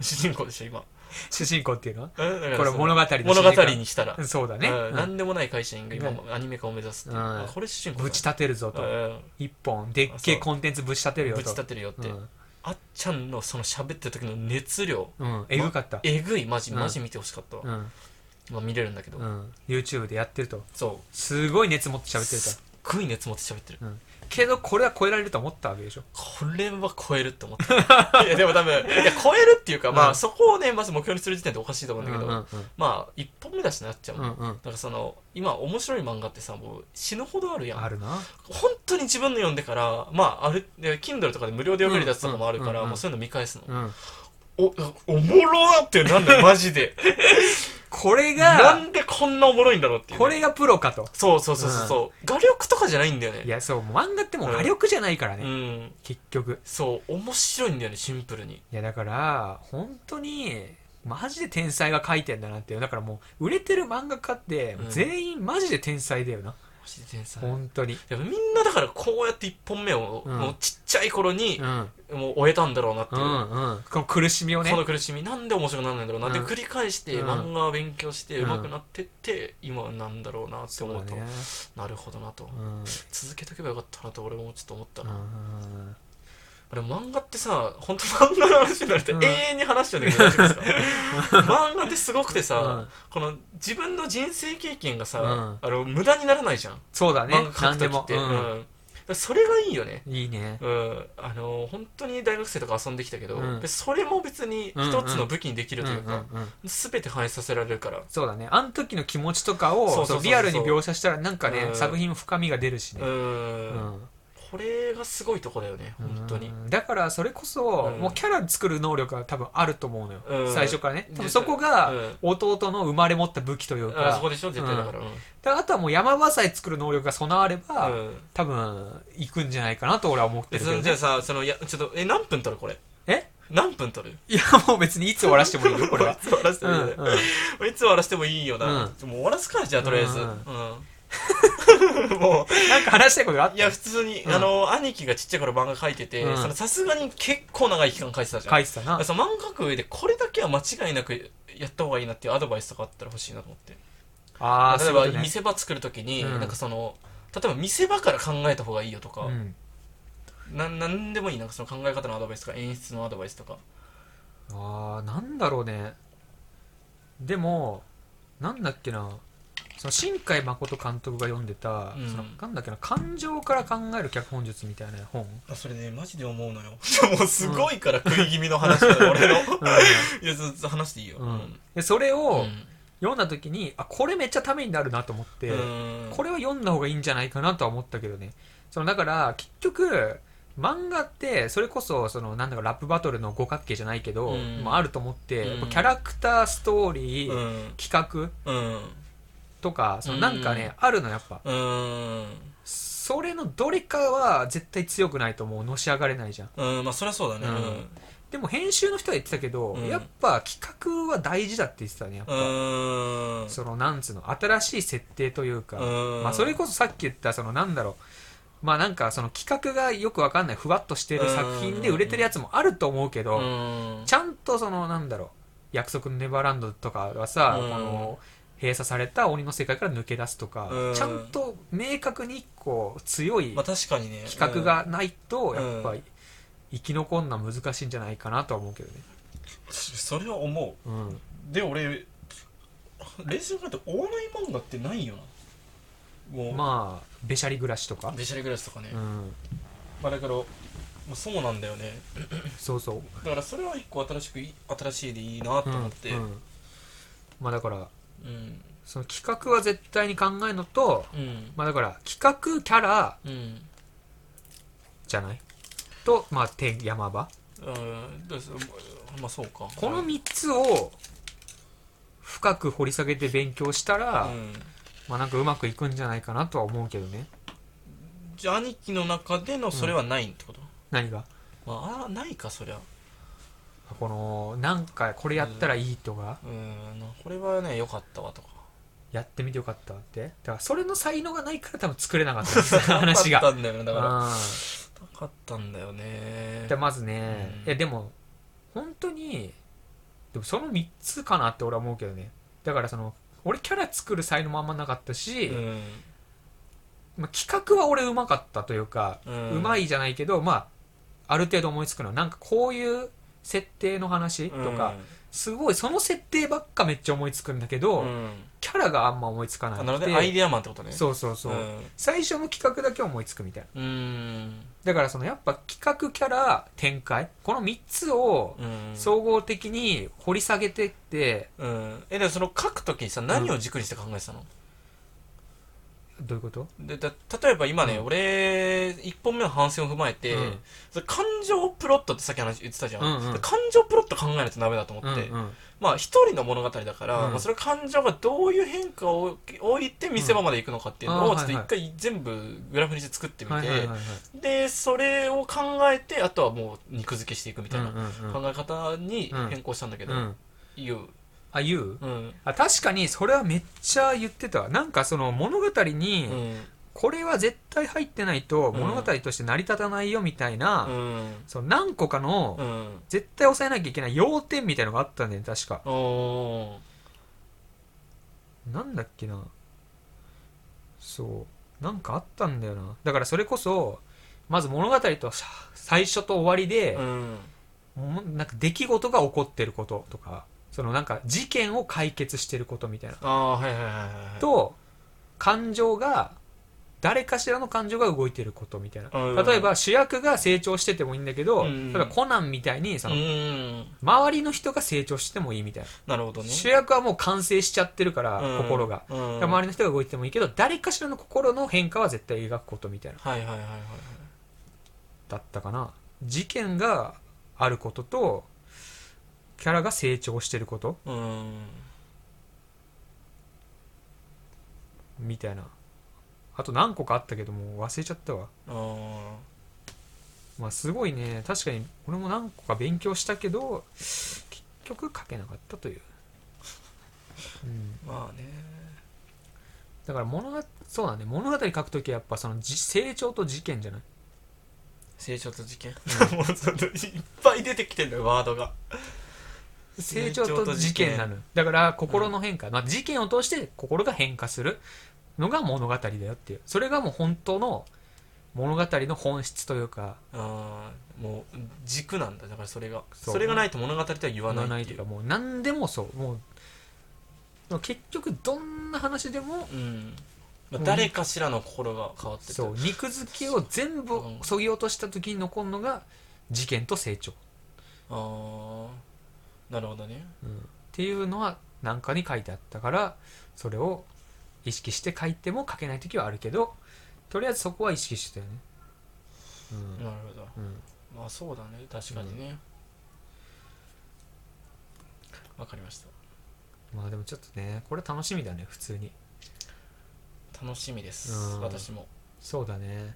A: 主人公でしょ今
B: 主人公っていうのは
A: これ
B: これ物語の主人公
A: 物語にしたら、
B: そうだね、
A: うん、
B: うん
A: 何でもない会社員が今もアニメ化を目指すっていう、
B: うん
A: あこれ主人公
B: ぶち立てるぞ
A: う
B: と、
A: ん
B: 一本でっけえコンテンツぶち立てるよ
A: ぶ
B: と
A: ち立てるよって、
B: うん
A: あっちゃんのその喋ってる時の熱量
B: うんえぐかった、
A: えぐいマジ
B: うん
A: マジ見てほしかったわ、
B: うん
A: まあ、見れるんだけど、
B: うん、YouTube でやってると
A: そう
B: すごい熱持って喋ってると
A: すっごい熱持って喋ってる
B: けどこれは超えられると思ったわけでしょ
A: これは超えるって思った いやでも多分いや超えるっていうか、ま
B: うん
A: あそこをねまず目標にする時点でおかしいと思うんだけど、
B: うんうん
A: まあ一本目だしなっちゃう
B: う
A: もん
B: んうんうん
A: なんかその今面白い漫画ってさもう死ぬほどあるやん
B: あるな
A: 本当に自分の読んでからまああるで Kindle とかで無料で読めるやつとかもあるから、
B: うんうんうん
A: もうそういうの見返すの、
B: うん
A: おおもろーってなんだよマジで
B: これ
A: な
B: が、
A: んでこんなおもろいんだろうっていうね、
B: これがプロかと。
A: そうそうそうそうそう、画力とかじゃないんだよ
B: い
A: ね
B: や、そう、もう漫画ってもう画力じゃないから
A: う
B: ね、
A: ん
B: 結局。
A: そう面白いんだよねシンプルに
B: いや、だから、本当に、マジで天才が書いてんだなっていう。だからもう、売れてる漫画家って
A: う、ん
B: 全員マジで天才だよな。
A: マジで天才
B: 本当に。
A: やっぱみんなだからこうやって一本目を、
B: うん
A: もうちっちゃい頃に
B: う、ん。
A: もう終えたんだろうなって
B: う
A: いう、
B: んうん。この苦しみをね
A: こ。の苦しみなんで面白くならないんだろうなって、
B: うん
A: 繰り返して、
B: うん
A: 漫画を勉強して
B: う
A: 上
B: ん
A: 手くなってって、今なんだろうなって思うと
B: そうだね。
A: なるほどなと、
B: うん。
A: 続けとけばよかったなと俺もちょっと思った
B: う
A: な、
B: ん
A: あれ漫画ってさ本当漫画の話になると
B: う
A: 永
B: ん
A: 遠に話しちゃうんだけど大丈夫です か漫画ってすごくて
B: う
A: さ
B: ん、
A: この自分の人生経験がさ、
B: うん
A: あの無駄にならないじゃん、
B: そうだね
A: 漫。画
B: 何
A: 描
B: で
A: く時
B: も
A: っ。て、うん
B: う
A: だからそれがいいよね
B: ん。いいね。
A: うん、あの本当に大学生とか遊んできたけど、
B: うん
A: 別にそれも別に一つの武器にできるという
B: うん
A: か、
B: うんうん
A: すべ全て反映させられるから、
B: そうだね。あの時の気持ちとかを
A: そうそうそうそう
B: そうリアルに描写したらなんかね、
A: うん
B: 作品も深みが出るし
A: う
B: ね。うんん
A: これがすごいとこだよね本当に、
B: うんだからそれこそ、
A: うん
B: もうキャラ作る能力が多分あると思うのよ、
A: うん
B: 最初からね多分
A: で
B: そこ
A: う
B: が
A: ん
B: 弟の生まれ持った武器という
A: あ
B: か
A: そこでしょ絶対だから、
B: だあとはもう山場さえ作る能力が備われば、
A: うんうん
B: 多分いくんじゃないかなと俺は思っ
A: で
B: てる
A: そ
B: けど
A: のじゃあ
B: ね
A: さそのいやちょっとえ何分取るこれ
B: え
A: 何分取る
B: いやもう別にいつ終わらしてもいいよこ れ
A: い
B: は
A: つ終わらせて
B: う
A: もいい
B: ん
A: よね
B: うん
A: いつ終わらせてもいいよな、もう終わらすかじゃあとりあえず、
B: う
A: うんん もう
B: なんか話したいことがあっ
A: い
B: た
A: や
B: よ
A: 普通に、
B: うん
A: あの兄貴がちっちゃい頃漫画描いてて
B: うん
A: そのさすがに結構長い期間描いてたじゃん
B: 書いてたな
A: その漫画描く上でこれだけは間違いなくやった方がいいなっていうアドバイスとかあったら欲しいなと思って
B: ああ
A: 例
B: そ
A: え
B: ういうこと
A: ば
B: ね
A: 見せ場作るときに、
B: うん
A: なんかその例えば見せ場から考えた方がいいよとか、
B: うん
A: なん、なんでもいいなんかその考え方のアドバイスとか演出のアドバイスとか
B: あーなんだろうねでもなんだっけなその新海誠監督が読んでた、
A: うん
B: そのなんだっけな感情から考える脚本術みたいな本、
A: あそれねマジで思うのよ もうすごいから食い気味の話だよ俺のいやずず話していいよ
B: う
A: うんん
B: でそれ
A: う
B: を
A: ん
B: 読んだ時に、あこれめっちゃためになるなと思って、
A: うん
B: これは読んだ方がいいんじゃないかなとは思ったけどねそのだから結局漫画ってそれこそそのなんだかラップバトルの五角形じゃないけど、
A: うん
B: まあ、あると思って、
A: うん
B: やっぱキャラクターストーリー、
A: うん
B: 企画
A: うん
B: とかそのなんかね、
A: うん
B: あるのやっぱ
A: うん
B: それのどれかは絶対強くないともうのし上がれないじゃん
A: うんまあそりゃそうだね
B: うんでも編集の人は言ってたけど、
A: うん
B: やっぱ企画は大事だって言ってたねやっ
A: う
B: ぱ、
A: んうん
B: そのなんつうの新しい設定というか、
A: うん
B: まあ、それこそさっき言ったそのなんだろうまあなんかその企画がよくわかんないふわっとしてる作品で売れてるやつもあると思うけど、
A: うん
B: ちゃんとそのなんだろう約束のネバーランドとかはさ、
A: うん
B: この閉鎖された鬼の世界から抜け出すとか、
A: うん
B: ちゃんと明確に一個強い
A: まあ確かにね
B: 企画がないと
A: うん
B: やっぱり生き残るのは難しいんじゃないかなとは思うけどね、
A: それは思
B: うん、
A: うで俺冷静に考えてお笑い漫画ってないよなもう、
B: まあべしゃり暮らしとか、
A: ベシャリグラスとかね、
B: うん、
A: まあだから、まあ、そうなんだよね
B: そうそう
A: だからそれは一個新しくいい新しいでいいなと思って
B: うんうんまあだから
A: うん
B: その企画は絶対に考えるのと
A: うん
B: まあだから企画キャラ
A: うん
B: じゃないとまあ天山場
A: うんだからまあそうか
B: この3つを深く掘り下げて勉強したら、
A: うん
B: まあなんかうまくいくんじゃないかなとは思うけどね
A: じゃあ兄貴の中でのそれはないってこと、
B: 何が
A: まああないかそりゃ
B: このなんかこれやったらいいとか、
A: うんこれはね良かったわとか
B: やってみてよかったってだからそれの才能がないから多分作れなかったんですよ話
A: なか
B: が
A: ったんだよね
B: う
A: だ
B: ん
A: から
B: だ
A: なかったんだよね
B: まずね、
A: うん
B: いやでも本当にでもその3つかなって俺は思うけどねだからその俺キャラ作る才能もあんまなかったし、
A: うん
B: まあ、企画は俺うまかったというか、
A: う
B: うんまいじゃないけどまあある程度思いつくのはなんかこういう設定の話とか、すごいその設定ばっかめっちゃ思いつくんだけ
A: う
B: ど、
A: んうん
B: キャラがあんま思いつかな
A: あ
B: くて
A: なるほどねアイデアマンってことね
B: そうそうそう、最初の企画だけ思いつくみたいな
A: うんうん
B: だからそのやっぱ企画キャラ展開この3つを
A: うん
B: 総合的に掘り下げてって、
A: うんえでもその書くときにさ何を軸にして考えてたの、
B: どういうこと
A: でだ例えば今ね、
B: うん
A: 俺1本目の反省を踏まえて、
B: うん
A: それ感情プロットってさっき話言ってたじゃん、
B: うんうん
A: で感情プロット考えないとダメだと思って、
B: うんうん
A: まあ一人の物語だから、
B: うん
A: まあ、それは感情がどういう変化を置いて見せ場まで行くのかっていうの
B: う
A: を
B: ん
A: ちょっ
B: あー
A: と一回全部グラフにして作ってみて、
B: はいはいはいはい
A: でそれを考えてあとはもう肉付けしていくみたい
B: うん
A: な
B: うんうん
A: 考え方に変更したんだけど、
B: うん
A: 言う、
B: あ言う
A: うん
B: あ確かにそれはめっちゃ言ってたなんかその物語
A: う
B: に、
A: ん
B: これは絶対入ってないと
A: うん
B: 物語として成り立たないよみたいな、
A: うん
B: その何個かの、
A: うん
B: 絶対押さえなきゃいけない要点みたいのがあったんだよね確か
A: おー
B: なんだっけなそうなんかあったんだよなだからそれこそまず物語とさ最初と終わりで
A: う、ん
B: もうなんか出来事が起こってることとかそのなんか事件を解決してることみたいな
A: ああはいはいはいはい
B: と感情が誰かしらの感情が動いてることみたいな、
A: うん
B: 例えば主役が成長しててもいいんだけど、
A: うん
B: 例えばコナンみたいにそうの
A: ん
B: 周りの人が成長してもいいみたいな、
A: なるほどね
B: 主役はもう完成しちゃってるから、
A: うん
B: 心が、
A: うん
B: だから周りの人が動いてもいいけど誰かしらの心の変化は絶対描くことみたいな
A: はいはいはいはいはい
B: だったかな事件があることとキャラが成長してること
A: うん
B: みたいなあと何個かあったけどもう忘れちゃったわ
A: あー
B: まあすごいね確かに俺も何個か勉強したけど結局書けなかったという、うん、
A: まあね
B: だから物語そうだね物語書くときはやっぱそのじ成長と事件じゃない
A: 成長と事件、 もうちょっといっぱい出てきてんだよワードが
B: 成長と事件なのよだから心の変化、まあ、事件を通して心が変化するのが物語だよっていうそれがもう本当の物語の本質というか
A: あーもう軸なんだだからそれが
B: そ
A: そうれがないと物語とは言わ
B: 言わ
A: な
B: ないい
A: っ
B: と
A: て
B: い
A: いうう
B: かもう何でもそうもうでも結局どんな話でも
A: うん、まあ、
B: うん
A: 誰かしらの心が変わって
B: そう肉付けを全部
A: うん
B: 削ぎ落とした時に残るのが事件と成長、
A: あーなるほどね
B: うんっていうのはなんかに書いてあったからそれを意識して書いても書けない時はあるけどとりあえずそこは意識してたよね
A: なるほど
B: うん、うん
A: まあそうだね確かにねわ、かりました
B: まあでもちょっとねこれ楽しみだね普通に
A: 楽しみです、
B: うん
A: 私も
B: そうだね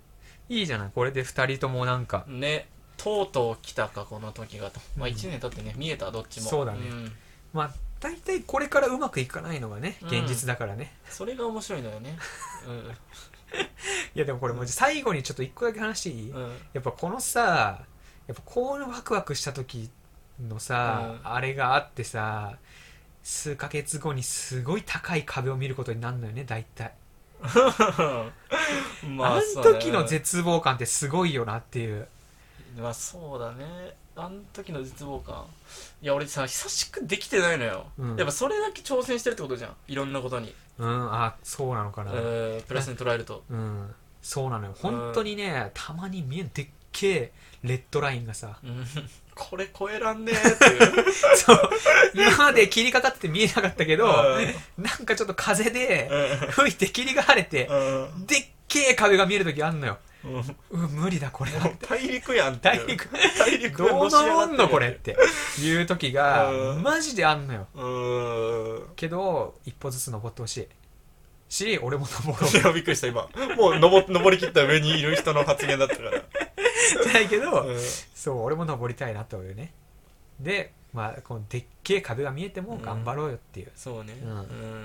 B: いいじゃないこれで2人ともなんか
A: ねとうとう来たかこの時がと、まあ
B: うん
A: 1年経ってね見えたどっちも
B: そうだね
A: ん
B: まあ大体これからうまくいかないのがね
A: うん
B: 現実だからね、
A: それが面白いのよね
B: いやでもこれもう最後にちょっと1個だけ話していい、
A: うん、うん、
B: やっぱこのさやっぱこうワクワクした時のさ、あれがあってさ数ヶ月後にすごい高い壁を見ることになるのよね大体、
A: ま
B: あ、
A: そうだ
B: の
A: ね
B: 時の絶望感ってすごいよなっていう
A: まあそうだねあの時の絶望感いや俺さ久しくできてないのよ、
B: うん
A: やっぱそれだけ挑戦してるってことじゃんいろんなことに、
B: うんあそうなのかなうん、
A: うんプラスに捉えると
B: そうなのよ本当にね、たまに見えんでっけえレッドラインがさ
A: うんこれ超えらんねえっていう
B: そう今まで霧かかってて見えなかったけど、
A: う
B: なんかちょっと風で
A: う
B: 吹いて霧が晴れて、
A: ん
B: でっけえ壁が見える時あんのよ
A: うんも
B: うん無理だこれは
A: う大陸やんってい
B: 大
A: う
B: 陸
A: 大陸が
B: どう
A: のし上がってる
B: なもんのこれっていう時が
A: うん
B: マジであんのよ
A: うーん
B: けど一歩ずつ登ってほしいし俺も登ろう
A: いやびっくりした今もう登登りきった上にいる人の発言だったから
B: じゃないけど
A: うん
B: そう俺も登りたいなというねでまあこのでっけえ壁が見えても頑張ろうよっていう、
A: そうね
B: うん
A: う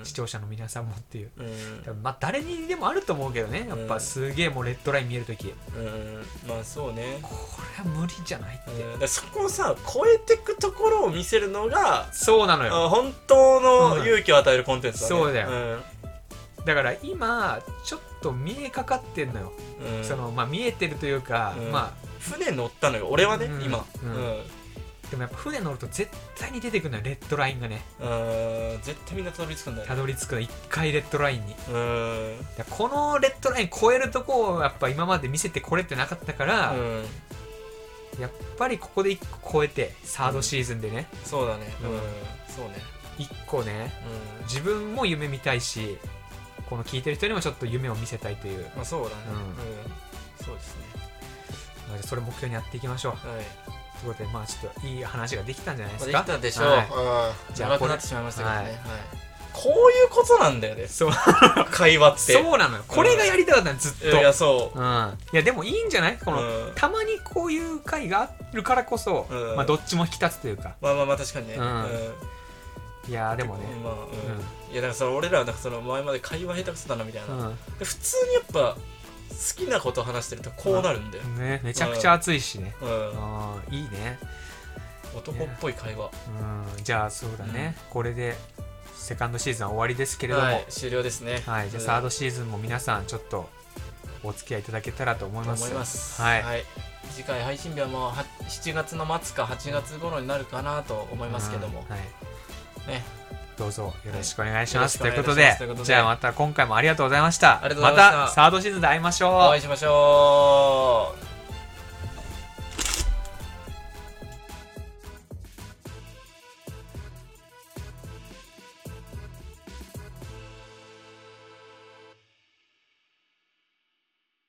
A: ん
B: 視聴者の皆さんもっていう
A: うん
B: まあ誰にでもあると思うけどねやっぱすげえもうレッドライン見える時
A: うんまあそうね
B: これは無理じゃないっ
A: うん
B: て、
A: だからそこをさ超えてくところを見せるのが
B: そうなのよ
A: あ本当の勇気を与えるコンテンツだね
B: そうだよ
A: ん
B: だから今ちょっと見えかかってんのよ、
A: うん
B: そのまあ見えてるというか、
A: うん
B: まあ
A: 船乗ったのよ俺はね
B: うん
A: 今
B: う
A: うんん
B: でもやっぱ船乗ると絶対に出てくるのよレッドラインがね
A: うん絶対みんなたどり着くんだよ
B: たどり着くの一回レッドラインに
A: うんうん
B: だからこのレッドライン超えるとこをやっぱ今まで見せてこれてなかったから、やっぱりここで一個超えてサードシーズンでね
A: そうだね
B: う
A: うんんそうね
B: 一個ね
A: う
B: 自分も夢見たいしこの聞いてる人にもちょっと夢を見せたいという、
A: まあそうだね
B: うん
A: うんそうですね
B: まあじゃあそれを目標にやっていきましょう
A: はい
B: ということでまあちょっといい話ができたんじゃないで
A: まあ
B: す
A: で
B: か
A: きたでしょう
B: はい
A: うん
B: じゃあ
A: 長
B: こ
A: く
B: れ
A: なってしまいましたけどねはいこういうことなんだよね
B: そう
A: 会話って
B: そうなのよこれがやりたかったのずっと、
A: いやそう
B: うん、いやでもいいんじゃないこの、
A: うん
B: たまにこういう回があるからこそ、
A: うん
B: まあ、どっちも引き立つというか
A: まあまあまあ確かにね
B: うんいやーでもね、
A: まあ
B: う
A: うんいやだからその俺らはなんかその前まで会話下手くそだなみたいな
B: うん
A: で普通にやっぱ好きなこと話してるとこうなるんだよ
B: ね、めちゃくちゃ暑いしね、
A: うん
B: あーいいね、
A: 男っぽい会話
B: うん、じゃあそうだね、これでセカンドシーズンは終わりですけれども、は
A: はいい、終了ですね
B: じゃあサード
A: し
B: シーズンも皆さんちょっとお付き合いいただけたらと思い
A: 思
B: ます
A: います
B: はい、
A: 次回配信日はもうは7月の末か8月頃になるかなと思いますけども
B: うんはい
A: ね
B: どうぞよろしくお願いします、
A: はい
B: ということ
A: よろ
B: で
A: しくお願いしますということで
B: じゃあまた今回もありがとうございました
A: ありがとうございました
B: またサードシーズンで会いましょう
A: お会いしましょう